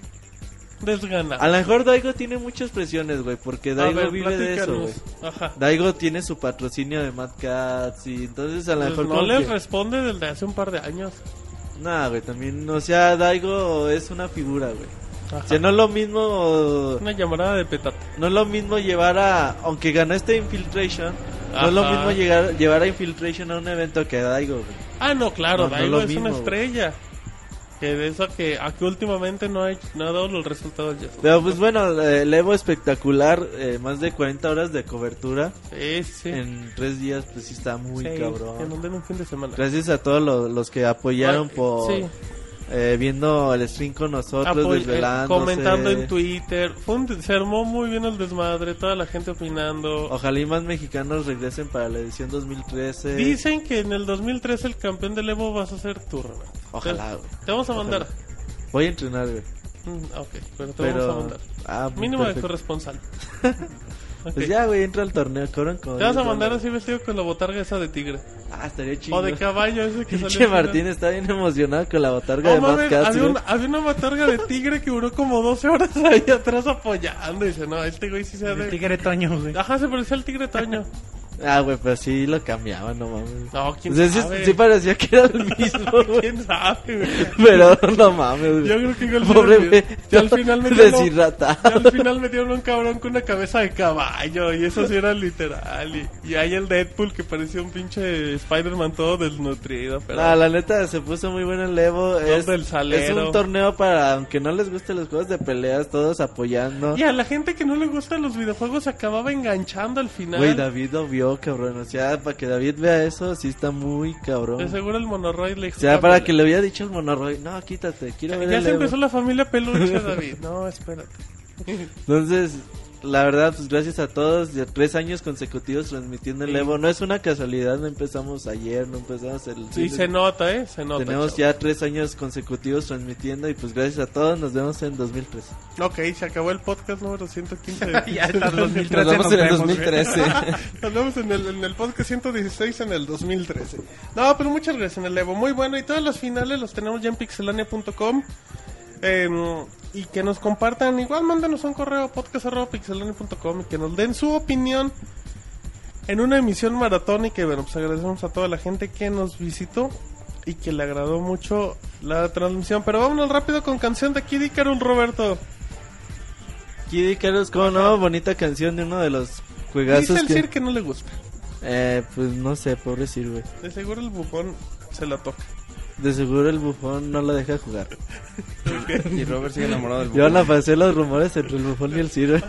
B: Desgana.
E: A lo mejor Daigo tiene muchas presiones, güey, porque
B: Ah. A
E: Daigo
B: ver,
E: vive de eso,
B: platícanos.
E: güey.
B: Ajá.
E: Daigo tiene su patrocinio de Mad Cats y entonces a lo
B: Pues
E: mejor...
B: no
E: como
B: les
E: que-
B: responde desde hace un par de años.
E: Nah, güey, también, o sea, Daigo es una figura, güey.
B: Ajá.
E: O sea, no es lo mismo...
B: Una llamada de petate.
E: No es lo mismo llevar a. Aunque ganó este Infiltration, no es lo
B: Ajá.
E: mismo llegar, llevar a Infiltration a un evento que a Daigo, güey.
B: Ah, no, claro,
E: No, no
B: Daigo
E: lo
B: es
E: mismo,
B: una
E: güey.
B: estrella. Que de eso que aquí últimamente no ha, hecho- no ha dado los resultados ya.
E: Pero pues bueno, eh, el Evo espectacular, eh, más de 40 horas de cobertura
B: Sí, sí.
E: en tres días, pues sí está muy
B: Sí, Que
E: cabrón.
B: nos den un fin de semana.
E: Gracias a todos lo- los que apoyaron
B: Ah,
E: por
B: sí.
E: eh, viendo el stream con nosotros,
B: Apoy- eh,
E: desvelándose.
B: comentando en Twitter. Fue un- se armó muy bien el desmadre, toda la gente opinando.
E: Ojalá y más mexicanos regresen para la edición 2013.
B: Dicen que en el 2003 el campeón del Evo vas a ser tú, Renato.
E: Ojalá,
B: Te-
E: güey.
B: Te vamos a mandar.
E: Voy a entrenar, güey.
B: Mm, ok, pero te
E: Pero.
B: vamos a mandar.
E: Ah,
B: Mínimo de
E: perfecto.
B: corresponsal. Ok.
E: Pues ya, güey, entra al torneo, cobran como.
B: Te vas a
E: 10
B: mandar
E: dólares.
B: así vestido con la botarga esa de tigre.
E: Ah, estaría chido.
B: O de caballo ese que salió.
E: Pinche
B: al final.
E: Martín está bien emocionado con la botarga
B: No
E: de Mad
B: mames,
E: Cats,
B: había,
E: güey.
B: una, había una botarga de tigre que duró como 12 horas ahí atrás apoyando. Y dice, no, este güey sí se ha
G: El
B: de...
G: tigre Toño, güey.
B: Ajá, se parecía al tigre Toño.
E: Ah, güey, pero sí lo cambiaban, no mames.
B: No, quién
E: Pues ese
B: sabe.
E: sí parecía que era el mismo, güey.
B: ¿Quién sabe, güey?
E: Pero no mames,
B: Yo
E: güey.
B: creo que yo al final,
E: Pobre
B: me-
E: güey.
B: yo al final me dieron, yo
E: Deshidratado.
B: al final me dieron un cabrón con una cabeza de caballo y eso sí era literal. Y, y hay el Deadpool que parecía un pinche Spider-Man todo desnutrido, pero
E: Ah, la neta, se puso muy bueno el Evo. Es,
B: del salero.
E: es un torneo para, aunque no les gusten los juegos de peleas, todos apoyando.
B: Y a la gente que no le gustan los videojuegos se acababa enganchando al final.
E: Güey, David lo vio, cabrón. O sea, para que David vea eso, sí está muy cabrón.
B: De seguro el Monoroy le dijo,
E: O sea, para
B: "Cámbiale".
E: que le hubiera dicho al monorroy, no, quítate, quiero ver
B: Ah, pues. Ya
E: el
B: se
E: Evo".
B: empezó la familia peluche, David. No, espérate.
E: Entonces, la verdad, pues gracias a todos, de tres años consecutivos transmitiendo el Evo. No es una casualidad, no empezamos ayer, no empezamos el...
B: Sí, se nota, ¿eh? Se nota.
E: Tenemos
B: chavo.
E: ya tres años consecutivos transmitiendo y pues gracias a todos nos vemos en 2013.
B: Ok, se acabó el podcast número 115. de-
F: Ya está, el 2013
C: Nos vemos en el
F: vemos, güey.
C: 2013.
B: Nos vemos en el, en el podcast 116 en el 2013. No, pero muchas gracias en el Evo. Muy bueno. Y todos los finales los tenemos ya en pixelania.com. Em, y que nos compartan. Igual mándanos un correo podcast.pixelania.com y que nos den su opinión en una emisión maratónica. Y bueno, pues agradecemos a toda la gente que nos visitó y que le agradó mucho la transmisión. Pero vámonos rápido con canción de Kid Icarus, Roberto.
E: Kid Icarus, ¿cómo no? Bonita canción de uno de los
B: Dice
E: juegazos
B: el Sir
E: que...
B: que no le gusta.
E: Eh, pues no sé, pobre Sir, güey.
B: De seguro el bufón se la toca.
E: De seguro el bufón no la deja jugar.
C: y Robert sigue enamorado del
E: Yo
C: bufón.
E: la pasé los rumores entre el bufón y el Sir.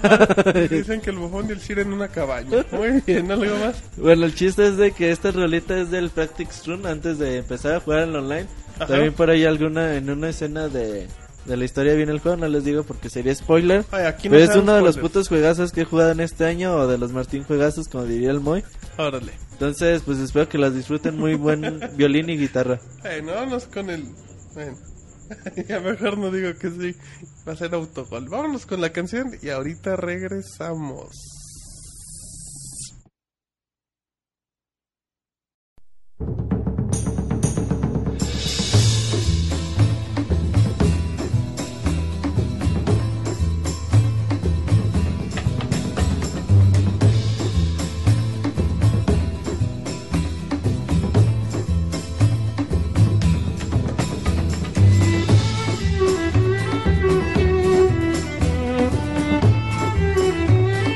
E: güey.
B: Dicen que el bufón y el Ciro en una cabaña. Muy bien, algo más.
E: Bueno, el chiste es de que esta rolita es del Practice Run antes de empezar a jugar en online.
B: Ajá.
E: También por ahí alguna, en una escena de, de la historia viene el juego, no les digo porque sería spoiler.
B: Ay, aquí no
E: Pero es
B: se dan
E: uno de los
B: spoilers.
E: putos juegazos que he jugado en este año, o de los Martín juegazos, como diría el Moy.
B: Órale.
E: Entonces, pues espero que las disfruten muy buen violín y guitarra.
B: Ay, no, vámonos con el. Bueno. ya mejor no digo que sí. Va a ser autogol. Vámonos con la canción y ahorita regresamos.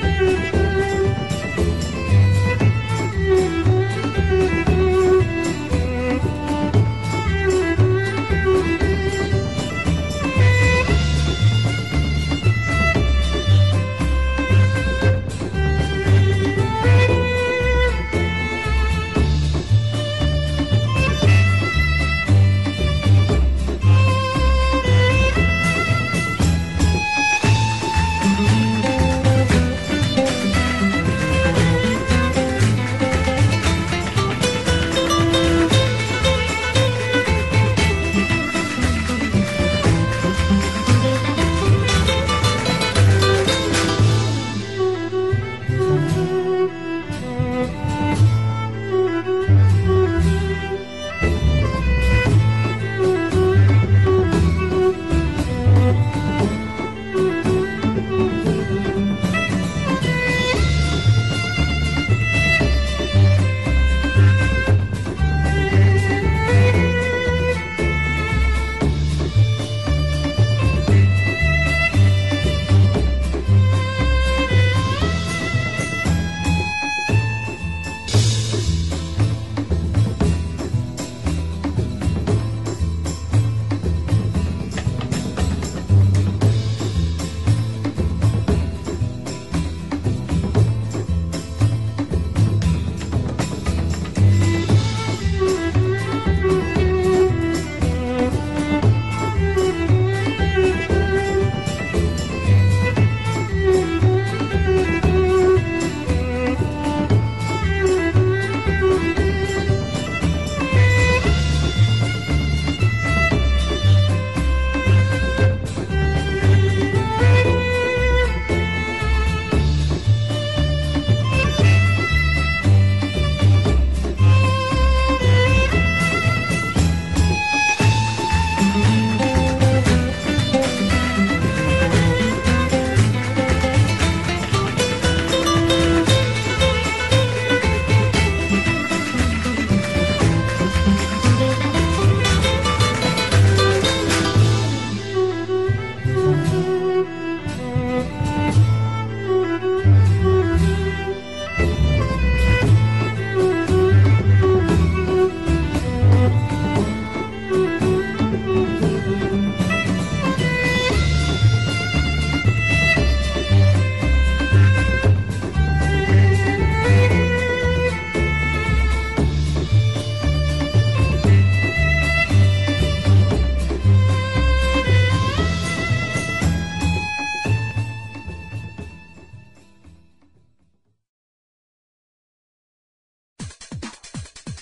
H: Thank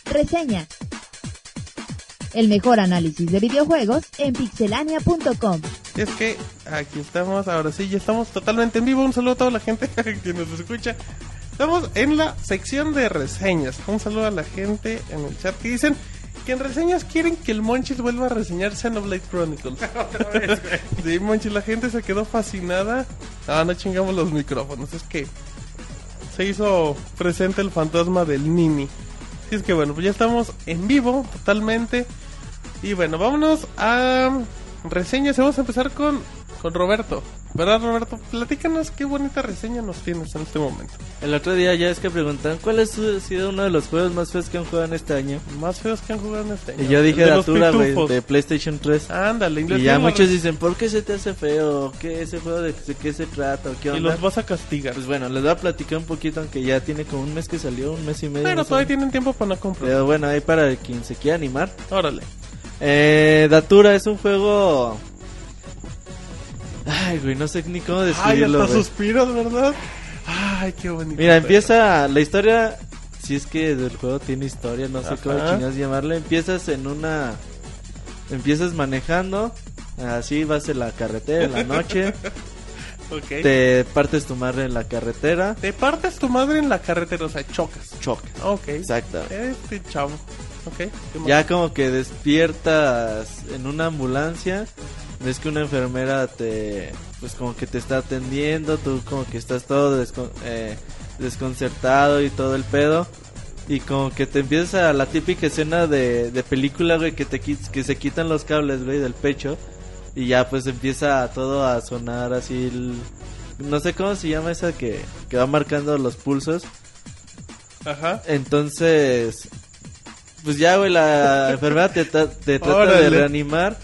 A: Reseña. El mejor análisis de videojuegos en pixelania.com.
B: Y es que aquí estamos, ahora sí, ya estamos totalmente en vivo. Un saludo a toda la gente que nos escucha. Estamos en la sección de reseñas. Un saludo a la gente en el chat que dicen que en reseñas quieren que el Monchis vuelva a reseñar Xenoblade Chronicles. sí, Monchis, la gente se quedó fascinada. Ah, no chingamos los micrófonos, es que se hizo presente el fantasma del Nini. Así es que bueno, pues ya estamos en vivo totalmente. Y bueno, vámonos a reseñas. Vamos a empezar con, con Roberto. ¿Verdad, Roberto? Platícanos qué bonita reseña nos tienes en este momento.
E: El otro día ya es que preguntan cuál ha sido uno de los juegos más feos que han jugado en este año.
B: Más feos que han jugado en este año.
E: Y yo dije
B: El de los
E: Datura, güey,
B: pitufos.
E: de PlayStation 3.
B: Ándale,
E: y ya
B: tiene la
E: muchos
B: re-
E: dicen, ¿por qué se te hace feo? ¿Qué ese juego de, de qué se trata? ¿Qué
B: Y
E: onda?
B: los vas a castigar.
E: Pues bueno, les voy a platicar un poquito, aunque ya tiene como un mes que salió, un mes y medio.
B: Pero
E: más o
B: todavía tienen
E: menos.
B: tiempo para no comprar.
E: Pero bueno, ahí para quien se quiera animar.
B: Órale.
E: Eh, Datura es un juego... Ay, güey, no sé ni cómo
B: Ay,
E: describirlo.
B: hasta
E: güey.
B: suspiros, ¿verdad? Ay, qué bonito.
E: Mira, empieza la historia. Si es que el juego tiene historia, no sé cómo
B: Ajá.
E: chingados llamarle. Empiezas en una. Empiezas manejando. Así vas en la carretera en la noche.
B: Ok. Te...
E: te partes tu madre en la carretera.
B: partes tu madre en la carretera, o sea, chocas.
E: Choca.
B: Ok.
E: Exacto.
B: Este chavo. Ok. ¿qué más?
E: Ya como que despiertas en una ambulancia. Ves que una enfermera te. Pues como que te está atendiendo. Tú como que estás todo descon- eh, desconcertado y todo el pedo. Y como que te empiezas a la típica escena de, de película, güey, que, te, qui- que se quitan los cables, güey, del pecho. Y ya pues empieza todo a sonar así. el- no sé cómo se llama esa que, que va marcando los pulsos.
B: Ajá.
E: Entonces, pues ya, güey, la enfermera te, tra- te trata de
B: Órale.
E: reanimar.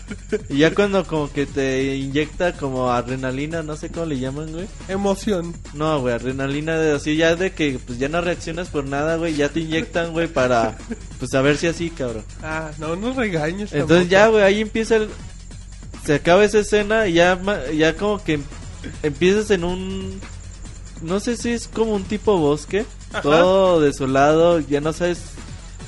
E: Y ya cuando como que te inyecta como adrenalina, no sé cómo le llaman, güey.
B: Emoción.
E: No, güey, adrenalina de así, ya de que pues ya no reaccionas por nada, güey. Ya te inyectan, güey, para pues a ver si así, cabrón.
B: Ah, no nos regañes.
E: Entonces ya, güey, ahí empieza el... Se acaba esa escena y ya, ma- ya como que em- empiezas en un... No sé si es como un tipo bosque.
B: Ajá.
E: Todo desolado. Ya no sabes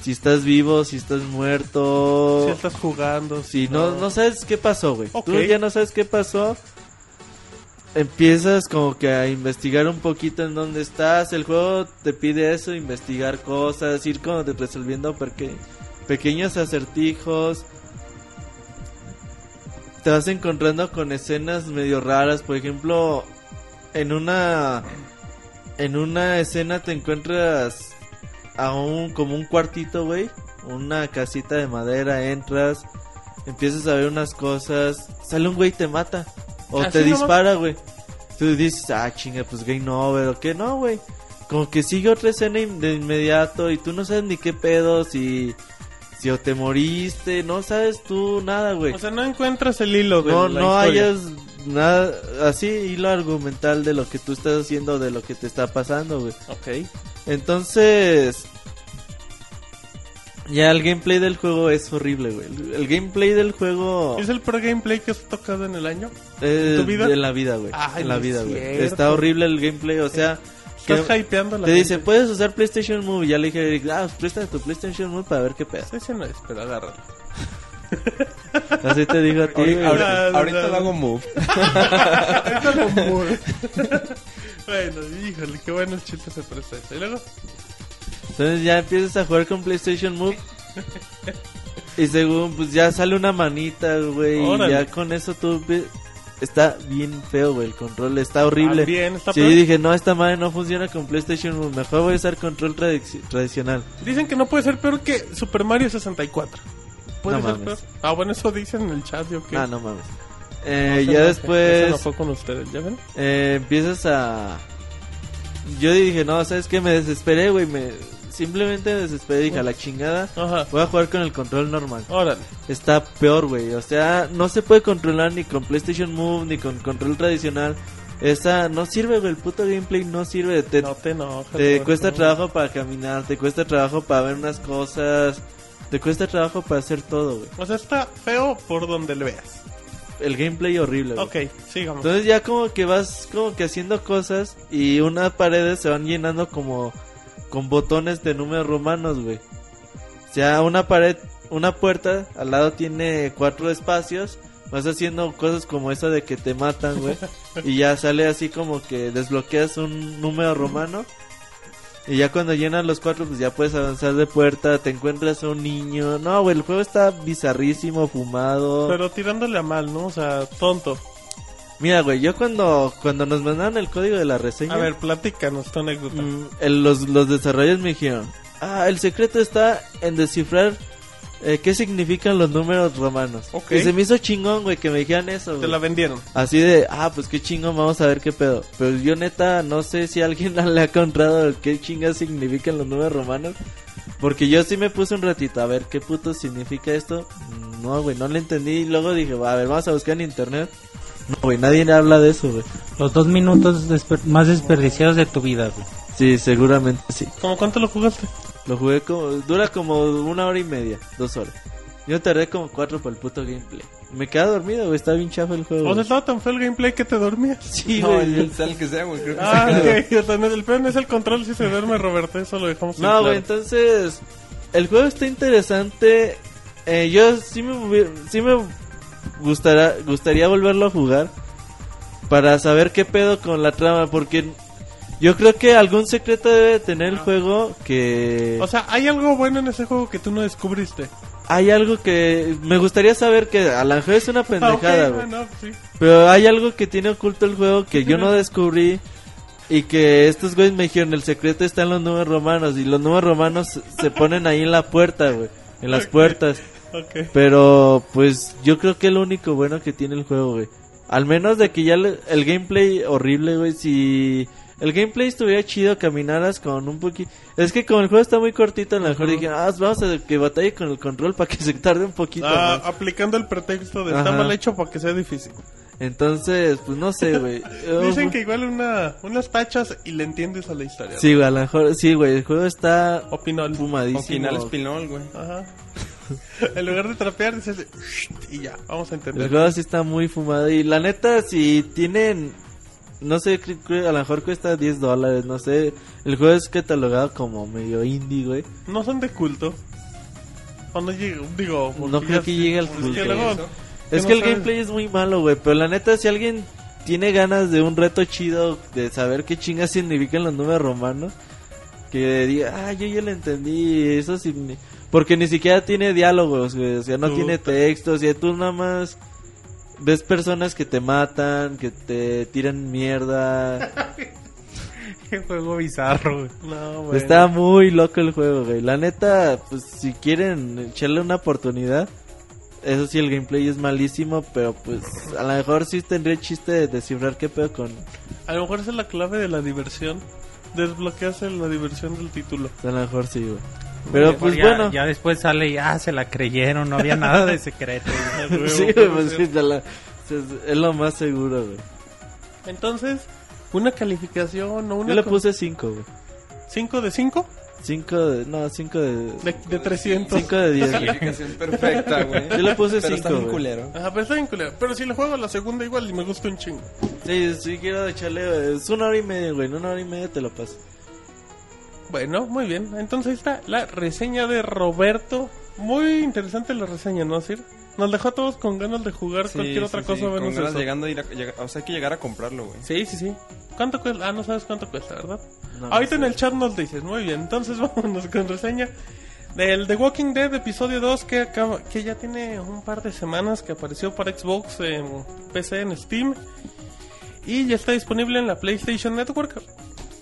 E: si estás vivo, si estás
B: tampoco.
E: muerto.
B: Si estás jugando.
E: si no, no sabes qué pasó, güey.
B: Ok.
E: Tú ya no sabes qué pasó. Empiezas como que a investigar un poquito en dónde estás. El juego te pide eso, investigar cosas, ir como de- resolviendo porque pequeños acertijos. Te vas encontrando con escenas medio raras, por ejemplo, en una en una escena te encuentras a un como un cuartito, güey, una casita de madera, entras, empiezas a ver unas cosas, sale un güey y te mata o
B: Así
E: te
B: nomás.
E: dispara, güey. Tú dices, "Ah, chinga, pues game over o qué no, güey." Como que sigue otra escena in- de inmediato y tú no sabes ni qué pedo si si o te moriste, no sabes tú nada, güey.
B: O sea, no encuentras el hilo de
E: No,
B: la
E: no
B: historia.
E: hayas nada así hilo argumental de lo que tú estás haciendo, de lo que te está pasando, güey.
B: Ok.
E: Entonces, ya el gameplay del juego es horrible, güey. El, el gameplay del juego
B: ¿Es el pro gameplay que has tocado en el año?
E: eh,
B: tu vida?
E: de la vida, güey.
B: Ay,
E: en la
B: no es
E: vida, güey.
B: cierto. Eh,
E: Está horrible el gameplay, o sea,
B: Estás
E: que-
B: hypeando a la
E: te
B: gente.
E: dice, "Puedes usar PlayStation Move." Ya le dije, a Eric, "Ah, presta tu PlayStation Move para ver qué pedo."
B: Ese no es, pero agárralo.
E: Así te digo a ti. güey.
C: Ahorita, ahorita-
B: no,
C: ahorita
B: no.
C: lo hago move.
B: Ahorita lo muevo. bueno, híjole, qué buenos chistes se presta eso. Y luego,
E: Entonces ya empiezas a jugar con PlayStation Move. y según, pues ya sale una manita, güey. Y
B: Órale.
E: ya con eso tú. ve- Está bien feo, güey. El control está horrible.
B: También está
E: sí,
B: peor.
E: yo dije, no, esta madre no funciona con PlayStation Move. Mejor voy a usar control tradici- tradicional.
B: dicen que no puede ser peor que Super Mario 64. ¿Puede
E: No
B: ser
E: mames.
B: peor? Ah, bueno, eso dicen en el chat, yo qué.
E: Ah, no mames. Eh,
B: Se
E: ya
B: enoje,
E: después.
B: Se enojó con ustedes, ¿ya ven?
E: eh, empiezas a. Yo dije, no, ¿sabes qué? Me desesperé, güey. Me... Simplemente me desesperé. Dije, a la chingada.
B: Ajá.
E: Voy a jugar con el control normal.
B: Órale.
E: está peor, güey. O sea, no se puede controlar ni con PlayStation Move ni con control tradicional. Esa no sirve, güey. El puto gameplay no sirve. Te,
B: no te enojes.
E: te
B: Roberto.
E: cuesta trabajo para caminar, te cuesta trabajo para ver unas cosas, te cuesta trabajo para hacer todo, güey.
B: O sea, está feo por donde le veas.
E: El gameplay horrible, güey.
B: Ok, sigamos.
E: Entonces ya como que vas como que haciendo cosas y unas paredes se van llenando como con botones de números romanos, güey. sea, una pared, una puerta al lado tiene cuatro espacios. Vas haciendo cosas como esa de que te matan, güey. y ya sale así como que desbloqueas un número romano. Y ya cuando llenas los cuatro, pues ya puedes avanzar de puerta. Te encuentras a un niño. No, güey, el juego está bizarrísimo, fumado.
B: Pero tirándole a mal, ¿no? O sea, tonto.
E: Mira, güey, yo cuando, cuando nos mandaron el código de la reseña.
B: A ver, platícanos tu anécdota.
E: Mm, el- los, los desarrollos me dijeron, ah, el secreto está en descifrar eh, qué significan los números romanos.
B: Ok.
E: Y se me hizo chingón, güey, que me dijeran eso.
B: Te
E: güey.
B: la vendieron.
E: Así de, ah, pues qué chingón, vamos a ver qué pedo. Pero yo neta, no sé si alguien le ha contado qué chingas significan los números romanos. Porque yo sí me puse un ratito a ver qué puto significa esto. Mm, No, güey, no le entendí. Y luego dije, va, a ver, vamos a buscar en internet. No, güey, nadie habla de eso, güey.
G: Los dos minutos desper- más desperdiciados de tu vida, güey.
E: Sí, seguramente sí.
B: ¿Cómo cuánto lo jugaste?
E: Lo jugué como. Dura como una hora y media, dos horas. Yo tardé como cuatro para el puto gameplay. Me quedé dormido, güey. Está bien chafa el juego.
B: O sea,
E: güey.
B: estaba tan feo el gameplay que te dormías.
E: Sí,
C: No,
E: güey.
C: el sal que sea, güey. Creo que
B: Ah,
C: sea.
B: ok. o sea, no, el peor no es el control si se duerme, Roberto. Eso lo dejamos. en
E: No,
B: claro.
E: güey, entonces. El juego está interesante. Eh, yo sí me, hubi- sí me gustará, gustaría volverlo a jugar. Para saber qué pedo con la trama. Porque yo creo que algún secreto debe tener el juego que.
B: O sea, hay algo bueno en ese juego que tú no descubriste.
E: hay algo que. Me gustaría saber que. A la mejor es una
B: Ah, ok,
E: pendejada, güey.
B: bueno, sí.
E: Pero hay algo que tiene oculto el juego que yo no descubrí y que estos güeyes me dijeron, el secreto está en los números romanos y los números romanos se- se ponen ahí en la puerta, güey, en las puertas.
B: Ok.
E: Pero pues yo creo que es lo único bueno que tiene el juego, güey. Al menos de que ya le- el gameplay horrible, güey, si el gameplay estuviera chido, caminaras con un poquito... Es que como el juego está muy cortito, a lo mejor dije, ah, vamos a que batalle con el control para que se tarde un poquito.
B: Ah,
E: más".
B: aplicando el pretexto de está
E: Ajá.
B: mal hecho para que sea difícil.
E: Entonces, pues no sé, güey.
B: Dicen que igual una, unas tachas y le entiendes a la historia.
E: Sí, güey, a lo mejor, sí, güey, el juego está
B: Opinó el
E: fumadísimo.
C: Oquinal es pinol, güey.
B: Ajá. en lugar de trapear, dices y ya, vamos a
E: el
B: entender.
E: juego sí está muy fumado y la neta, si tienen, no sé, cre- cre- a lo mejor cuesta 10 dólares, no sé. El juego es catalogado como medio indie, güey.
B: No son de culto. O no llego, digo,
E: No
B: porque
E: creo
B: ya
E: que
B: sí,
E: llegue al
B: es
E: culto.
B: que luego-
E: Es
B: no
E: que el
B: sabes.
E: gameplay es muy malo, güey, pero la neta, si alguien tiene ganas de un reto chido, de saber qué chingas significan los números romanos, que diga, ah, yo ya lo entendí, eso sí... me-". Porque ni siquiera tiene diálogos, güey, o sea, no
B: Tú-
E: tiene textos, y tú nada más ves personas que te matan, que te tiran mierda.
F: Qué juego bizarro, güey.
B: No, bueno.
E: Está muy loco el juego, güey. La neta, pues si quieren echarle una oportunidad. Eso sí, el gameplay es malísimo, pero pues a lo mejor sí tendría el chiste de descifrar qué pedo con...
B: A lo mejor esa es la clave de la diversión. Desbloqueas el- la diversión del título.
E: A lo mejor sí, güey. Pero pues
G: ya,
E: bueno.
G: Ya después sale y ah, se la creyeron, no había nada de secreto.
E: Sí, güey, pues, sí, de la- es lo más seguro, güey.
B: Entonces, una calificación o
E: Yo
B: una.
E: le puse 5, güey.
B: 5 de 5?
E: 5 de... No, 5 de...
B: De, de 300.
E: 5 de 10, güey.
C: Calificación perfecta, güey.
E: Yo le puse
C: Pero está
E: cinco,
C: bien
E: güey.
C: culero.
B: Ajá, pero está bien culero. Pero si le juego a la segunda igual y me gusta un chingo.
E: Sí, sí quiero echarle... Es una hora y media, güey. En una hora y media te lo paso.
B: Bueno, muy bien. Entonces ahí está la reseña de Roberto. Muy interesante la reseña, ¿no, Sir? Nos dejó a todos con ganas de jugar
C: Sí,
B: cualquier
C: sí,
B: otra
C: sí,
B: cosa
C: con
B: menos
C: ganas
B: eso.
C: llegando a ir a- llega- o sea, hay que llegar a comprarlo, güey.
B: Sí, sí, sí. ¿Cuánto cuesta? Ah, no sabes cuánto cuesta, ¿verdad?
E: No,
B: Ahorita
E: no
B: en el chat nos dices. Muy bien, entonces vámonos con reseña del The Walking Dead episodio 2 que, acaba, que ya tiene un par de semanas que apareció para Xbox, en PC, en Steam. Y ya está disponible en la PlayStation Network.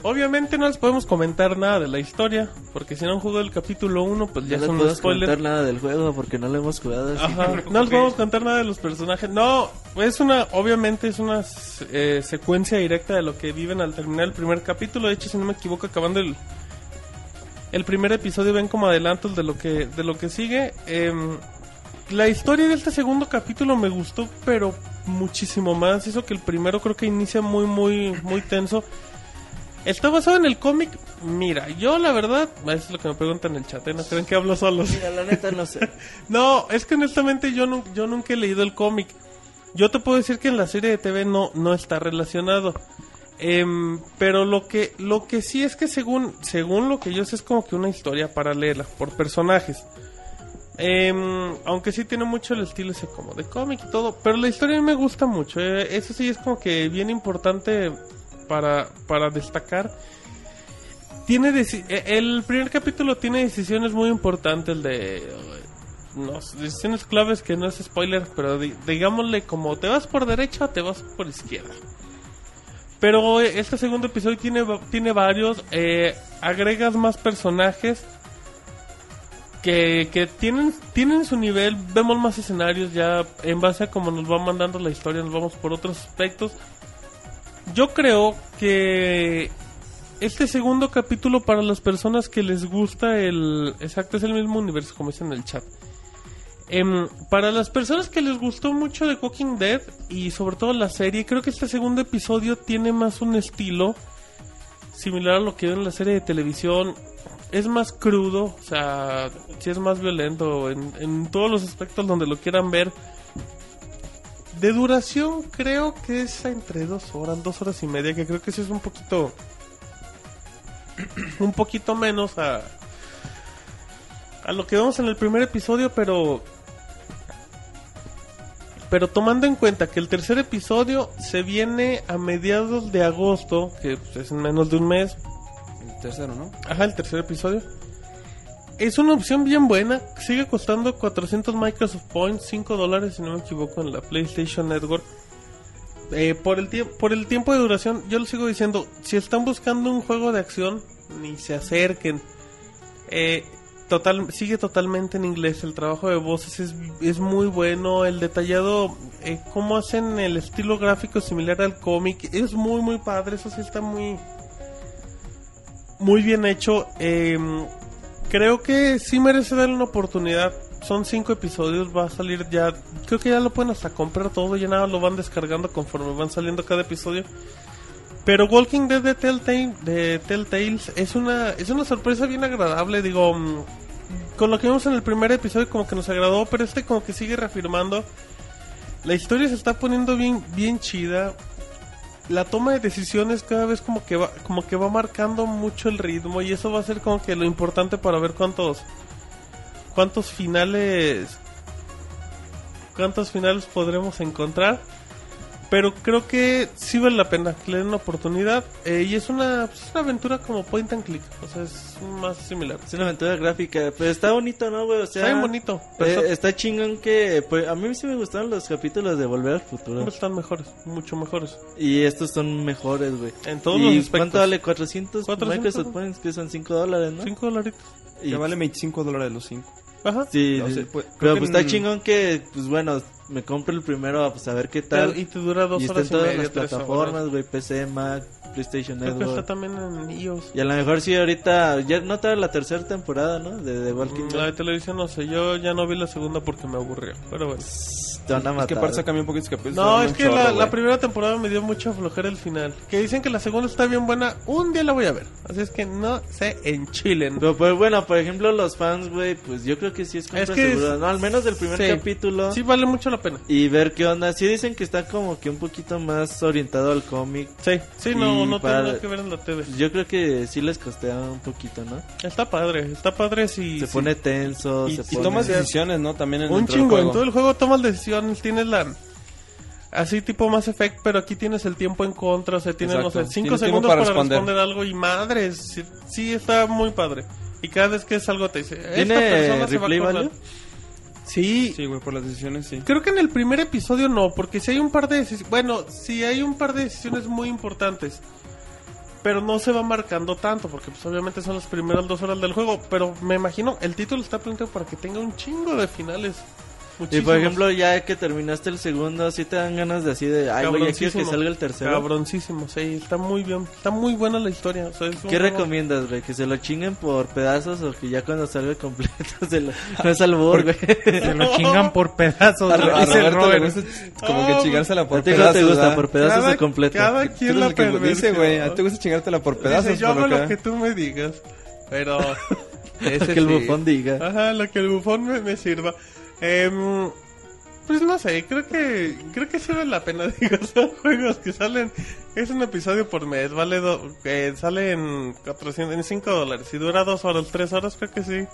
B: Obviamente no les podemos comentar nada de la historia, porque si no han jugado el capítulo 1, pues ya
E: no
B: es
E: les
B: un
E: podemos
B: spoiler.
E: contar nada del juego porque no lo hemos jugado. así
B: Ajá, no les vamos a contar nada de los personajes. No, es una, obviamente es una eh, secuencia directa de lo que viven al terminar el primer capítulo. De hecho, si no me equivoco, acabando el, el primer episodio ven como adelantos de lo que, de lo que sigue. Em, la historia de este segundo capítulo me gustó, pero muchísimo más. Eso que el primero creo que inicia muy, muy, muy tenso. Está basado en el cómic. Mira, yo la verdad, es lo que me preguntan en el chat, ¿eh? No creen que hablo solos.
E: Mira, la neta no sé.
B: No, es que honestamente yo, nu- yo nunca he leído el cómic. Yo te puedo decir que en la serie de TV no, no está relacionado. Em, pero lo que, lo que sí es que según, según lo que yo sé es como que una historia paralela por personajes. Em, aunque sí tiene mucho el estilo ese como de cómic y todo, pero la historia a mí me gusta mucho. eh, eso sí es como que bien importante para, para destacar. Tiene deci- eh, el primer capítulo tiene decisiones muy importantes de eh, no, sé, decisiones claves que no es spoiler, pero di- digámosle como te vas por derecha o te vas por izquierda. Pero eh, este segundo episodio tiene, va- tiene varios. eh, agregas más personajes que, que tienen, tienen su nivel. Vemos más escenarios ya en base a cómo nos va mandando la historia. Nos vamos por otros aspectos. Yo creo que este segundo capítulo para las personas que les gusta el... Exacto, es el mismo universo como es en el chat. Em, para las personas que les gustó mucho de Walking Dead y sobre todo la serie, creo que este segundo episodio tiene más un estilo similar a lo que era en la serie de televisión. Es más crudo, o sea, sí es más violento en, en todos los aspectos donde lo quieran ver. De duración creo que es entre dos horas, dos horas y media, que creo que sí es un poquito... un poquito menos a... A lo que vemos en el primer episodio, pero... Pero tomando en cuenta que el tercer episodio se viene a mediados de agosto, que pues, es en menos de un mes,
C: El tercero, ¿no?
B: Ajá, el tercer episodio. Es una opción bien buena. Sigue costando 400 Microsoft Points, 5 dólares si no me equivoco en la PlayStation Network. Eh, por, el tie- por el tiempo de duración, yo lo sigo diciendo, si están buscando un juego de acción, ni se acerquen. Eh, total, sigue totalmente en inglés, el trabajo de voces es, es muy bueno, el detallado, eh, cómo hacen el estilo gráfico similar al cómic, es muy, muy padre, eso sí está muy muy bien hecho. eh, creo que sí merece darle una oportunidad. Son cinco episodios, va a salir ya. Creo que ya lo pueden hasta comprar todo, ya nada más lo van descargando conforme van saliendo cada episodio. Pero Walking Dead de Telltale, de Telltales es una, es una sorpresa bien agradable, digo. mm, Con lo que vimos en el primer episodio como que nos agradó, pero este como que sigue reafirmando. La historia se está poniendo bien, bien chida la toma de decisiones cada vez como que va como que va marcando mucho el ritmo y eso va a ser como que lo importante para ver cuántos cuántos finales cuántos finales podremos encontrar pero creo que sí vale la pena que le den una oportunidad eh, y es una, pues, es una aventura como point and click o sea es más similar
E: Es una aventura gráfica, pero está bonito, ¿no, güey? O sea,
B: está bien bonito pero
E: eh,
B: está-
E: está chingón que... pues, a mí sí me gustaron los capítulos de Volver al Futuro.
B: están mejores mucho mejores
E: Y estos son mejores, güey.
B: en todos
E: ¿Y
B: los aspectos
E: cuánto vale? 400,
B: 400,
E: Microsoft
B: güey.
E: Points, que son 5 dólares, ¿no?
B: cinco dolaritos
E: Y-
C: Ya vale 25 dólares los 5.
B: ajá
E: Sí,
C: No
E: sí.
C: sé, pues, creo
E: pero
C: que
E: pues está
C: en-
E: chingón que, pues bueno, me compro el primero pues, a ver qué tal.
B: y te dura dos
E: y está
B: horas y
E: en todas
B: media,
E: las
B: tres horas.
E: plataformas, güey, PC, Mac, PlayStation
B: Creo que está
E: Network.
B: también en iOS.
E: Y a lo mejor sí ahorita, ya no está la tercera temporada, ¿no? De, de Walking
B: Mm, La de
E: Dead.
B: televisión no sé, yo ya no vi la segunda porque me aburrió, pero bueno.
E: Te van a
C: Es que
E: matar.
C: aparte cambió un poquito de
E: pues,
C: capítulos.
B: No,
C: estaban
B: es
C: un
B: que
C: chorro,
B: la,
C: güey.
B: la primera temporada me dio mucha flojera el final. Que dicen que la segunda está bien buena, un día la voy a ver. Así es que no se enchilen.
E: Pero pues bueno, por ejemplo, los fans, güey, pues yo creo que sí es compra
B: Es que es-
E: segura, ¿no? Al menos del primer
B: Sí.
E: capítulo.
B: Sí vale mucho la pena.
E: Y ver qué onda. Sí dicen que está como que un poquito más orientado al cómic.
B: Sí, sí, no,
E: Y
B: no
E: para-
B: tiene nada que ver en la TV.
E: Yo creo que sí les costea un poquito, ¿no?
B: Está padre, está padre si...
E: se
B: si-
E: pone tenso,
C: Y,
E: se
C: y
E: pone...
C: tomas decisiones, ¿no? También en
B: Un
C: dentro del
B: chingo, en
C: juego.
B: todo el juego tomas decisiones, tienes la... Así tipo Mass Effect, pero aquí tienes el tiempo en contra, o sea, tienes, no
C: Exacto,
B: sé, 5
C: tienes tiempo
B: segundos para,
C: para
B: responder.
C: responder.
B: algo y madres, sí, sí está muy padre. Y cada vez que es algo te dice, esta
E: ¿Tiene
B: persona se va a
E: replay
B: acordar.
E: value?
B: Sí,
C: Sí, güey, por las decisiones, sí.
B: creo que en el primer episodio no, porque si hay un par de decisiones, bueno, si hay un par de decisiones muy importantes, pero no se va marcando tanto, porque pues obviamente son las primeras dos horas del juego, pero me imagino, el título está planteado para que tenga un chingo de finales.
E: Y por
B: Muchísimos.
E: ejemplo, ya que terminaste el segundo, si te dan ganas de así de, ay, güey, ya quiero que
B: Cabroncísimo.
E: salga el tercero.
B: Cabroncísimo, sí, está muy bien, está muy buena la historia. o sea, es un
E: ¿Qué
B: juego-
E: recomiendas, güey? ¿Que se lo chinguen por pedazos o que ya cuando salga completo se lo... No es albur, güey.
F: Se lo chingan por pedazos.
C: A, Ro- a
F: dice
C: Roberto le
F: Robert.
C: gusta como
B: Ah,
C: que chingársela por
E: ¿A ti cómo
C: pedazos.
E: te gusta?
C: ¿verdad?
E: ¿Por pedazos
B: Cada-
E: o completo?
B: cada-
C: Tú eres
B: ¿Quién la
C: el que dice,
B: perversión?
C: güey. A ti te gusta chingártela por pedazos.
B: Dice, yo hago
C: por
B: lo
C: acá.
B: que tú me digas, pero...
E: que el bufón diga.
B: Ajá, lo que el bufón me, me sirva. Em, Pues no sé, creo que creo que sí vale la pena. Digo, son juegos que salen. Es un episodio por mes, vale. do- eh, sale en 400, en 5 dólares. Si dura 2 horas, 3 horas, creo que sí.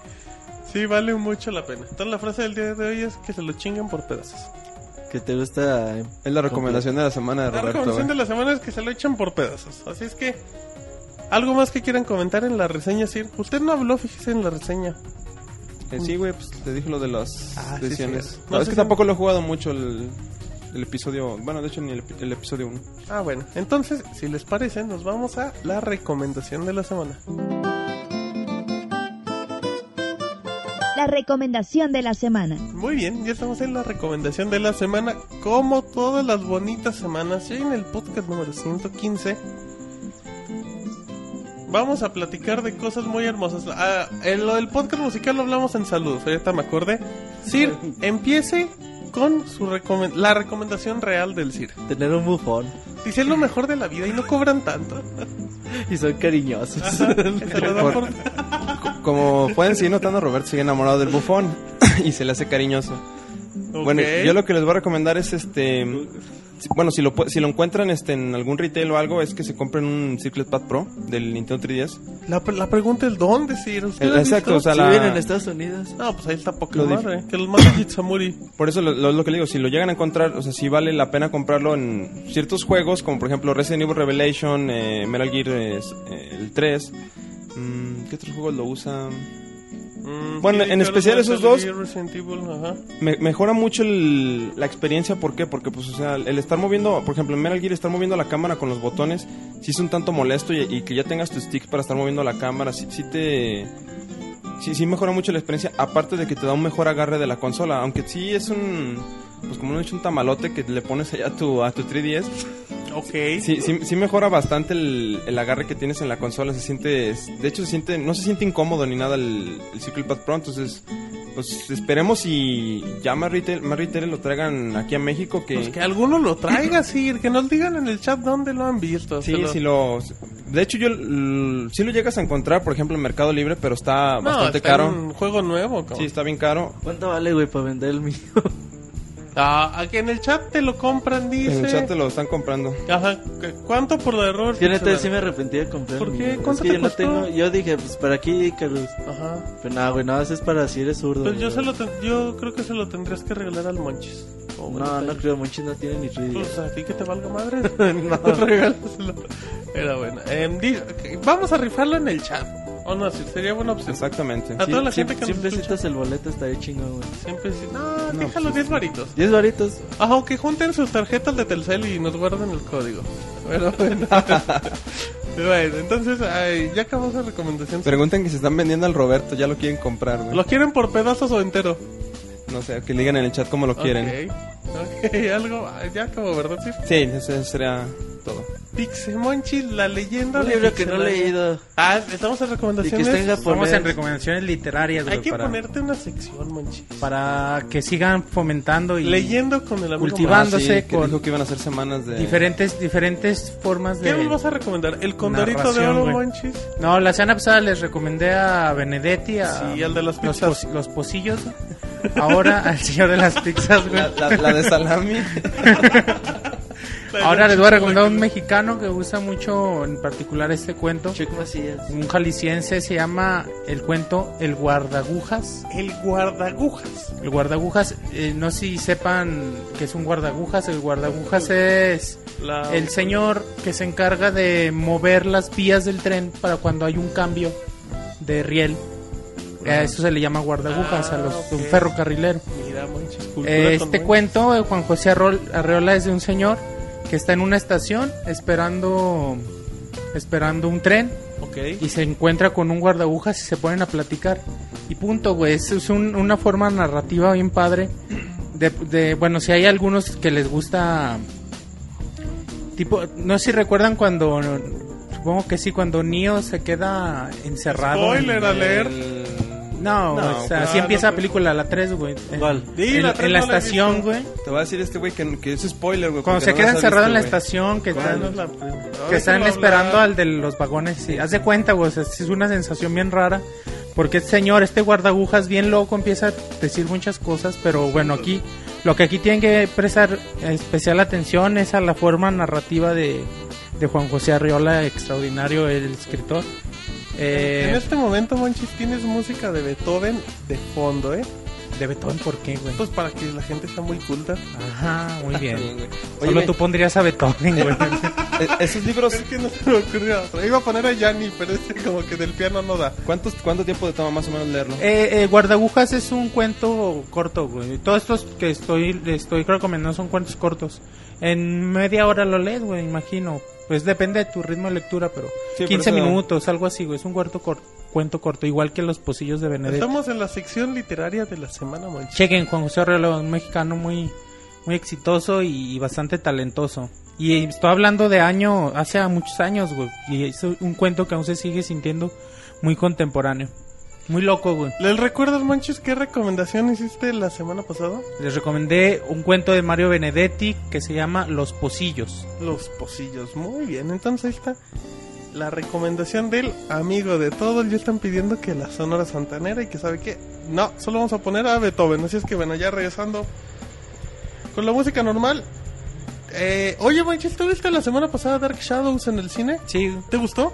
B: Sí, vale mucho la pena. Entonces, la frase del día de hoy es que se lo chingan por pedazos. Ah.
E: Que te gusta. eh,
C: Es la recomendación de la semana de
B: La
C: Roberto.
B: recomendación de
C: güey.
B: la semana es que se lo echan por pedazos. Así es que. ¿Algo más que quieran comentar en la reseña, Sir? Usted no habló, fíjese en la reseña.
C: Eh, sí, güey, pues te dije lo de las
B: Ah, sí,
C: decisiones.
B: sí.
C: No,
B: No
C: es
B: sé si-
C: que tampoco lo he jugado mucho el, el episodio. Bueno, de hecho, ni el, epi- el episodio 1.
B: Ah, bueno. Entonces, si les parece, nos vamos a la recomendación de la semana.
A: La recomendación de la semana.
B: Muy bien, ya estamos en la recomendación de la semana. Como todas las bonitas semanas, ya en el podcast número 115. Vamos a platicar de cosas muy hermosas. Ah, en lo del podcast musical lo hablamos en saludos, ahorita me acordé. Sir, empiece con su recomen- la recomendación real del Sir.
E: Tener un bufón.
B: Dice "Es lo mejor de la vida y no cobran tanto.
E: Y son cariñosos.
B: Se lo dan por-
C: Co- Como pueden seguir notando, Roberto sigue enamorado del bufón y se le hace cariñoso. Bueno,
B: Ok.
C: yo lo que les voy a recomendar es este. si- Bueno, si lo, pu- si lo encuentran este, en algún retail o algo, es que se compren un Circlet Pad Pro del Nintendo 3DS.
B: la, la pregunta es ¿dónde, Sir? ¿Usted
C: El-
B: ha
C: exacto,
B: visto?
C: o sea,
E: Si
C: la-
E: viven en Estados Unidos.
B: No, pues ahí está Pokémon,
C: dif-
B: eh, que los manda Jitsamuri.
C: Por eso lo, lo- lo que le digo, si lo llegan a encontrar, o sea, si vale la pena comprarlo en ciertos juegos, como por ejemplo Resident Evil Revelation, eh, Metal Gear eh, s- eh, el 3. mm, ¿Qué otros juegos lo usan?
B: Mm,
C: Bueno, en
B: yo
C: especial
B: los de
C: esos dos.
B: Resident Evil, ajá.
C: Me- mejora mucho el- la experiencia, ¿por qué? Porque, pues, o sea, el estar moviendo, por ejemplo, en Metal Gear, estar moviendo la cámara con los botones, sí es un tanto molesto y, y que ya tengas tu stick para estar moviendo la cámara, sí, sí te. Sí, sí mejora mucho la experiencia, aparte de que te da un mejor agarre de la consola, aunque sí es un. Pues como no he hecho un tamalote que le pones allá a tu, a tu 3DS,
B: Ok.
C: sí, sí, sí mejora bastante el, el agarre que tienes en la consola. Se siente, es- de hecho, se siente, no se siente incómodo ni nada el, el Circle Pad Pro. Entonces, pues esperemos y ya más retail, más retail lo traigan aquí a México. Que,
B: Pues que alguno lo traiga, Sir. Que nos digan en el chat dónde lo han visto.
C: sí,
B: se lo-
C: sí lo. De hecho, yo l- sí lo llegas a encontrar, por ejemplo, en Mercado Libre, pero está
B: No,
C: bastante
B: está
C: caro.
B: Un juego nuevo, cabrón.
C: Sí, está bien caro.
E: ¿Cuánto vale, güey, para vender el mío?
B: Ah, aquí en el chat te lo compran, dice.
C: En el chat te lo están comprando.
B: Ajá. ¿cu- ¿Cuánto por la error?
E: Yo neta sí me arrepentí de comprar
B: ¿Por
E: el
B: qué?
E: mío. güey.
B: ¿Cuánto
E: es que
B: te
E: yo no
B: costó?
E: tengo. Yo dije, pues para aquí, Carlos.
B: Ajá.
E: Pero nada, güey, nada, eso es para si eres zurdo.
B: Pues yo,
E: güey.
B: se lo ten- yo creo que se lo tendrías que regalar al Monchis. O
E: No,
B: bueno,
E: no creo, muchos no tienen ni ridículo.
B: Pues a ti que te valga madre. no. Regálaselo. Era bueno. Em, di- ok, vamos a rifarlo en el chat. O no, Sir, sería buena opción.
C: Exactamente.
B: A toda la gente
E: siempre,
B: que nos
E: siempre
B: escucha.
E: citas el boleto, estaría chingón, güey.
B: Siempre sí. No, déjalo 10 varitos.
E: 10 varitos.
B: Ajá, o que junten sus tarjetas de Telcel y nos guarden el código. Pero bueno. bueno, entonces ay, ya acabó esa recomendación.
C: Preguntan que se están vendiendo al Roberto, ya lo quieren comprar, güey.
B: ¿Lo quieren por pedazos o entero?
C: No sé, que le digan en el chat cómo lo quieren.
B: Ok, ok, algo. ay, Ya acabó, ¿verdad? Sí.
C: Sí, eso sería todo.
B: Pixemonchi, la leyenda.
E: Un
B: de
E: libro que no he
B: Pixelania.
E: leído.
B: Ah, estamos en
E: Y que
B: recomendaciones.
E: está en
F: Vamos en
E: japonés.
F: recomendaciones literarias, güey,
B: Hay que
F: para,
B: ponerte una sección, Monchi.
F: para que sigan fomentando y
B: Leyendo con el amigo.
F: Cultiva- Activándose
C: Ah, sí, que
F: con-
C: dijo que iban a hacer semanas de
F: diferentes diferentes formas
B: ¿Qué
F: de
B: nos vas a recomendar? ¿El Condorito de
F: Narración,
B: Oro,
F: güey.
B: Monchis?
F: No, la semana pasada les recomendé a Benedetti, a
B: Sí, al de las
F: los,
B: pizzas.
F: pos- los pocillos. Ahora al señor de las pizzas, güey.
C: la, la- la de salami.
F: Ahora les voy a recomendar a un mexicano que usa mucho, en particular este cuento.
E: Chuck Macías.
F: Un jalisciense se llama el cuento El Guardagujas.
B: El guardagujas.
F: El guardagujas, eh, no sé si sepan que es un guardagujas. El guardagujas es
B: La-
F: el señor que se encarga de mover las vías del tren para cuando hay un cambio de riel. A eso se le llama guardagujas,
B: Ah,
F: a los de un
B: ok.
F: ferrocarrilero.
B: Mira, Monchis, cultura
F: Eh,
B: con
F: este
B: Monchis.
F: cuento de Juan José Arrol- Arreola es de un señor que está en una estación esperando esperando un tren
B: Ok.
F: y se encuentra con un guardagujas y se ponen a platicar. Y punto, güey. Es, es un- una forma narrativa bien padre. De, de- bueno, si hay algunos que les gusta. Tipo, no sé si recuerdan cuando. Supongo que sí, cuando Neo se queda encerrado.
B: Spoiler
F: en-
B: alert.
C: El-
F: No,
C: No,
F: o sea,
C: claro,
F: así empieza
B: pues.
F: la película, la 3, güey. En-
E: ¿Cuál?
B: Sí,
F: en,
B: la
F: en
B: tres
F: la
B: no la he
F: estación,
B: visto.
F: güey.
C: Te va a decir este güey que, que es spoiler, güey.
F: Cuando
C: porque
F: se
C: no
F: queda
C: las has
F: encerrado en la
C: visto, güey.
F: estación, que
B: ¿Cuál
F: están,
B: es la primera?
F: que
B: Ahorita
F: están
B: va a
F: esperando
B: hablar.
F: al de los vagones. Sí. Haz de cuenta, güey, o sea, es una sensación bien rara.
B: pues.
F: Porque este señor, este guardagujas bien loco, empieza a decir muchas cosas, pero bueno, aquí Lo que aquí tienen que prestar especial atención es a la forma narrativa de, de Juan José Arriola, extraordinario el escritor. Eh,
B: En este momento, Monchis, tienes música de Beethoven de fondo, ¿eh?
F: De Beethoven, ¿por qué, güey?
B: Pues para que la gente sea muy culta.
F: Ajá, muy bien.
C: güey. Oye,
F: Solo
C: güey,
F: tú pondrías a Beethoven, güey.
C: eh, esos libros,
B: Es que no se me ocurrió otra. Iba a poner a Yanni, pero este como que del piano no da.
C: ¿cuántos, ¿cuánto tiempo te toma más o menos leerlo?
F: Eh, eh, Guardagujas es un cuento corto, güey. Todos estos que estoy, estoy recomendando son cuentos cortos. En media hora lo lees, güey, imagino. Pues depende de tu ritmo de lectura, pero
C: Sí, por
F: 15
C: eso-
F: minutos, algo así, güey. Es un cuarto cor- cuento corto, igual que Los Pocillos de Benedetto.
B: Estamos en la sección literaria de la semana, Monchis.
F: Chequen, Juan José Arreola, un mexicano muy, muy exitoso y bastante talentoso. Y estoy hablando de año, hace muchos años, güey. Y es un cuento que aún se sigue sintiendo muy contemporáneo. Muy loco, güey.
B: ¿Les recuerdas, Monchis, qué recomendación hiciste la semana pasada?
F: Les recomendé un cuento de Mario Benedetti que se llama Los Pocillos.
B: Los pocillos. Muy bien, entonces ahí está la recomendación del amigo de todos. Ya están pidiendo que la Sonora Santanera y que sabe qué. No, solo vamos a poner a Beethoven. Así es que bueno, ya regresando con la música normal. Eh, oye, Manches, ¿tú viste la semana pasada Dark Shadows en el cine?
F: Sí. Ah,
B: ¿Te gustó?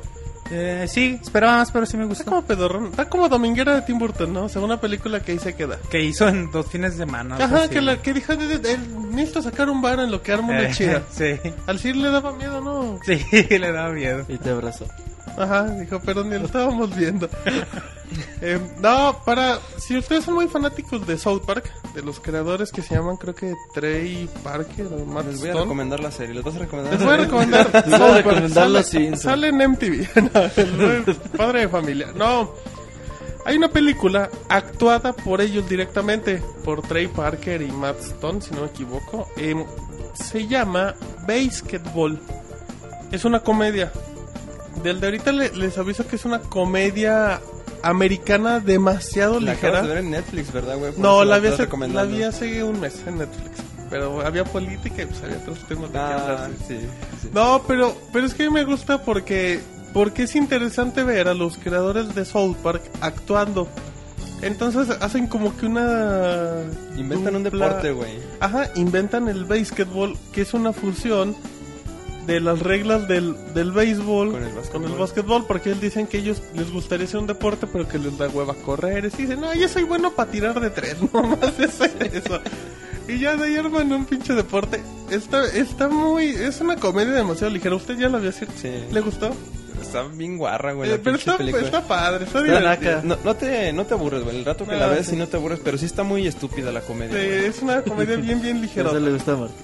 F: Eh, sí, esperaba más, pero sí me
B: Está
F: gustó.
B: como pedorrón. Está como Dominguera de Tim Burton, ¿no? O sea, una película que ahí se queda.
F: Que hizo en dos fines de semana. algo
B: Ajá,
F: así.
B: que, la, que dijo, "Eh, eh, necesito sacar un bar en lo que armo una
F: Eh,
B: chida.
F: Sí,
B: Al Sir le daba miedo, ¿no?
F: sí, le daba miedo.
E: Y te abrazo.
B: Ajá, dijo, pero ni lo estábamos viendo. Em, no, para. Si ustedes son muy fanáticos de South Park, de los creadores que se llaman, creo que Trey Parker o Matt
C: Les voy a
B: Stone,
C: recomendar la serie. ¿Les vas a recomendar?
B: Les voy a recomendar.
E: Les voy a
B: South Park.
E: recomendar
B: Sale-
E: Los Simpsons.
B: Sale en MTV. No, el padre de familia. No. Hay una película actuada por ellos directamente, por Trey Parker y Matt Stone, si no me equivoco. Em, se llama Basketball. Es una comedia. Del de ahorita le- les aviso que es una comedia americana demasiado
C: La
B: ligera.
C: acabas de ver en Netflix, ¿verdad, güey? Por
B: No,
C: eso
B: la vi,
C: estás
B: hace, la
C: recomendando.
B: vi hace un mes en Netflix. Pero había política y pues había otros temas de que
C: Ah,
B: hablar.
C: sí, sí.
B: No, pero, pero es que a mí me gusta porque, porque es interesante ver a los creadores de South Park actuando. Entonces hacen como que una...
C: Inventan un
B: dupla-
C: deporte, güey.
B: Ajá, inventan el basquetbol, que es una fusión de las reglas del, del béisbol
C: Con el básquetbol.
B: básquetbol, porque ellos dicen que ellos les gustaría hacer un deporte, pero que les da hueva correr. Y dicen, no, yo soy bueno para tirar de tres, nomás de hacer eso. y ya de ahí arman un pinche deporte. Está, está muy. Es una comedia demasiado ligera. ¿Usted ya la vio decir?
C: Sí.
B: ¿Le gustó?
C: Está bien guarra, güey. la
B: Eh, pero
C: pinche
B: está,
C: película.
B: está padre, está
C: Está-
B: divertida.
C: no, no te, no te aburres, güey. El rato que
B: No,
C: la ves
B: Ah, sí.
C: sí no te aburres, pero sí está muy estúpida la comedia.
B: Sí,
C: güey.
B: es una comedia bien, bien ligera.
E: Eso le gusta a Martín.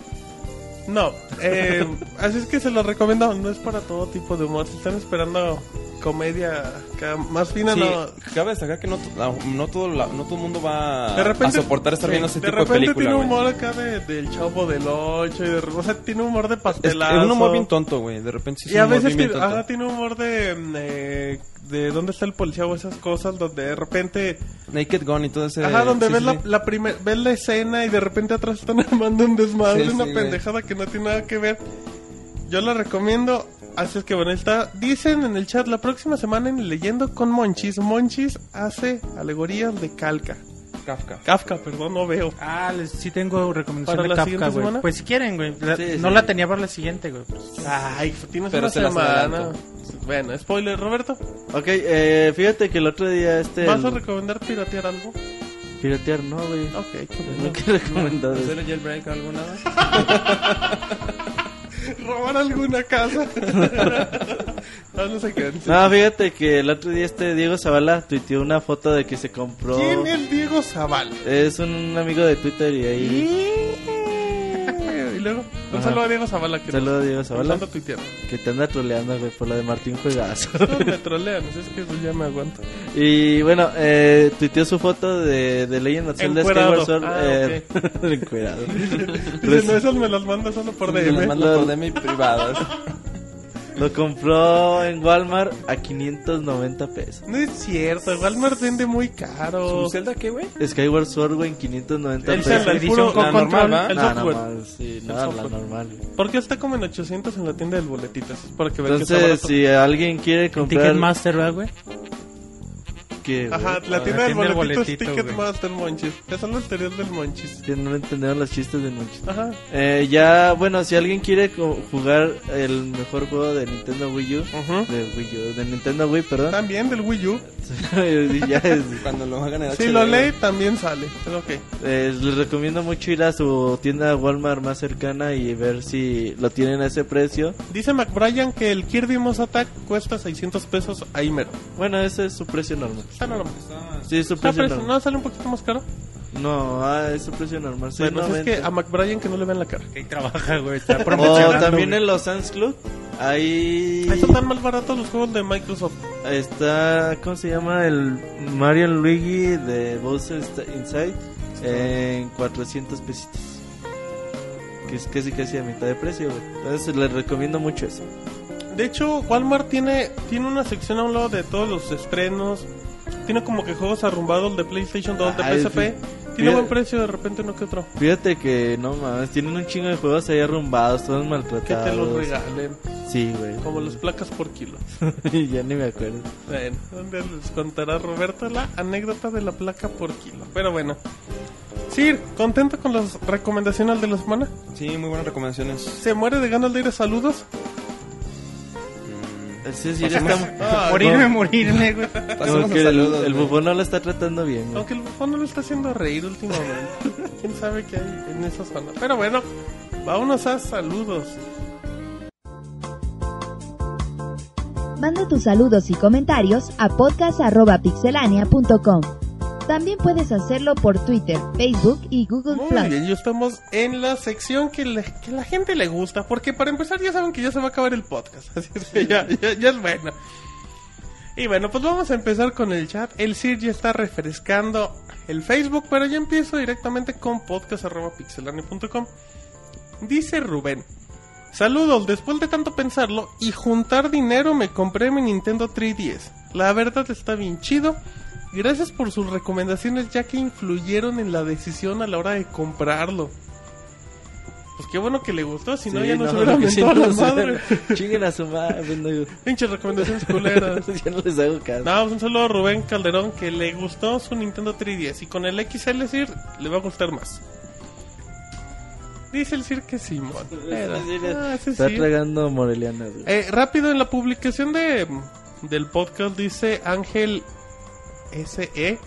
B: No, eh, así es que se lo recomiendo. No es para todo tipo de humor. Si están esperando comedia acá más fina,
C: Sí,
B: no.
C: cabe destacar que no, to- no, no todo la- no todo el mundo va
B: De repente,
C: a soportar estar
B: sí,
C: viendo ese
B: de
C: tipo de
B: repente
C: película.
B: tiene
C: güey.
B: humor acá de, del chavo del 8 y de, o sea, tiene humor de
C: Es, es
B: pastelazo.
C: un humor bien tonto, güey. De repente sí es
B: Y a
C: un humor
B: veces
C: bien
B: tiene,
C: tonto.
B: ajá, tiene humor de mm, eh, de dónde está el policía o esas cosas donde de repente
C: Naked Gun y todo ese.
B: ajá donde
C: Este, sí,
B: ves
C: sí,
B: la,
C: sí.
B: la primer- ves la escena y de repente atrás están armando un desmadre
C: Sí,
B: una
C: sí, güey.
B: pendejada que no tiene nada que ver yo la recomiendo así es que bueno ahí está dicen en el chat la próxima semana en leyendo con Monchis Monchis hace alegorías de calca
C: Kafka.
B: Kafka perdón no veo
F: Ah, les- sí tengo recomendación
B: ¿Para
F: de
B: la
F: Kafka,
B: siguiente
F: güey.
B: semana?
F: Pues si quieren, güey. La-
C: Sí,
F: no
C: sí.
F: la tenía para la siguiente, güey.
B: Ay, pues, tienes
C: Pero
B: una
C: se las
B: semana.
C: adelanto.
B: Bueno, spoiler, Roberto.
E: Ok, eh, fíjate que el otro día este...
B: ¿Vas a
E: el-
B: recomendar piratear algo?
E: Piratear, no, güey.
B: Ok, qué
E: No,
B: bueno.
E: que recomendar eso.
C: ¿Hacerle jailbreak o algo nada?
B: Robar alguna casa. no, no sé qué.
E: No, fíjate que el otro día este Diego Zavala tuiteó una foto de que se compró...
B: ¿Quién es Diego Zaval?
E: Es un amigo de Twitter y ahí...
B: y luego, un
E: Ajá.
B: saludo a Diego Zavala. Que
E: Saludos
B: nos-
E: Diego Zavala.
B: nos anda tuiteando.
E: Que te anda troleando, güey, por la de Martín Juegazo.
B: Todos me trolean, es que pues, ya me aguanto.
E: Y bueno, eh, tuiteó su foto de, de Legend of Zelda
B: Encuerado.
E: Skyward Sword.
B: Ah,
E: eh, encuerado.
B: Dice, no, esas me las manda solo por
C: Me las
B: DM.
C: manda por DM privadas.
E: Lo compró en Walmart a 590 pesos.
B: No es cierto, Walmart vende muy caro.
C: ¿Su Zelda qué, güey?
E: Skyward Sword, güey, en 590
B: El
E: pesos.
B: Zelda, el puro
C: La
B: con
C: normal,
B: control,
C: ¿va?
B: el
E: Nah,
B: software.
E: no mames, sí, no,
B: El
E: la
B: software.
E: normal.
B: Porque está como en 800 en la tienda del boletito. Eso es para que vean que está
E: Entonces,
B: barato.
E: si alguien quiere comprar.
G: Ticketmaster, ¿verdad, güey?
E: que
B: Ajá,
E: güey.
B: la tienda del
F: tienda del
B: boletito es
F: boletito, güey.
B: Ticketmaster Monchis. Esas son las teorías del Monchis.
E: que no le entendieron los chistes de noche.
B: Ajá.
E: Eh, ya, bueno, si alguien quiere co- jugar el mejor juego de Nintendo Wii U,
B: Ujú.
E: de Wii U, de Nintendo Wii, perdón,
B: También del Wii U.
E: ya es-
C: Cuando lo hagan en
B: Si
C: HD,
B: lo
C: güey.
B: leí, también sale. Pero ok.
E: eh, les recomiendo mucho ir a su tienda Walmart más cercana y ver si lo tienen a ese precio.
B: Dice McBrien que el Kirby Moss Attack cuesta 600 pesos ahí mero.
E: Bueno, ese es su precio normal.
B: Está normal.
E: Sí, es su
B: Está
E: precio
B: preso-
E: normal.
B: ¿No sale un poquito más caro?
E: No, ah, es su precio normal.
B: bueno, pues es
E: 6.90.
B: que a McBrien que no le vean la cara.
F: Ahí trabaja, güey. Está
E: O
F: promocionando.
E: también
F: güey.
E: en los Sans Club, ahí
B: Ahí están tan más baratos los juegos de Microsoft.
E: está, ¿cómo se llama? El Mario Luigi de Bowser Sta- Inside en 400 pesitos. Que es casi casi a mitad de precio, güey. Entonces les recomiendo mucho eso.
B: De hecho, Walmart tiene, tiene una sección a un lado de todos los estrenos. Tiene como que juegos arrumbados de PlayStation 2, de
E: Ah, es
B: PSP.
E: que-
B: Tiene
E: mira-
B: buen precio de repente uno que otro.
E: Fíjate que no mames, tienen un chingo de juegos ahí arrumbados, todos
B: Que
E: maltratados.
B: te los regalen.
E: Sí, güey.
B: Como las placas por kilo.
E: ya ni me acuerdo.
B: Bueno, donde les contará Roberto la anécdota de la placa por kilo. Pero bueno. Sir, ¿contento con las recomendaciones de la semana?
C: Sí, muy buenas recomendaciones.
B: ¿Se muere de ganas de ir a saludos?
E: Sí, sí, ya estamos-
B: Ah,
F: Morirme, morirme, güey.
E: Como
C: Pasemos a
E: que el,
C: saludos,
E: el
C: güey.
E: bufón no lo está tratando bien, güey.
B: Ah, Aunque el bufón no lo está haciendo reír últimamente. ¿Quién sabe qué hay en esa zona? Pero bueno, vámonos a saludos.
A: Manda tus saludos y comentarios a podcast.pixelania.com. También puedes hacerlo por Twitter, Facebook y Google
B: Muy
A: Plus.
B: bien, ya estamos en la sección que, le- que la gente le gusta. Porque para empezar ya saben que ya se va a acabar el podcast. Así es que ya, ya- ya es bueno. Y bueno, pues vamos a empezar con el chat. El Sir ya está refrescando el Facebook, pero yo empiezo directamente con podcast.pixelania.com. Dice Rubén. Saludos, después de tanto pensarlo y juntar dinero me compré mi Nintendo 3DS. La verdad está bien chido. Gracias por sus recomendaciones ya que influyeron en la decisión a la hora de comprarlo. Pues qué bueno que le gustó, si no
E: Sí,
B: ya no, se
E: lo
B: hubiera
E: que sí
B: mentado la
E: nos
B: madre.
E: hubieran- Chinguen a su madre, pendejo.
B: Pinches recomendaciones culeras.
E: ya no les hago caso.
B: No, pues un saludo a Rubén Calderón que le gustó su Nintendo 3DS y con el XL Sir le va a gustar más. Dice el Sir que Simón. Pero- ah, ese
E: Está
B: Sir.
E: tragando morelianas, güey.
B: Eh, rápido, en la publicación de, del podcast dice Ángel SE.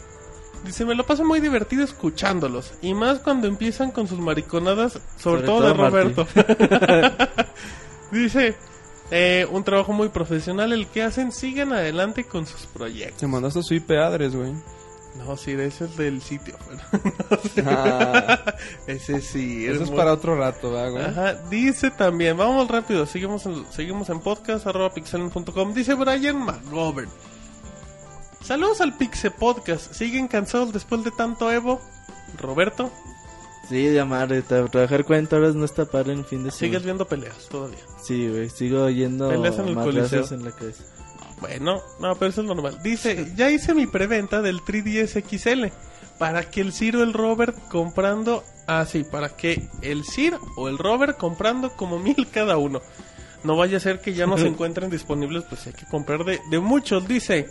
B: Dice, me lo paso muy divertido escuchándolos. Y más cuando empiezan con sus mariconadas, sobre,
E: Sobre
B: todo,
E: todo
B: de
E: Martín.
B: Roberto. dice, eh, un trabajo muy profesional el que hacen. Sigan adelante con sus proyectos.
C: Te mandaste su IP address, güey.
B: No, sí, ese es del sitio. pero no sé.
C: Ah,
B: Ese sí.
C: eso es
B: muy-
C: para otro rato, ¿verdad, güey?
B: Ajá, dice también, vamos rápido, seguimos en, seguimos en podcast, arroba pixel.com, dice Brian McGovern. Saludos al Pixe Podcast, ¿siguen cansados después de tanto Evo? Roberto,
E: Sí, de amar, de tra- trabajar 40 horas no está padre en fin de
B: sigues
E: semana.
B: viendo peleas todavía.
E: Sí, güey, sigo oyendo
B: Peleas en el
E: madrazos
B: Coliseo.
E: en la cabeza.
B: Bueno, no, pero eso es lo normal. Dice, ya hice mi preventa del 3DS XL para que el Ciro el Robert comprando, ah sí, para que el Ciro o el Robert comprando como mil cada uno. No vaya a ser que ya no se encuentren disponibles, pues hay que comprar de, de muchos. Dice,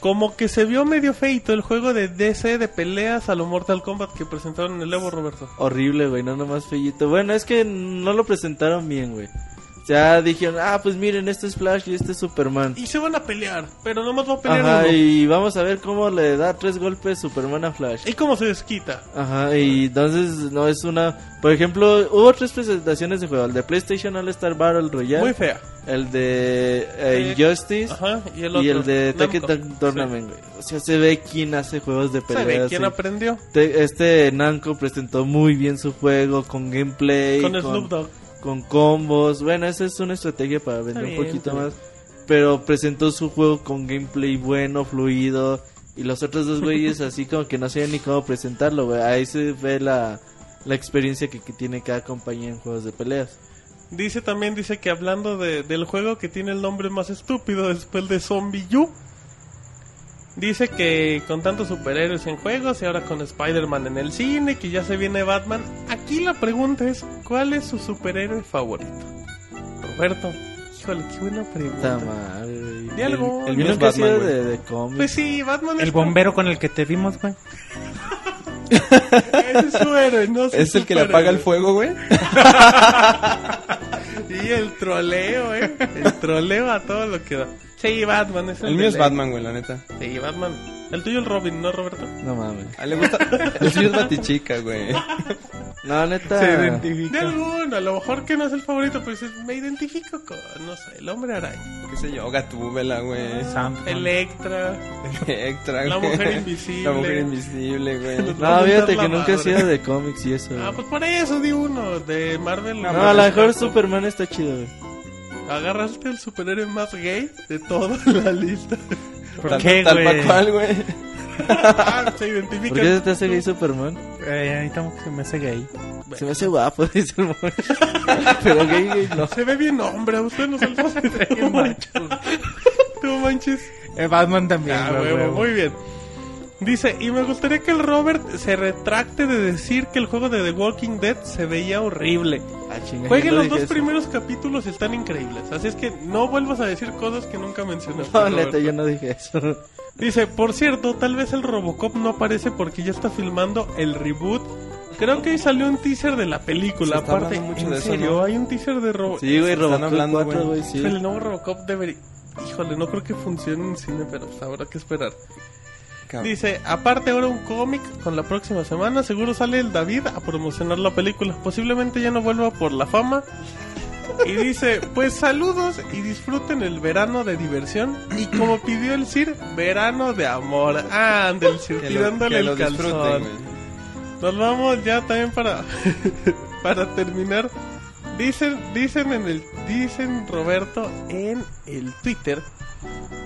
B: como que se vio medio feito el juego de DC de peleas a lo Mortal Kombat que presentaron en el Evo, Roberto.
E: Horrible, güey, no nomás fellito. Bueno, es que no lo presentaron bien, güey. Ya dijeron, ah, pues miren, este es Flash y este es Superman.
B: Y se van a pelear, pero nomás va a pelear
E: Ajá,
B: uno. Y...
E: y vamos a ver cómo le da tres golpes Superman a Flash.
B: cómo se desquita.
E: Ajá, y entonces no es una... Por ejemplo, hubo tres presentaciones de juego. El de PlayStation All Star Battle Royale.
B: Muy fea.
E: El de eh,
B: Sí.
E: Injustice
B: Ajá, y el otro.
E: y el de
B: Namco.
E: Tekken Tournament, güey. O sea, se ve quién hace juegos de
B: Sí. ¿Sabe
E: peleas.
B: quién
E: sí.
B: aprendió?
E: Te- Este Namco presentó muy bien su juego con gameplay,
B: Con Snoop Dogg.
E: con combos. Bueno, esa es una estrategia para vender
B: bien,
E: un poquito
B: está bien.
E: más. Pero presentó su juego con gameplay bueno, fluido. Y los otros dos güeyes así como que no sabían ni cómo presentarlo, güey. Ahí se ve la, la experiencia que, que tiene cada compañía en juegos de peleas.
B: Dice también, dice que hablando de- del juego que tiene el nombre más estúpido después de Zombie U. Dice que con tantos superhéroes en juegos y ahora con Spider-Man en el cine, que ya se viene Batman. Aquí la pregunta es, ¿cuál es su superhéroe favorito? Roberto, híjole, qué buena
E: Está
B: pregunta.
E: mal, güey.
B: Diálogo.
E: El
C: mío
E: mío
C: es
E: que ha sido
C: Batman, güey.
E: de, de cómics.
B: Pues sí, Batman
G: El
B: es, como-
G: bombero con el que te vimos, güey.
B: ese es su héroe, no su
C: Es el que le apaga el fuego, güey.
B: superhéroe. Y el troleo, eh. El troleo a todo lo que da. Sí, Batman es el
C: El mío
B: de
C: es
B: ley.
C: Batman, güey, la neta.
B: Sí, Batman. El tuyo el Robin, ¿no, Roberto?
E: No mames.
C: A él le gusta. El suyo es Batichica, güey.
E: No,
F: Se
E: neta.
B: De
F: identifica.
B: alguno, a lo mejor que no es el favorito, pues es- me identifico con, no sé, el hombre araña,
C: ¿Qué sé yo? Gatúbela, güey.
E: Ah.
B: Electra.
C: Electra,
B: La
C: güey.
B: mujer invisible.
C: La mujer invisible, güey.
E: No, fíjate que
B: Lavadora.
E: nunca he sido de cómics y eso.
B: Ah,
E: güey.
B: pues por eso di uno, de Marvel.
E: No, a lo mejor Superman está chido, güey.
B: Agarraste el superhéroe más gay de toda la lista.
C: Tal-
G: ¿Por qué,
C: Tal pa'
G: güey?
C: cual, güey.
B: Ah, se identifica.
E: ¿Por qué se te hace gay Superman?
G: Eh, ahorita se me hace gay.
E: Se me hace guapo, dice el mono. Pero gay, gay, no.
B: Se ve bien hombre, usted no se lo Tú manches. Tú manches.
F: El Batman también.
B: Ah,
F: güey,
B: huevo,
F: huevo.
B: muy bien. Dice, y me gustaría que el Robert se retracte de decir que el juego de The Walking Dead se veía horrible.
E: Ah, chinga, yo
B: Jueguen
E: no
B: los
E: dije
B: dos
E: eso.
B: primeros capítulos, están increíbles. Así es que no vuelvas a decir cosas que nunca mencionaste.
E: No, neta,
B: Roberto.
E: yo no dije eso.
B: Dice, por cierto, tal vez el Robocop no aparece porque ya está filmando el reboot. Creo que hoy salió un teaser de la película.
C: Se está
B: Aparte,
C: hablando mucho
B: ¿en
C: de eso,
B: serio?
C: ¿no?
B: Hay un teaser de Robocop.
E: Sí, güey, Robocop
C: hablando,
E: 4,
C: güey.
E: güey, sí.
B: El nuevo Robocop debería... Híjole, no creo que funcione en cine, pero pues habrá que esperar.
C: Cabrón.
B: Dice, aparte ahora un cómic con la próxima semana, seguro sale el David a promocionar la película, posiblemente ya no vuelva por la fama. Y dice, pues saludos y disfruten el verano de diversión y como pidió el Sir, verano de amor. Ah, del Sir
C: Que lo-
B: tirándole
C: que lo
B: el calzón.
C: disfruten, güey.
B: Nos vamos ya también para para terminar. Dicen, dicen en el, dicen Roberto en el Twitter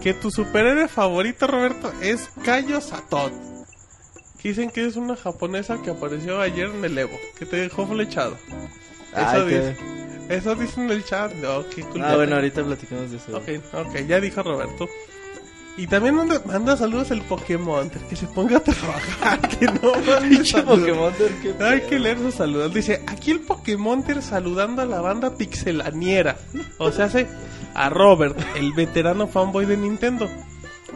B: que tu superhéroe favorito Roberto es Kayo Satot. Que Dicen que es una japonesa que apareció ayer en el Evo, que te dejó flechado.
E: Ay,
B: Eso
E: qué-
B: dice, eso dice en el chat. No, qué culpa.
E: Ah, bueno, ahorita platicamos de eso.
B: Ok, ok, ya dijo Roberto. Y también manda, manda saludos el Pokémon, que se ponga a trabajar, que no mande
E: Pinche
B: saludos.
E: Pokémon, ¿qué pedo?
B: Hay que leer sus saludos. Dice, aquí el Pokémonter saludando a la banda pixelaniera. O sea, hace a Robert, el veterano fanboy de Nintendo.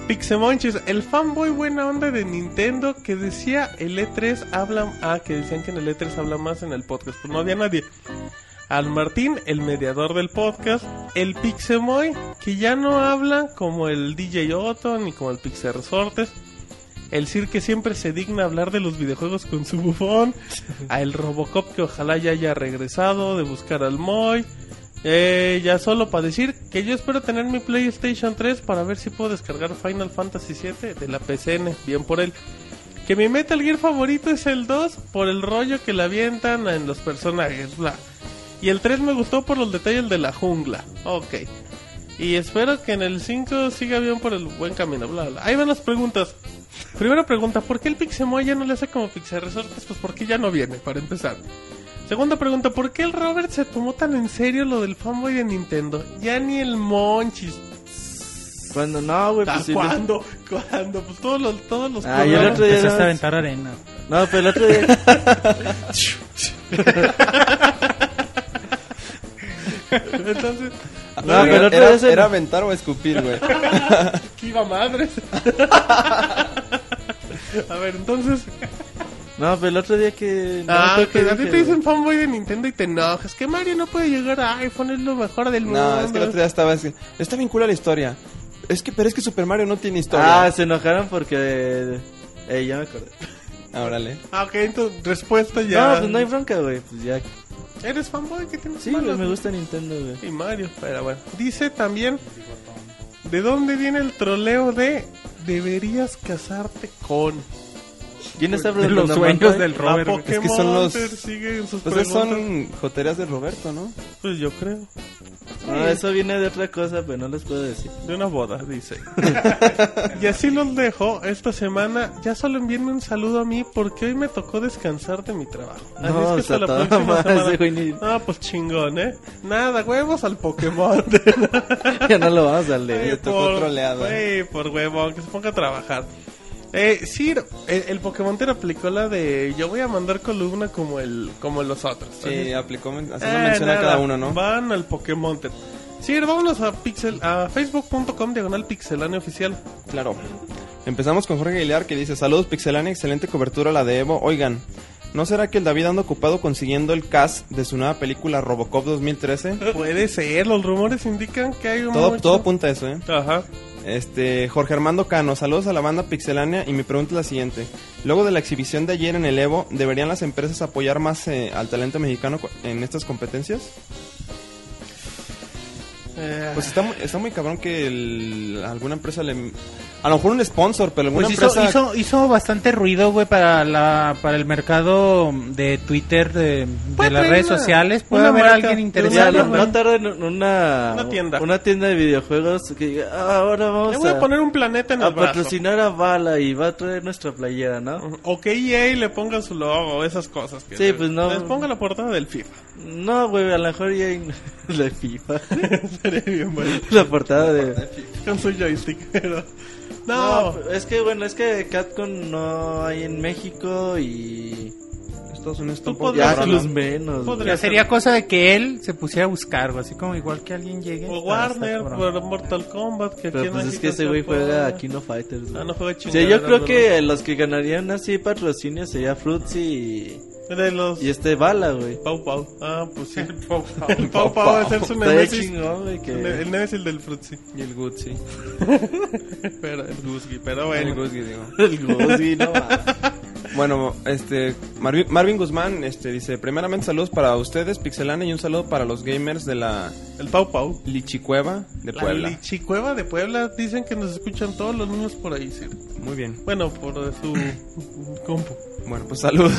B: Pixemonches, el fanboy buena onda de Nintendo que decía el E3 habla... Ah, que decían que en el E3 habla más en el podcast. Pues no había nadie. Al Martín, el mediador del podcast. El Pixemoy, que ya no habla como el DJ Otto ni como el Pixel Resortes. El Sir que siempre se digna hablar de los videojuegos con su bufón. A el Robocop que ojalá ya haya regresado de buscar al Moy. Eh, ya solo para decir que yo espero tener mi PlayStation 3 para ver si puedo descargar Final Fantasy VII de la PCN. Bien por él. Que mi Metal Gear favorito es el 2 por el rollo que le avientan en los personajes. bla. Y el 3 me gustó por los detalles de la jungla. Ok. Y espero que en el 5 siga bien por el buen camino. Bla, bla. Ahí van las preguntas. Primera pregunta, ¿por qué el Pixemoy ya no le hace como Pixel Resortes? Pues porque ya no viene, para empezar. Segunda pregunta, ¿por qué el Robert se tomó tan en serio lo del fanboy de Nintendo? Ya ni el Monchis.
E: Cuando no, güey,
B: ¿Ah,
E: pues sí,
B: ¿Cuándo? ¿Cuándo? Pues todos los, todos los
E: Ah, y el
B: programas-
E: otro día.
G: Empezaste a
E: No,
G: aventar arena.
E: no, pero el otro día.
B: Entonces,
E: No, pero
C: era,
E: otra
C: era-
E: vez el-
C: era aventar o escupir, güey.
B: ¿qué iba madres? A ver, entonces...
E: No, pero el otro día que. no
B: ah,
E: me acuerdo
B: que
E: qué
B: a ti
E: dije,
B: te dicen fanboy de Nintendo y te enojas. Que Mario no puede llegar a iPhone, es lo mejor del mundo.
C: No, es que el otro día estaba así. Está bien cool la historia. Es que, pero es que Super Mario no tiene
E: Ah,
C: historia.
E: se enojaron porque. Eh, ya me acordé.
C: Ah, órale.
B: Ah, ok, entonces, respuesta ya.
E: No, pues no hay bronca, güey. Pues ya.
B: ¿Eres fanboy? ¿Qué tienes
E: Sí,
B: malo?
E: güey, me gusta Nintendo, güey.
B: Y Mario, pero bueno. Dice también, ¿de dónde viene el troleo de deberías casarte con?
E: ¿Quién está
F: De
E: preguntando?
F: los sueños
E: Manfred?
F: del Robert.
B: La
F: güey.
B: Pokémon
C: que son los-
B: sigue en sus
E: pues,
C: Entonces
B: preguntas.
C: son joterías de Roberto, ¿no?
B: Pues yo creo.
E: No, Ah, eso viene de otra cosa, pero no les puedo decir.
B: De una boda, dice. y así los dejo esta semana. Ya solo envíenme un saludo a mí porque hoy me tocó descansar de mi trabajo. Así
E: No,
B: es que hasta
E: o sea,
B: la
E: toda
B: próxima
E: madre,
B: semana.
E: güey, ni-
B: Ah, pues chingón, ¿eh? Nada, huevos al Pokémon.
E: Ya no lo vamos a
B: Güey,
E: leer.
C: tocó troleado.
E: ¿eh?
B: güey, por huevón, que se ponga a trabajar. Eh, Sir, eh, el Pokémon te aplicó la de yo voy a mandar columna como el como los otros.
C: Sí, aplicó, men- haciendo
B: Eh,
C: mención a
B: nada,
C: cada uno, ¿no?
B: Van al Pokémon. Sí, vámonos a, pixel- a facebook.com diagonal pixelania oficial.
C: Claro. Empezamos con Jorge Aguilar que dice, saludos Pixelania, excelente cobertura la de Evo. Oigan, ¿no será que el David anda ocupado consiguiendo el cast de su nueva película Robocop 2013?
B: Puede ser, los rumores indican que hay un...
C: Todo,
B: mucho-
C: todo apunta a eso, ¿eh?
B: Ajá.
C: Este, Jorge Armando Cano, saludos a la banda Pixelania y mi pregunta es la siguiente. Luego de la exhibición de ayer en el Evo, ¿deberían las empresas apoyar más eh, al talento mexicano cu- en estas competencias?
B: Eh,
C: Pues está, mu- está muy cabrón que el- alguna empresa le... A lo mejor un sponsor, pero alguna
F: Pues hizo,
C: empresa...
F: hizo, hizo bastante ruido, güey, para, la, para el mercado de Twitter, de, de
B: Puede
F: las
B: traer
F: redes
B: una-
F: sociales. Puede
B: una
F: haber
B: marca
F: alguien
B: de un
E: Ya,
F: interesado.
E: no,
B: Exacto,
E: no
B: güey.
E: tarda en una,
B: Una tienda.
E: una tienda de videojuegos que diga, "Ah, ahora vamos
B: le voy a poner un planeta en
E: a
B: el brazo.
E: patrocinar a Bala y va a traer nuestra playera, ¿no?
B: Ujú. O que EA le ponga su logo, esas cosas. Que
E: Sí,
B: le-
E: pues no.
B: Les ponga la portada del FIFA.
E: No, güey, a lo mejor ya en la FIFA.
B: Sería bien bueno.
E: la portada de...
B: Con su joystick, pero... No,
E: No, es que bueno, es que Catcon no hay en México y...
C: Estados Unidos
B: Tú
C: tampoco,
B: podrías-
E: Ya
C: cabrón,
E: son
C: ¿no?
E: los menos. güey.
B: podría
F: Ya
B: ser.
F: sería cosa de que él se pusiera a buscar, güey, así como igual que alguien llegue.
B: O
F: Ah, está
B: Warner pues,
F: cabrón.
B: por Mortal Kombat. Que aquí
E: Pero
B: en
E: pues es
B: México
E: que ese
B: se
E: güey
B: puede.
E: juega a Kino Fighters, güey.
B: Ah, no juega
E: O
B: chingada.
E: sea, yo creo que los que ganarían así patrocinio sería Fruitsy y,
B: De los...
E: y este Bala, güey.
B: Pau Pau. Ah, pues sí.
D: El Pau Pau.
B: El Pau Pau va a ser su
E: Estaría
B: némesis.
E: chingón, güey, que-
B: El, el némesis del Fruitsy.
C: Y el Gucci.
B: Pero, el Guzgi, pero
C: El
B: bueno.
C: Gucci, digo.
E: El Guzzi, no
B: ah,
E: mames.
C: Bueno, este Marvin, Marvin Guzmán este, dice, primeramente saludos para ustedes, Pixelana, y un saludo para los gamers de la
B: El Pau Pau.
C: Lichicueva de
B: La
C: Puebla.
B: Lichicueva de Puebla. Dicen que nos escuchan todos los niños por ahí, sí.
C: Muy bien.
B: Bueno, por su compu.
C: Bueno, pues saludos.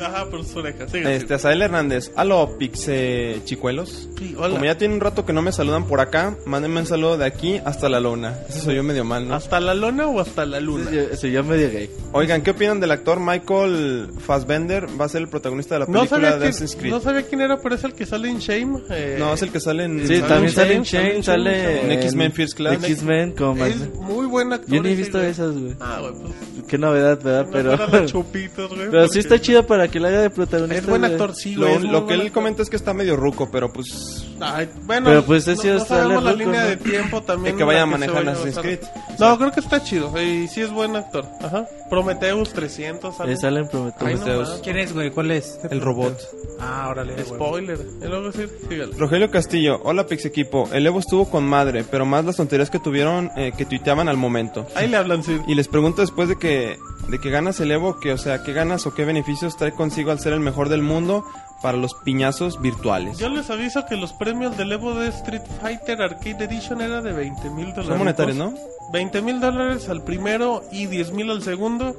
B: Ajá, por sus orejas. Sigue,
C: este, Azael Hernández, aló, Pixe Chicuelos.
B: sigue. Sí, hola.
C: Como ya tiene un rato que no me saludan por acá, mándenme un saludo de aquí hasta la lona. Eso soy yo medio mal, ¿no? eh,
B: ¿Hasta la lona o hasta la luna?
E: Se- Se yo medio gay.
C: Oigan, ¿qué opinan del actor Michael Fassbender? Va a ser el protagonista de la
B: No
C: película
B: sabía,
C: de
B: quién,
C: Assassin's Creed.
B: no sabía quién era, pero es el que sale en Shame. eh,
C: No, es el que sale en...
E: Sí,
B: sale
E: también
B: en
E: sale en
B: Shane,
E: Shane,
B: sale en
E: sale
C: En X-Men First Class.
B: ¿eh?
E: X-Men como
B: es muy buen actor.
E: Yo ni he
B: ese,
E: visto
B: güey.
E: esas, güey.
B: Ah, güey, pues.
E: Qué novedad, ¿verdad?
B: Pero.
E: Pero,
B: chupitos, güey.
E: pero sí está
B: porque-
E: chido para que la haga de protagonista.
B: Es buen
E: güey.
B: actor, sí,
C: este Lo,
B: güey. es muy
C: lo que
B: buen
C: él
B: actor.
C: comenta es que está medio ruco, pero pues...
B: Ay, bueno,
E: Pero, pues, ese
B: no, no
E: está
B: sabemos la
E: loco,
B: línea
E: ¿no?
B: de tiempo también.
C: De que vaya
B: en la
C: a
B: se
C: manejar
B: vaya a
C: Assassin's
B: basar.
C: Creed.
B: No, creo que está chido. Y sí es buen actor. Ajá. Prometheus 300. algo.
E: Eh, salen prometedores.
B: Ay, no mames.
F: ¿Quién es, güey? ¿Cuál es?
C: pues, El robot.
F: Ah, órale. güey.
B: Spoiler. Es lo que decir. Sígale.
C: Rogelio Castillo, hola Pix Equipo. El Evo estuvo con madre, pero más las tonterías que tuvieron eh, que tuiteaban al momento.
B: Ahí le hablan, Sir.
C: Y les pregunto después de que, de que ganas el Evo, que, o sea, ¿qué ganas o qué beneficios trae consigo al ser el mejor del mundo para los piñazos virtuales?
B: Yo les aviso que los premios del Evo de Street Fighter Arcade Edition era de 20 mil dólares.
C: Son monetarios, ¿no?
B: 20 mil dólares al primero y 10 mil al segundo.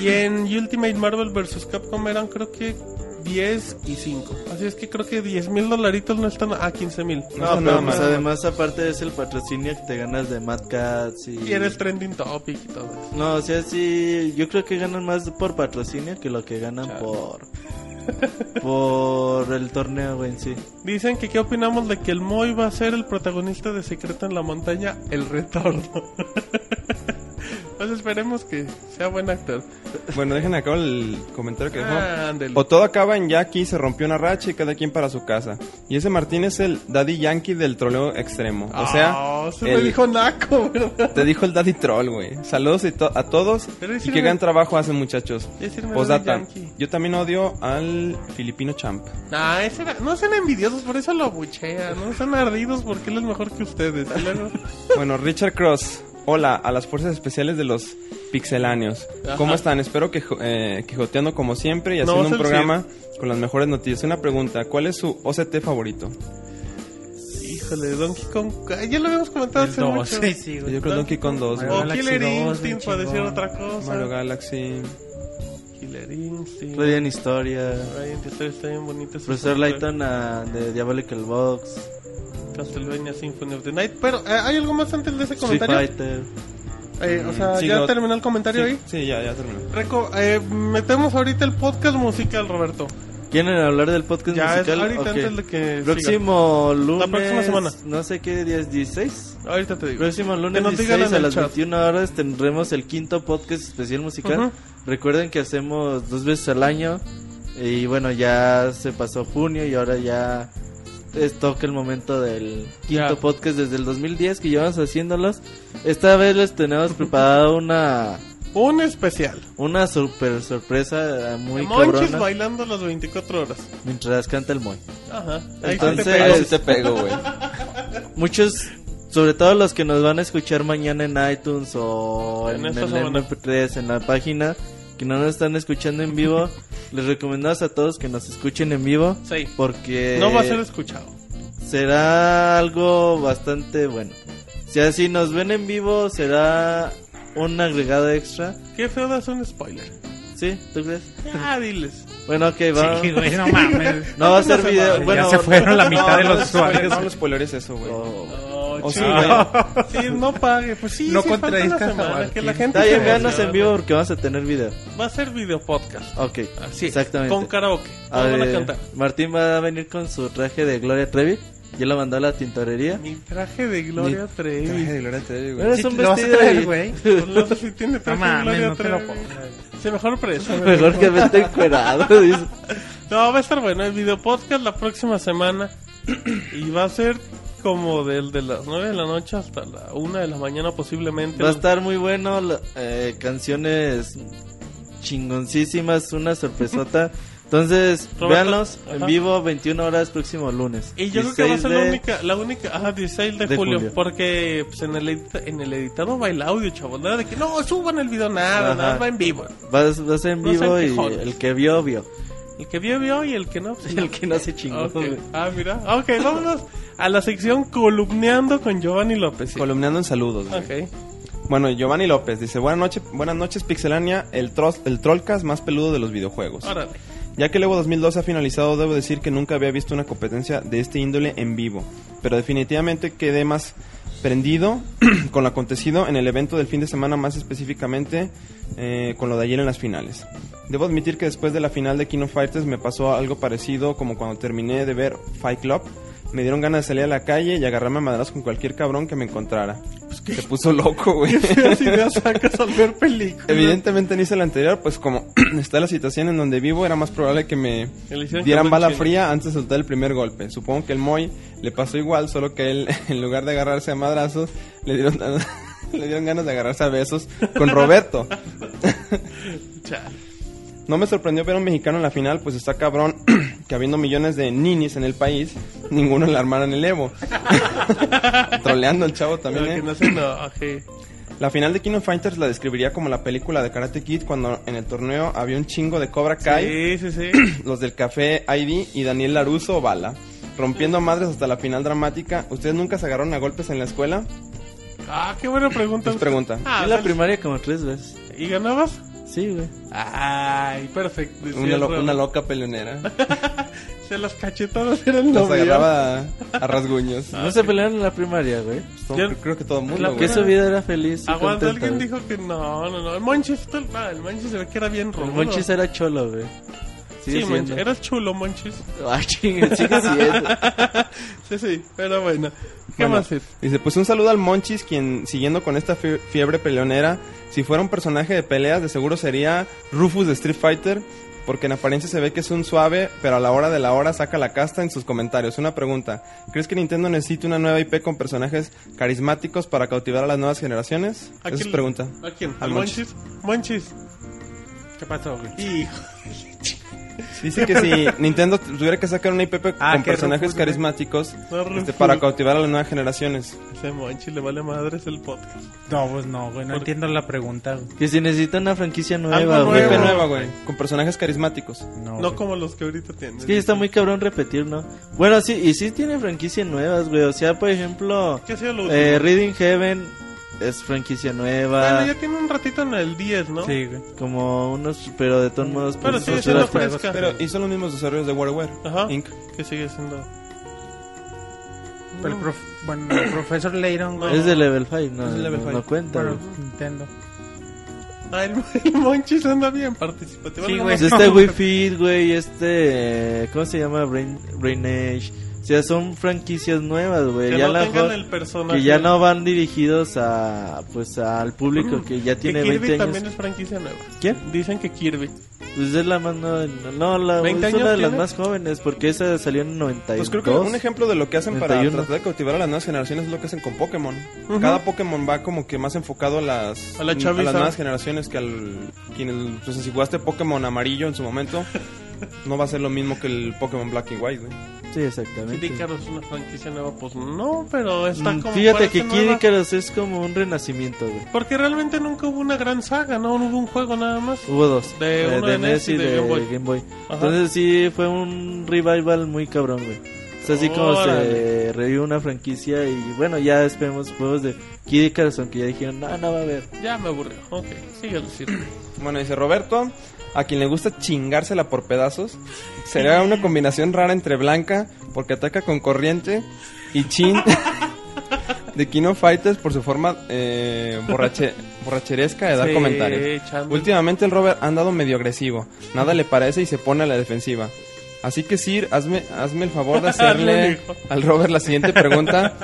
B: Y en Ultimate Marvel vs. Capcom eran creo que 10 y 5. Así es que creo que 10 mil dolaritos no están a 15 mil.
C: No, nada
E: No, pero pues
C: más.
E: además aparte es el patrocinio que te ganas de Mad Cats y...
B: Y este- eres trending topic y todo eso.
E: No, o sea, sí, yo creo que ganan más por patrocinio que lo que ganan por... por el torneo, güey, en sí.
B: Dicen que qué opinamos de que el Moy va a ser el protagonista de Secreto en la Montaña, El Retorno. pues esperemos que sea buen actor.
C: Bueno, dejen acá el comentario que dejó.
B: Ah, ándele.
C: O todo acaba en Jackie, se rompió una racha y cada quien para su casa. Y ese Martín es el Daddy Yankee del troleo extremo. O sea,
B: Ah, se me
C: el-
B: dijo naco, ¿verdad?
C: te dijo el Daddy Troll, güey. Saludos y to- a todos
B: Pero
C: y
B: decirme-
C: que gran trabajo hacen, muchachos.
B: Decirme
C: Posdata,
B: Daddy Yankee.
C: yo también odio al filipino champ.
B: Nah, Ah, ese era- no sean envidiosos, por eso lo abuchean. No sean ardidos porque él es mejor que ustedes. Y luego-
C: Bueno, Richard Cross, hola a las fuerzas especiales de los pixeláneos.
B: Ajá.
C: ¿Cómo están? Espero que jo- eh, quijoteando como siempre y
B: No,
C: haciendo
B: vas
C: un
B: a decir.
C: programa con las mejores noticias. Una pregunta, ¿cuál es su OCT favorito?
B: Híjole, Donkey Kong. Ah, Ya lo habíamos comentado
F: El
B: hace
F: dos,
B: mucho.
F: sí, sí, güey.
C: Yo creo Donkey Kong 2,
F: Mario
B: O
C: güey.
F: Galaxy
B: Killer
F: 2, bien
B: Instinct, para decir
F: chingón.
B: otra cosa.
C: Mario Galaxy.
B: Killer Instinct.
E: Claudia en historia,
B: Radiant Historia está bien bonito. ese
E: Profesor
B: soundtrack.
E: Layton ah, de Diabolical Box,
B: Castlevania Symphony of the Night. Pero, eh, ¿hay algo más antes de ese
E: Street
B: comentario?
E: Fighter.
B: Eh, o sea,
C: Sí,
B: ¿ya
C: lo-
B: terminó el comentario
C: Sí,
B: ahí?
C: sí, ya, ya terminó.
B: Reco- eh, metemos ahorita el podcast musical, Roberto.
E: ¿Quieren hablar del podcast
B: Ya, es
E: musical?
B: ahorita
E: Ok.
B: antes de que siga.
E: Próximo lunes.
B: próxima semana.
E: No sé qué día es, 16.
B: Ahorita te digo.
E: Próximo
B: Que
E: lunes
B: nos digan
E: 16
B: en
E: a
B: el
E: las
B: chat.
E: 21 horas tendremos el quinto podcast especial musical.
B: Ujú.
E: Recuerden que hacemos dos veces al año. Y bueno, ya se pasó junio y ahora ya es- toca el momento del quinto
D: Ya.
E: podcast desde el 2010 que llevamos haciéndolos. Esta vez les tenemos preparada una
B: Un especial.
E: una super sorpresa eh, muy
B: Monchis
E: cabrona
B: bailando las 24 horas.
E: mientras canta el Moy.
B: Ajá. Ahí se te
E: Entonces- pues,
B: pega.
H: Ahí sí te pego, güey.
E: Muchos, sobre todo los que nos van a escuchar mañana en iTunes o
B: En
E: en,
B: esta
E: el
B: semana.
E: MP3, en la página, que no nos están escuchando en vivo, les recomendamos a todos que nos escuchen en vivo.
B: Sí.
E: Porque
B: No va a ser escuchado.
E: será algo bastante bueno. Si así nos ven en vivo, será un agregado extra.
B: Qué feo das un spoiler.
E: ¿Sí? ¿Tú crees?
B: Ah, diles.
E: Bueno, ok, va.
F: Sí, güey, no mames.
E: No va a ser
B: Ya
E: video.
B: se
E: Bueno,
F: ya se fueron la
E: no,
F: mitad de
E: no,
F: los
E: no,
F: usuarios.
C: No los spoileres eso, güey.
E: no.
B: No,
E: Oh,
C: O sí,
B: chido. sí, no pague. Pues sí,
F: No
B: sí, falta una
F: contradizcas a
B: semana. Que la
F: Joaquín.
B: gente
E: Está bien,
B: se
E: véanos
B: emocione.
E: en vivo porque vamos a tener video.
B: Va a ser video podcast.
E: Ok,
B: Así. es,
E: exactamente.
B: Ah, Con karaoke.
E: A
B: Todos van a
E: ver,
B: cantar.
E: Ah, Martín va a venir con su traje de Gloria Trevi. Yo lo mandé a la tintorería.
B: Mi traje de
H: Traje
B: Gloria
H: de
B: Trevi.
H: Gloria Trevi, güey.
E: Eres
F: Sí,
E: un
F: lo vas a
E: vestido
F: traer,
E: y-
F: güey.
B: No sé si tiene traje de
F: mames,
B: Gloria
F: no te lo
B: Trevi. Se mejor preso.
E: Mejor que vete encuerado. dice.
B: No, va a estar bueno el video podcast la próxima semana. y va a ser como del de las 9 de la noche hasta la 1 de la mañana posiblemente.
E: Va a estar muy bueno. la- eh, canciones chingoncísimas. Una sorpresota. Entonces,
B: Roberto,
E: véanlos
B: ajá.
E: en vivo 21 horas próximo lunes.
B: Y yo creo que va a
E: 16
B: ser la
E: de-
B: única, la única, ajá, 16 de,
E: de
B: julio,
E: julio.
B: porque pues, en, el edita- en el editado va el audio, chavos, nada de que no, suban el video, nada,
E: Ajá.
B: nada, va en vivo.
E: Va, a- va a ser en
B: No sean
E: vivo y
B: quejones.
E: el que vio, vio.
B: El que vio, vio y el que no, pues,
E: El que no se chingó.
B: Ok.
E: güey.
B: Ah, mira, ok, vámonos a la sección columneando con Giovanni López. sí.
C: Columnando Pues en saludos, güey.
B: Ok.
C: Bueno, Giovanni López dice, buenas noches, buenas noches Pixelania, el, tros- el trollcast más peludo de los videojuegos.
B: Órale.
C: Ya que el Evo 2012 ha finalizado, debo decir que nunca había visto una competencia de este índole en vivo, pero definitivamente quedé más prendido con lo acontecido en el evento del fin de semana, más específicamente eh, con lo de ayer en las finales. Debo admitir que después de la final de Kino Fighters me pasó algo parecido como cuando terminé de ver Fight Club. Me dieron ganas de salir a la calle y agarrarme a madras con cualquier cabrón que me encontrara. Se puso loco, güey.
B: Las ideas sacas al ver películas.
C: Evidentemente ni hice la anterior, pues como está la situación en donde vivo, era más probable que me
B: Que le hicieran
C: dieran
B: cambio
C: bala
B: chile.
C: fría antes de soltar el primer golpe. Supongo que el Moy le pasó igual, solo que él, en lugar de agarrarse a madrazos, le dieron, le dieron ganas de agarrarse a besos con Roberto.
B: Chale.
C: No me sorprendió ver a un mexicano en la final, pues está cabrón que habiendo millones de ninis en el país, ninguno le armaran el Evo. Troleando al chavo también.
B: Pero
C: ¿eh?
B: que no se enoje.
C: La final de Kino Fighters la describiría como la película de Karate Kid cuando en el torneo había un chingo de Cobra Kai,
B: Sí, sí, sí.
C: los del Café ID y Daniel Laruso Bala, rompiendo madres hasta la final dramática. ¿Ustedes nunca se agarraron a golpes en la escuela?
B: Ah, qué buena pregunta.
C: Es pregunta.
B: Ah,
E: Yo en
B: o
E: la
B: sea,
E: primaria como tres veces.
B: ¿Y ganabas?
E: Sí, güey.
B: Ay, perfecto. decía
C: Una, lo-
B: Robert.
C: una loca peleonera.
B: Se las cachetadas eran lo
C: Los
B: mío.
C: agarraba a, a rasguños.
B: Ah,
E: No se pelearon en la primaria, güey.
C: Todo-
B: Yo-
C: creo que todo el
B: la
C: mundo,
E: Que
C: güey.
E: su vida era feliz. y
B: Aguanta,
E: contenta,
B: alguien
E: güey.
B: dijo que no, no, no. El Monchis, tú- no, el Monchis se ve que era bien
E: El
B: rojo.
E: Monchis era cholo, güey.
B: Sí,
E: Sigue
B: Monchis.
E: siendo.
B: Eras chulo, Monchis.
E: Ah, chinga, sigue siendo.
B: Sí, sí, pero bueno. ¿Qué
C: Bueno,
B: más es?
C: Dice, pues un saludo al Monchis, quien siguiendo con esta fie- fiebre peleonera, si fuera un personaje de peleas de seguro sería Rufus de Street Fighter, porque en apariencia se ve que es un suave, pero a la hora de la hora saca la casta en sus comentarios. Una pregunta, ¿crees que Nintendo necesita una nueva IP con personajes carismáticos para cautivar a las nuevas generaciones?
B: ¿A
C: Esa es
B: quién-
C: pregunta.
B: ¿A quién?
C: Al
B: ¿Al
C: Monchis.
B: Monchis? Monchis.
F: ¿Qué pasó, güey?
B: Hijo.
C: Dice que si Nintendo tuviera que sacar una IP
F: Ah,
C: con
F: que
C: personajes
F: Rufus, güey.
C: carismáticos
B: No,
C: este,
B: Rufus.
C: para cautivar a las nuevas generaciones.
B: Ese Monchis le vale madres el podcast.
F: No, pues no, güey. No
B: ¿Por-
F: entiendo la pregunta, güey.
E: Que si necesita una franquicia nueva,
B: Algo
C: Una
E: güey.
C: IP
B: Nuevo.
C: nueva, güey, con personajes carismáticos.
F: No,
B: No
F: güey.
B: como los que ahorita tienen.
E: Es que ya está muy cabrón repetir, ¿no? Bueno, sí, y sí tiene franquicias nuevas, güey. O sea, por ejemplo,
B: ¿Qué ha sido lo último?
E: eh, Reading Heaven es franquicia nueva.
B: Bueno, ya tiene un ratito en el 10, ¿no?
F: Sí, güey.
E: Como unos, pero de todos modos,
B: Pero
E: pues,
B: sigue
E: otras
B: siendo
E: cosas.
B: fresca.
C: Pero hizo los mismos desarrollos de WarioWare
B: Ajá.
F: Ah.
C: Inc.
B: Que sigue siendo.
F: Pero el prof- Bueno, el profesor Leiron, güey.
E: Es de level 5, no,
B: Es de level
E: no-
B: five.
E: no cuenta.
F: Bueno,
E: güey.
F: Nintendo.
B: Ah, el, el Monchis anda bien participativo.
F: Sí,
B: Algo
F: güey.
B: más.
E: Pues este Wii Fit, güey, este. ¿Cómo se llama? Brain, Brain Age. O sea, son franquicias nuevas, güey.
B: Que
E: ya
B: no
E: la
B: tengan
E: jo-
B: el personaje.
E: que ya no van dirigidos a pues al público que ya
B: Que
E: tiene
B: Kirby
E: 20 años.
B: también es franquicia nueva.
E: ¿Quién?
B: Dicen que Kirby.
E: Pues es la más nueva, no, la, es
B: 20
E: una de
B: años
E: las
B: tiene.
E: más jóvenes, porque esa salió en 92.
C: Pues creo que un ejemplo de lo que hacen para
E: 31.
C: tratar de cautivar a las nuevas generaciones es lo que hacen con Pokémon.
B: Ujú.
C: Cada Pokémon va como que más enfocado a las,
B: A la
C: las
B: chaviza.
C: nuevas generaciones que al... Quien, pues si jugaste Pokémon amarillo en su momento, no va a ser lo mismo que el Pokémon Black y White, güey.
E: Sí, exactamente.
B: Kid Icarus es una franquicia nueva, pues no, pero está
E: Mm,
B: como.
E: Fíjate
B: parece
E: que Kid
B: nueva.
E: Icarus es como un renacimiento, güey.
B: Porque realmente nunca hubo una gran saga, ¿no? No hubo un juego nada más.
E: Hubo dos.
B: De
E: eh,
B: uno de NES y de Game Boy. Ajá.
E: Entonces sí fue un revival muy cabrón, güey. Es así como
B: Órale.
E: se revivió una franquicia y bueno, ya esperemos juegos de Kid Icarus, aunque ya dijeron, no, no va a haber.
B: Ya me aburrió. Ok, sigue diciendo.
C: Bueno, dice Roberto, a quien le gusta chingársela por pedazos, sería una combinación rara entre Blanca, porque ataca con corriente, y Chin de Kino Fighters por su forma eh, borrache- borracheresca de dar
B: Sí,
C: comentarios.
B: chale.
C: Últimamente el Robert ha andado medio agresivo, nada le parece y se pone a la defensiva. Así que Sir, hazme, hazme el favor de hacerle
B: Hazme un hijo.
C: al Robert la siguiente pregunta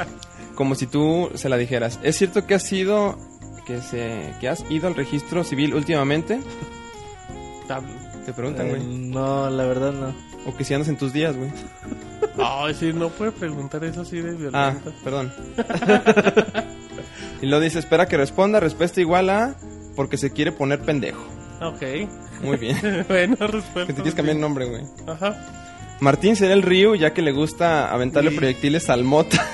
C: como si tú se la dijeras. ¿Es cierto que has sido que se que has ido al registro civil últimamente? Te preguntan,
E: Eh,
C: güey.
E: no, la verdad no.
C: O que si andas en tus días, güey.
B: Ay, sí, no puede preguntar eso así de
C: Ah,
B: violento.
C: perdón. y lo dice, espera que responda, respuesta igual a porque se quiere poner pendejo.
B: Ok.
C: Muy bien. que
B: bueno, respuesta.
C: te quieres cambiar el nombre, güey.
B: Ajá.
C: Martín será el río ya que le gusta aventarle
B: Sí.
C: proyectiles al mota.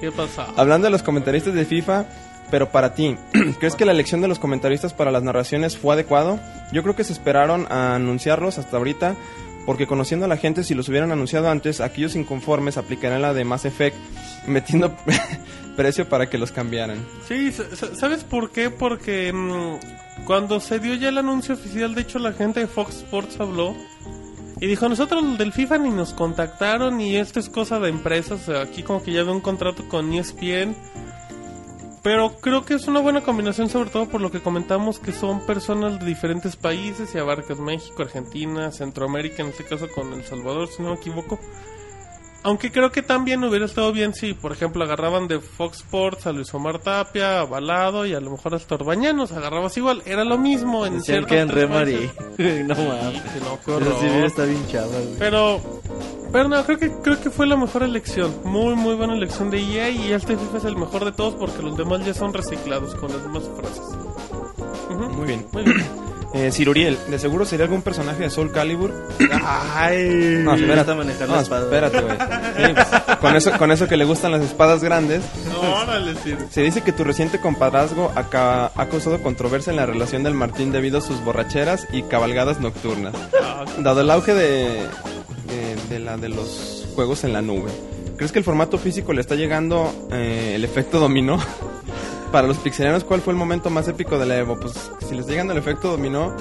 B: ¿Qué pasa?
C: Hablando de los comentaristas de FIFA, pero para ti, ¿crees que la elección de los comentaristas para las narraciones fue adecuado? Yo creo que se esperaron a anunciarlos hasta ahorita, porque conociendo a la gente, si los hubieran anunciado antes, aquellos inconformes aplicarían la de Mass Effect, metiendo precio para que los cambiaran.
B: Sí, sa- sa- ¿sabes por qué? Porque mm, cuando se dio ya el anuncio oficial, de hecho la gente de Fox Sports habló y dijo, nosotros del FIFA ni nos contactaron y esto es cosa de empresas, o sea, aquí como que ya había un contrato con E ESPN. Pero creo que es una buena combinación, sobre todo por lo que comentamos, que son personas de diferentes países y abarcas México, Argentina, Centroamérica, en este caso con El Salvador, si no me equivoco. Aunque creo que también hubiera estado bien si, por ejemplo, agarraban de Fox Sports a Luis Omar Tapia, a Balado y a lo mejor hasta Orbañanos, agarrabas igual, era lo mismo en
E: Decían
B: ciertos
E: que en
B: tres
E: Remari.
B: países.
E: no mames.
B: Sí, no, qué
E: Pero sí,
B: horror.
E: está bien chava, güey.
B: Pero, pero no, creo que, creo que fue la mejor elección. Muy, muy buena elección de EA y este FIFA es el mejor de todos porque los demás ya son reciclados con las demás frases. Ujú,
C: Muy bien.
B: Muy bien.
C: Eh, Sir Uriel, de seguro sería algún personaje de Soul Calibur.
E: Ay,
C: No, espérate,
E: Está manejar
C: no,
E: la espada.
C: espérate, güey. Sí, pues, con, eso, con eso que le gustan las espadas grandes,
B: Órale, Sir.
C: Se dice que tu reciente compadrazgo aca- ha causado controversia en la relación del Martín debido a sus borracheras y cabalgadas nocturnas,
B: Ah,
C: dado el auge de, de, de la de los juegos en la nube. ¿Crees que el formato físico le está llegando eh, el efecto dominó? Para los pixelianos, ¿cuál fue el momento más épico de la Evo? Pues si les está llegando el efecto dominó,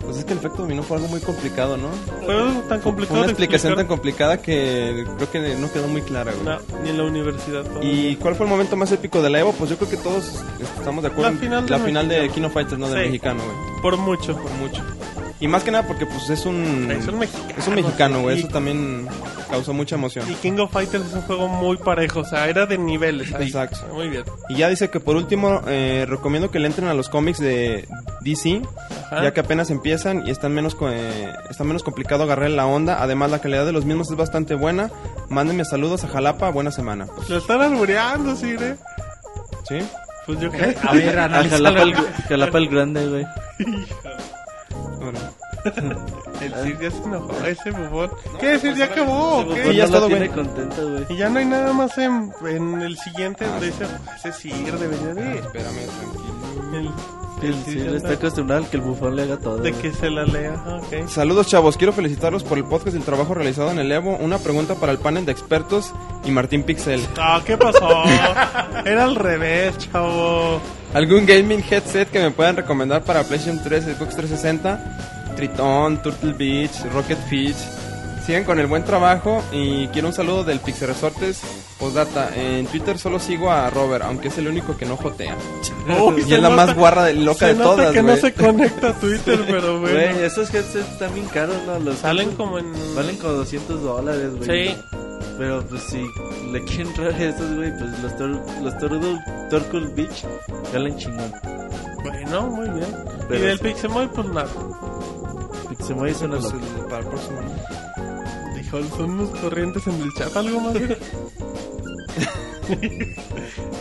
C: pues es que el efecto dominó fue algo muy complicado, ¿no?
B: Fue algo tan complicado.
C: Fue una
B: de
C: explicación tan
B: explicar.
C: complicada que creo que no quedó muy clara, güey.
B: No, ni en la universidad. todavía.
C: ¿Y cuál fue el momento más épico de la Evo? Pues yo creo que todos estamos de acuerdo.
B: La
C: en
B: final de
C: la final de
B: mexicano.
C: Kino Fighters, no de
B: Sí.
C: mexicano, güey.
B: Por mucho.
C: Por mucho. Y más que nada porque pues es un...
B: Es un mexicano.
C: es un mexicano, güey.
B: Y-
C: Eso también causó mucha emoción.
B: Y King of Fighters es un juego muy parejo, o sea, era de niveles. ahí.
C: Exacto.
B: Muy bien.
C: Y ya dice que por último eh, recomiendo que le entren a los cómics de DC,
B: Ajá.
C: ya que apenas empiezan y están menos, co- eh, está menos complicado agarrar la onda. Además la calidad de los mismos es bastante buena. Mándenme saludos a Jalapa, buena semana.
B: Lo están albureando, Sir, ¿eh?
C: ¿Sí?
B: Pues yo creo.
F: A ver,
E: Al
F: analízalo.
E: Ah, Jalapa el, Jalapa el Grande, güey.
C: Bueno.
B: El
C: Ah.
B: Sir ya se enojó, ese bubón. ¿Qué, Sir? ¿Ya acabó? o qué?
E: Pues
C: ya
E: no
C: es todo,
E: lo tiene
C: güey.
E: contento, güey.
B: Y ya no hay nada más en, en el siguiente de ese, ese Sir debería de
C: Espérame, tranquilo.
B: el-
E: El
B: el
E: sí,
B: Sir
E: está
B: anda-
E: acostumbrado al que el bufón le haga todo.
B: de
E: güey.
B: que se la lea. Ah, ok.
C: Saludos chavos, quiero felicitarlos por el podcast y el trabajo realizado en el Evo. Una pregunta para el panel de expertos y Martín Pixel.
B: Ah, ¿qué pasó? Era al revés, chavo.
C: ¿Algún gaming headset que me puedan recomendar para PlayStation 3, Xbox 360? Triton, Turtle Beach, Rocket Beach. Sigan con el buen trabajo y quiero un saludo del Pixel Resortes Postdata. En Twitter solo sigo a Robert, aunque es el único que no jotea.
B: Uy,
C: y
B: se
C: es la
B: nota-
C: más guarra de, loca
B: se
C: de
B: nota
C: todas,
B: que no
C: güey.
B: se conecta a Twitter, pero bueno.
E: Güey, esos headsets están bien caros, ¿no? Los
B: Salen como en...
E: Valen como 200 dólares, güey.
B: Sí.
E: Pero pues si le quieren traer a esos, güey, pues los, tor los Turtle Torkoal Beach valen chingón.
B: Bueno, muy bien.
E: Pero
B: y del
E: sí.
B: Pixemoy, pues nada.
E: se mueve y suena
H: Pues,
E: loco.
H: el- para el próximo, ¿no?
B: Dijo, son unos corrientes en el chat, algo más.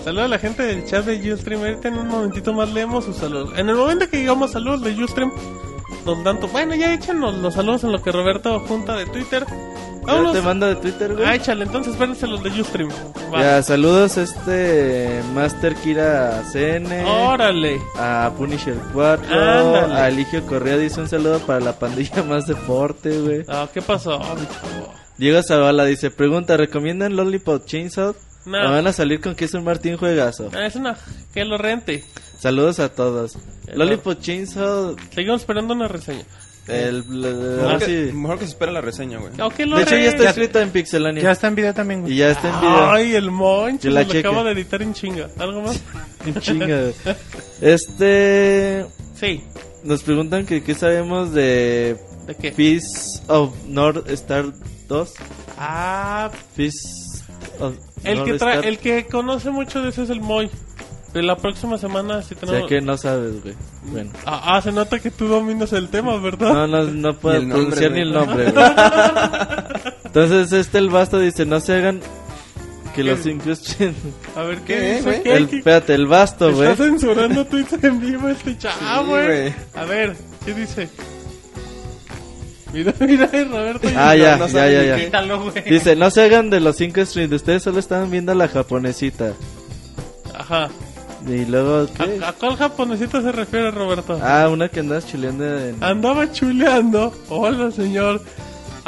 B: Saludos a la gente del chat de Ustream. Ahorita en un momentito más leemos sus saludos. En el momento que llegamos saludos de Ustream, nos dan tu- Bueno, ya échanos los saludos en lo que Roberto junta de Twitter.
E: Ya
B: Vámonos.
E: te manda de Twitter, güey.
B: Ah, échale, entonces espérense los de Ustream. Va.
E: Ya, saludos este Master Kira CN.
B: Órale.
E: A Punisher 4.
B: Ándale.
E: A Eligio Correa dice un saludo para la pandilla más deporte, güey.
B: Ah, ¿Qué pasó? bicho?
E: Diego Zavala dice, pregunta, ¿recomiendan Lollipop Chainsaw?
B: No.
E: ¿O van a salir con que es un Martín Juegazo?
B: Ah, es una... Que lo rente.
E: Saludos a todos.
B: El-
E: Lollipop Chainsaw,
B: Seguimos esperando una reseña.
E: el... el-
C: Mejor,
E: ahora
C: que,
E: Ah, sí.
C: mejor que se espera la reseña, güey.
B: Ah, que lo
E: De hecho ya
B: rente.
E: está escrita en Pixelania.
F: Ya está en video también, güey.
E: Y ya está en video.
B: Ay, el moncho.
E: Que la
B: Lo acabo
E: cheque.
B: de editar en chinga. ¿Algo más?
E: Chinga, güey. Este...
B: Sí.
E: Nos preguntan que qué sabemos de
B: ¿De qué?
E: Peace of North Star 2.
B: Ah,
E: Peace of
B: el
E: North
B: que, tra-
E: Star.
B: el que conoce mucho de eso es el Moy. De la próxima semana si
E: O sea
B: tenemos...
E: que no sabes, güey. Bueno.
B: Ah, ah, se nota que tú dominas el tema, ¿verdad?
E: No, no, no puedo
C: Ni el nombre,
E: pronunciar ni el
C: güey.
E: nombre, güey. Entonces, este el vasto dice, no se hagan que los incrusten.
B: A ver, ¿qué,
H: ¿Qué,
B: dice?
H: güey?
B: ¿Qué,
E: El,
B: ¿Qué-
E: espérate, el vasto,
B: Está
E: güey.
B: censurando tweets en vivo este chavo,
C: Sí,
B: güey.
C: güey.
B: A ver, ¿qué dice? Mira, mira, eh, Roberto.
E: Ah,
C: No,
E: ya,
C: no
E: ya,
C: saben ni
E: ya,
C: qué.
E: ya.
D: Quítalo, güey.
E: Dice, no se hagan de los cinco streams, ustedes solo estaban viendo a la japonesita.
B: Ajá.
E: Y luego, ¿qué?
B: ¿A, a cuál japonesita se refiere, Roberto?
E: Ah, una que andas chuleando en...
B: Andaba chuleando. Hola, señor.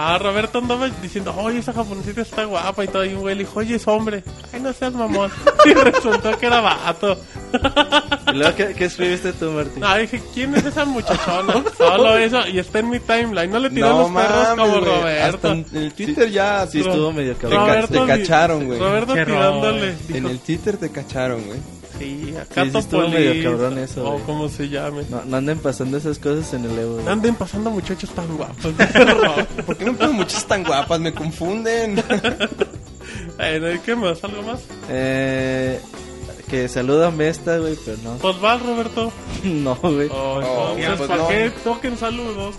B: Ah, Roberto andaba diciendo, oye, esa japonesita está guapa y todo. Y un güey le dijo, oye, es hombre. Ay, no seas mamón. Y resultó que era vato.
E: ¿Y luego qué, qué escribiste tú, Martín?
B: No, dije, ¿quién es esa muchachona? Solo eso. Y está en mi timeline. No le tiró los perros como
C: güey.
B: Roberto.
C: Hasta en el Twitter ya.
E: Sí,
C: te,
B: Ro-
E: estuvo medio
C: ca-
E: cabrón.
B: Roberto
C: te
B: di-
C: cacharon, güey.
B: Roberto
F: Qué
B: tirándole.
C: En
B: dijo,
C: el Twitter te cacharon, güey.
B: Sí, acá
E: Sí, sí estuvo
B: Topolita,
E: medio cabrón eso,
B: O
E: güey.
B: como se llame.
E: No, no anden pasando esas cosas en el Evo. güey.
B: Anden pasando muchachos tan guapos. dice Roberto.
C: ¿Por qué me ponen muchas tan guapas? Me confunden.
B: Eh, ¿Qué más? ¿Algo más?
E: Eh, que salúdame esta, güey, pero no.
B: Pues va, Roberto.
E: No, güey.
B: Oh,
C: Oh,
B: entonces,
C: pues
B: ¿para
C: no.
B: qué toquen saludos?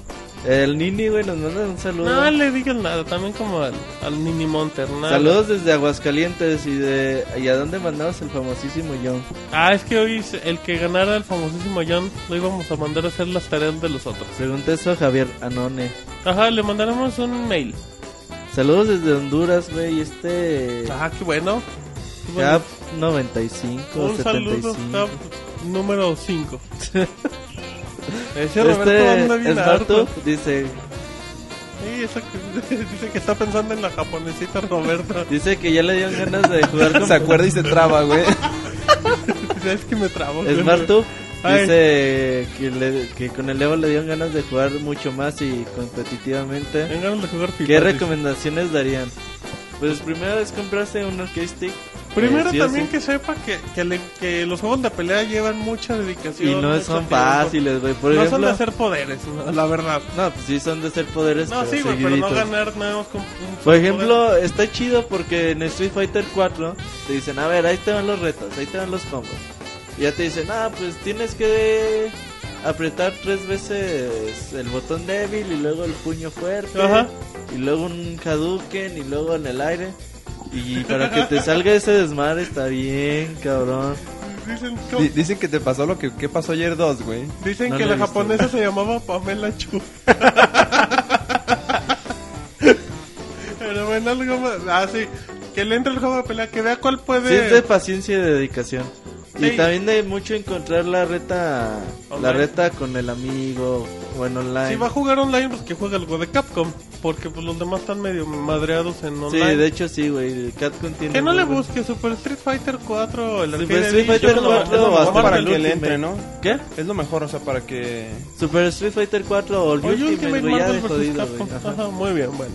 E: El Nini, güey, nos manda un saludo.
B: No le digan nada, también como al, al mini monter, nada.
E: Saludos desde Aguascalientes y de... ¿Y a dónde mandamos el famosísimo John?
B: Ah, es que hoy se- el que ganara el famosísimo John lo íbamos a mandar a hacer las tareas de los otros.
E: Pregunta eso a Javier Anone.
B: Ajá, le mandaremos un mail.
E: Saludos desde Honduras, güey, y este...
B: Ah, qué bueno. Qué bueno.
E: Cap 95,
B: un
E: 75.
B: saludo, Cap número 5. Ese Roberto anda
E: Este
B: bien
E: es
B: harto.
E: Bartu, dice,
B: Sí, eso que- dice que está pensando en la japonesita Roberto.
E: dice que ya le dieron ganas de jugar con
C: Se acuerda y se traba, güey.
B: Sabes que me trabo.
E: Es
B: güey.
E: Bartu
B: Ay.
E: dice que, le- que con el Evo le dieron ganas de jugar mucho más y competitivamente.
B: Tengo ganas de jugar FIFA,
E: ¿Qué
B: dice.
E: recomendaciones darían? Pues primero es comprarse un arcade stick.
B: Primero
E: eh, sí o
B: también
E: sí.
B: que sepa que, que, le- que los juegos de pelea llevan mucha dedicación.
E: Y no
B: mucho
E: son
B: tiempo.
E: fáciles, güey. Por
B: no
E: ejemplo,
B: son de hacer poderes, no, la verdad.
E: no, pues sí son de ser poderes.
B: No,
E: pero
B: sí, güey, pero no
E: seguiditos.
B: ganar nada más con un
E: Por
B: solo
E: ejemplo, está chido porque en Street Fighter 4 te dicen, a ver, ahí te van los retos, ahí te van los combos. Y ya te dicen, ah, pues tienes que apretar tres veces el botón débil y luego el puño fuerte.
B: Ajá.
E: Y luego un Hadouken y luego en el aire. Y para que te salga ese desmadre está bien, cabrón.
B: poder. Dicen,
C: Di- dicen que te pasó lo que, que pasó ayer dos, güey.
B: dicen
E: no
B: que
E: lo
B: la
E: he visto.
B: japonesa se llamaba Pamela Chu. pero bueno, algo más. Ah, sí. Que le entre el juego de pelea, que vea cuál puede.
E: Sí, es de paciencia y de dedicación.
B: Sí.
E: Y también de mucho encontrar la reta,
B: Online.
E: la reta con el amigo, bueno, online.
B: Si va a jugar online, pues que juegue algo de Capcom. Porque pues los demás están medio madreados en
E: Sí,
B: online.
E: de hecho sí, güey. el Capcom tiene.
B: Que no le
E: muy buen-
B: busque Super Street Fighter 4 el
E: Super
B: arcade
E: Street
B: edition,
E: Fighter
B: no,
E: cuatro,
B: no, no,
E: hasta
B: no, no,
C: para
B: el
C: que le
B: Ultimate.
C: entre, ¿no?
E: ¿Qué?
C: Es lo mejor, o sea, para que...
E: Super Street Fighter 4 o el
B: Oye,
E: Ultimate,
B: Ultimate
E: güey, ya
B: Marvel
E: de
B: vs.
E: jodido,
B: Capcom.
E: güey, ajá.
B: Ajá, muy bien, bueno.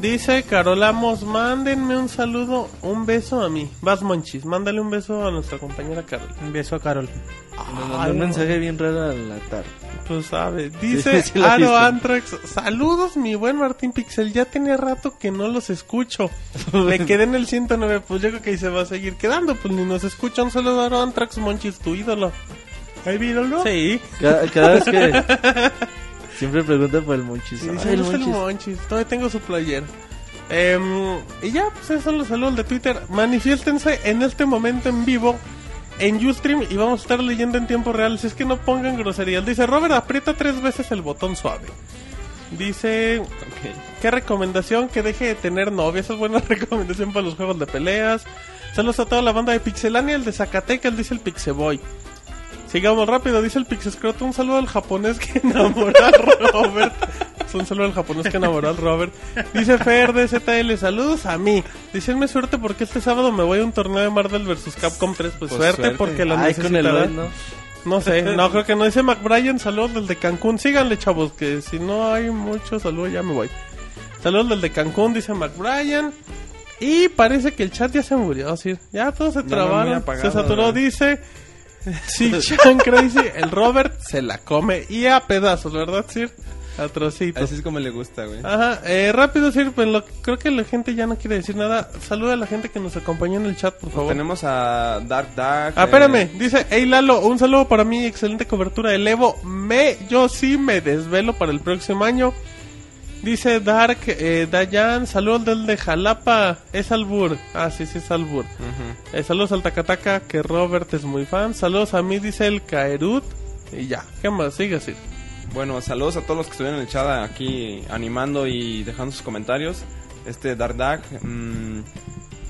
B: Dice Carolamos, mándenme un saludo, un beso a mí. Vas Monchis, mándale un beso a nuestra compañera Carol.
F: Un beso a Carol.
E: Nos mandó un mensaje bien raro al atar.
B: Tú sabes. Dice
E: Sí, sí lo
B: Aro
E: viste.
B: Antrax, saludos mi buen Martín Pixel, ya tenía rato que no los escucho. Le quedé en el 109, pues yo creo que ahí se va a seguir quedando, pues ni nos escuchan, solo Aro Antrax Monchis, tu ídolo. ¿Ahí víralo? Sí.
E: Ca- Cada, vez que. Siempre pregunta por el monchis.
B: Y
E: Ay,
B: dice,
E: el
B: "No es el
E: Monchis".
B: Monchis, todavía tengo su playera. Em, y ya, pues esos son los saludos de Twitter. Manifiéstense en este momento en vivo en Ustream y vamos a estar leyendo en tiempo real. Si es que no pongan groserías. Dice Robert, aprieta tres veces el botón suave. Dice, ¿qué recomendación? Que deje de tener novia. Esa es buena recomendación para los juegos de peleas. Saludos a toda la banda de Pixelania, el de Zacatecas, dice el Pixeboy. Sigamos rápido, dice el Pixescrot. Un saludo al japonés que enamoró a Robert. Es un saludo al japonés que enamoró al Robert. Dice Fer de ZL, saludos a mí. Dicenme suerte porque este sábado me voy a un torneo de Marvel vs Capcom 3. Pues,
C: Pues
B: suerte,
C: suerte.
B: porque la
E: Ay, con el
B: necesitarán.
E: Red, ¿no?
B: No sé, no creo que no. Dice McBrien, saludos del de Cancún. Síganle, chavos, que si no hay mucho saludo ya me voy. Saludos del de Cancún, dice McBrien. Y parece que el chat ya se murió, sí. Ya todos se
C: no,
B: trabaron,
C: muy apagado,
B: se saturó,
C: ¿verdad?
B: dice. Si Chan Crazy, el Robert se la come. Y a pedazos, ¿verdad, Sir? A trocitos.
C: Así es como le gusta, güey.
B: Ajá, eh, rápido, Sir, pues lo- creo que la gente ya no quiere decir nada. Saluda a la gente que nos acompañó en el chat, por favor.
C: Tenemos a Dark Dark.
B: Ah,
C: eh,
B: espérame, dice, hey Lalo, un saludo para mí, excelente cobertura del Evo. Me, yo sí me desvelo para el próximo año. Dice Dark, eh, Dayan, saludos del de Jalapa, es Albur. Ah, sí, sí, es Albur.
C: ujú.
B: Eh, saludos al Takataka, que Robert es muy fan. Saludos a mí, dice el Kaerut. Y ya, ¿qué más? Sigue así.
C: Bueno, saludos a todos los que estuvieron en el chat aquí animando y dejando sus comentarios. Este Dark Dark, mm,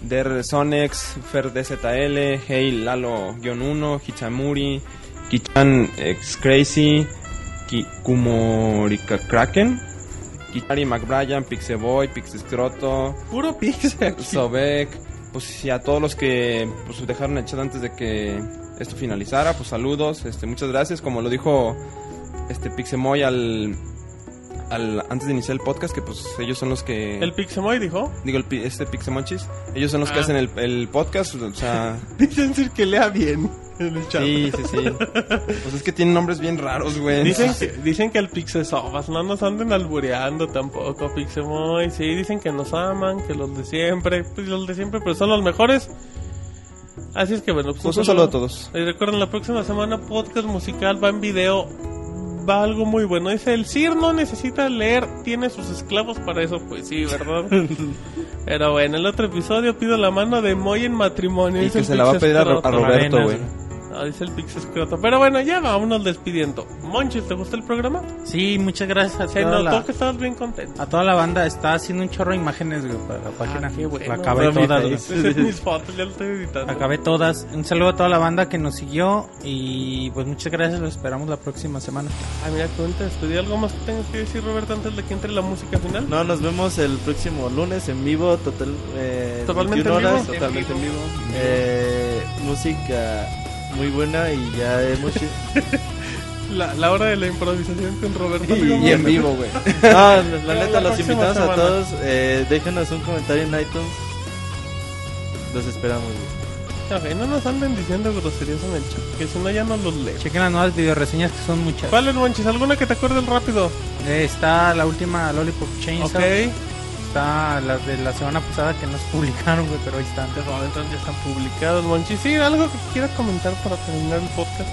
C: Der Sonex, Fer DZL, Hey Lalo-1, Hichamuri, Kichan X Crazy, Kikumorika Kraken, Kichari McBrien, Pixeboy, Pixescroto,
B: Puro pixel.
C: Sobek, pues y a todos los que pues, dejaron el chat antes de que esto finalizara, pues saludos, este, muchas gracias, como lo dijo este Pixemoy al, al antes de iniciar el podcast, que pues ellos son los que
B: El Pixemoy dijo.
C: digo el, pi- este Pixemonchis, ellos son los que
B: Ah.
C: hacen el, el podcast, o sea,
B: Dicen decir que lea bien en el chat.
C: sí, sí, sí. Pues es que tienen nombres bien raros, güey.
B: Dicen que, dicen que el Pixesovas, no nos anden albureando tampoco, Pixemoy. Sí, dicen que nos aman, que los de siempre, pues los de siempre, pero son los mejores. Así es que bueno,
C: Pues un saludo a todos.
B: Y recuerden, la próxima semana podcast musical va en video, va algo muy bueno. Dice, el Sir no necesita leer, tiene sus esclavos para eso, pues sí, ¿verdad? pero bueno, el otro episodio pido la mano de Moy en matrimonio.
C: Y
B: dice
C: que
B: el
C: se la va a pedir a, Ro- a
B: Pixescroto.
C: Roberto, güey.
B: Ah, dice el Pixescroto. Pero bueno, ya vámonos despidiendo. Monchis, ¿te gusta el programa?
F: Sí, muchas gracias a
B: Se
F: toda,
B: notó
F: la,
B: que estabas bien contento.
F: a toda la banda. Está haciendo un chorro de imágenes, güey, para la página. La acabé
B: Ah, Bueno,
F: todas,
B: mis,
F: güey.
B: mis fotos, ya lo estoy editando.
F: Acabé todas. Un saludo a toda la banda que nos siguió. Y pues muchas gracias. Lo esperamos la próxima semana.
B: Ah, mira, cuenta, estudié algo más que tengas que decir, Roberto, antes de que entre la música final.
E: No, nos vemos el próximo lunes en vivo, total, eh,
B: Totalmente en
E: 21 horas,
B: vivo.
E: totalmente en vivo. Eh, música muy buena y ya hemos...
B: La, la hora de la improvisación con Roberto.
C: Y, y en vivo, güey.
E: Ah, la
B: La
E: neta, los
B: próxima
E: invitamos a
B: semana.
E: todos. Eh, déjenos un comentario en iTunes. Los esperamos. güey.
B: Ok, no nos anden diciendo groserías en el chat, que si no ya no los leo.
F: Chequen las nuevas videoreseñas que son muchas.
B: ¿Cuál es, Monchis? ¿Alguna que te acuerdes rápido?
F: Eh, Está la última Lollipop Chainsaw.
B: Ok. Entonces,
F: Está las de la semana pasada que nos publicaron, güey, pero ahí están.
B: no, entonces ya están publicados, Monchis. Sí, algo que quieras comentar para terminar el podcast.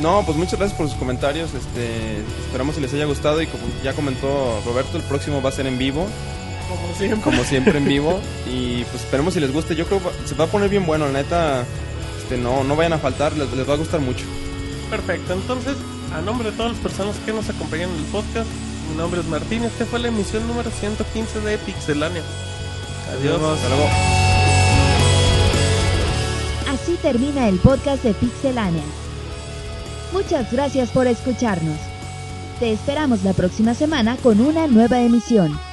C: No, pues muchas gracias por sus comentarios. Este, esperamos si les haya gustado y como ya comentó Roberto, el próximo va a ser en vivo,
B: Como siempre.
C: como siempre en vivo. Y pues esperemos si les guste. Yo creo que va- se va a poner bien bueno, la neta. Este, no, no vayan a faltar, les, les va a gustar mucho.
B: Perfecto, entonces, a nombre de todas las personas que nos acompañan en el podcast, mi nombre es Martín, esta fue la emisión número 115 de Pixelania. Adiós.
C: Hasta luego.
A: Así termina el podcast de Pixelania. Muchas gracias por escucharnos. Te esperamos la próxima semana con una nueva emisión.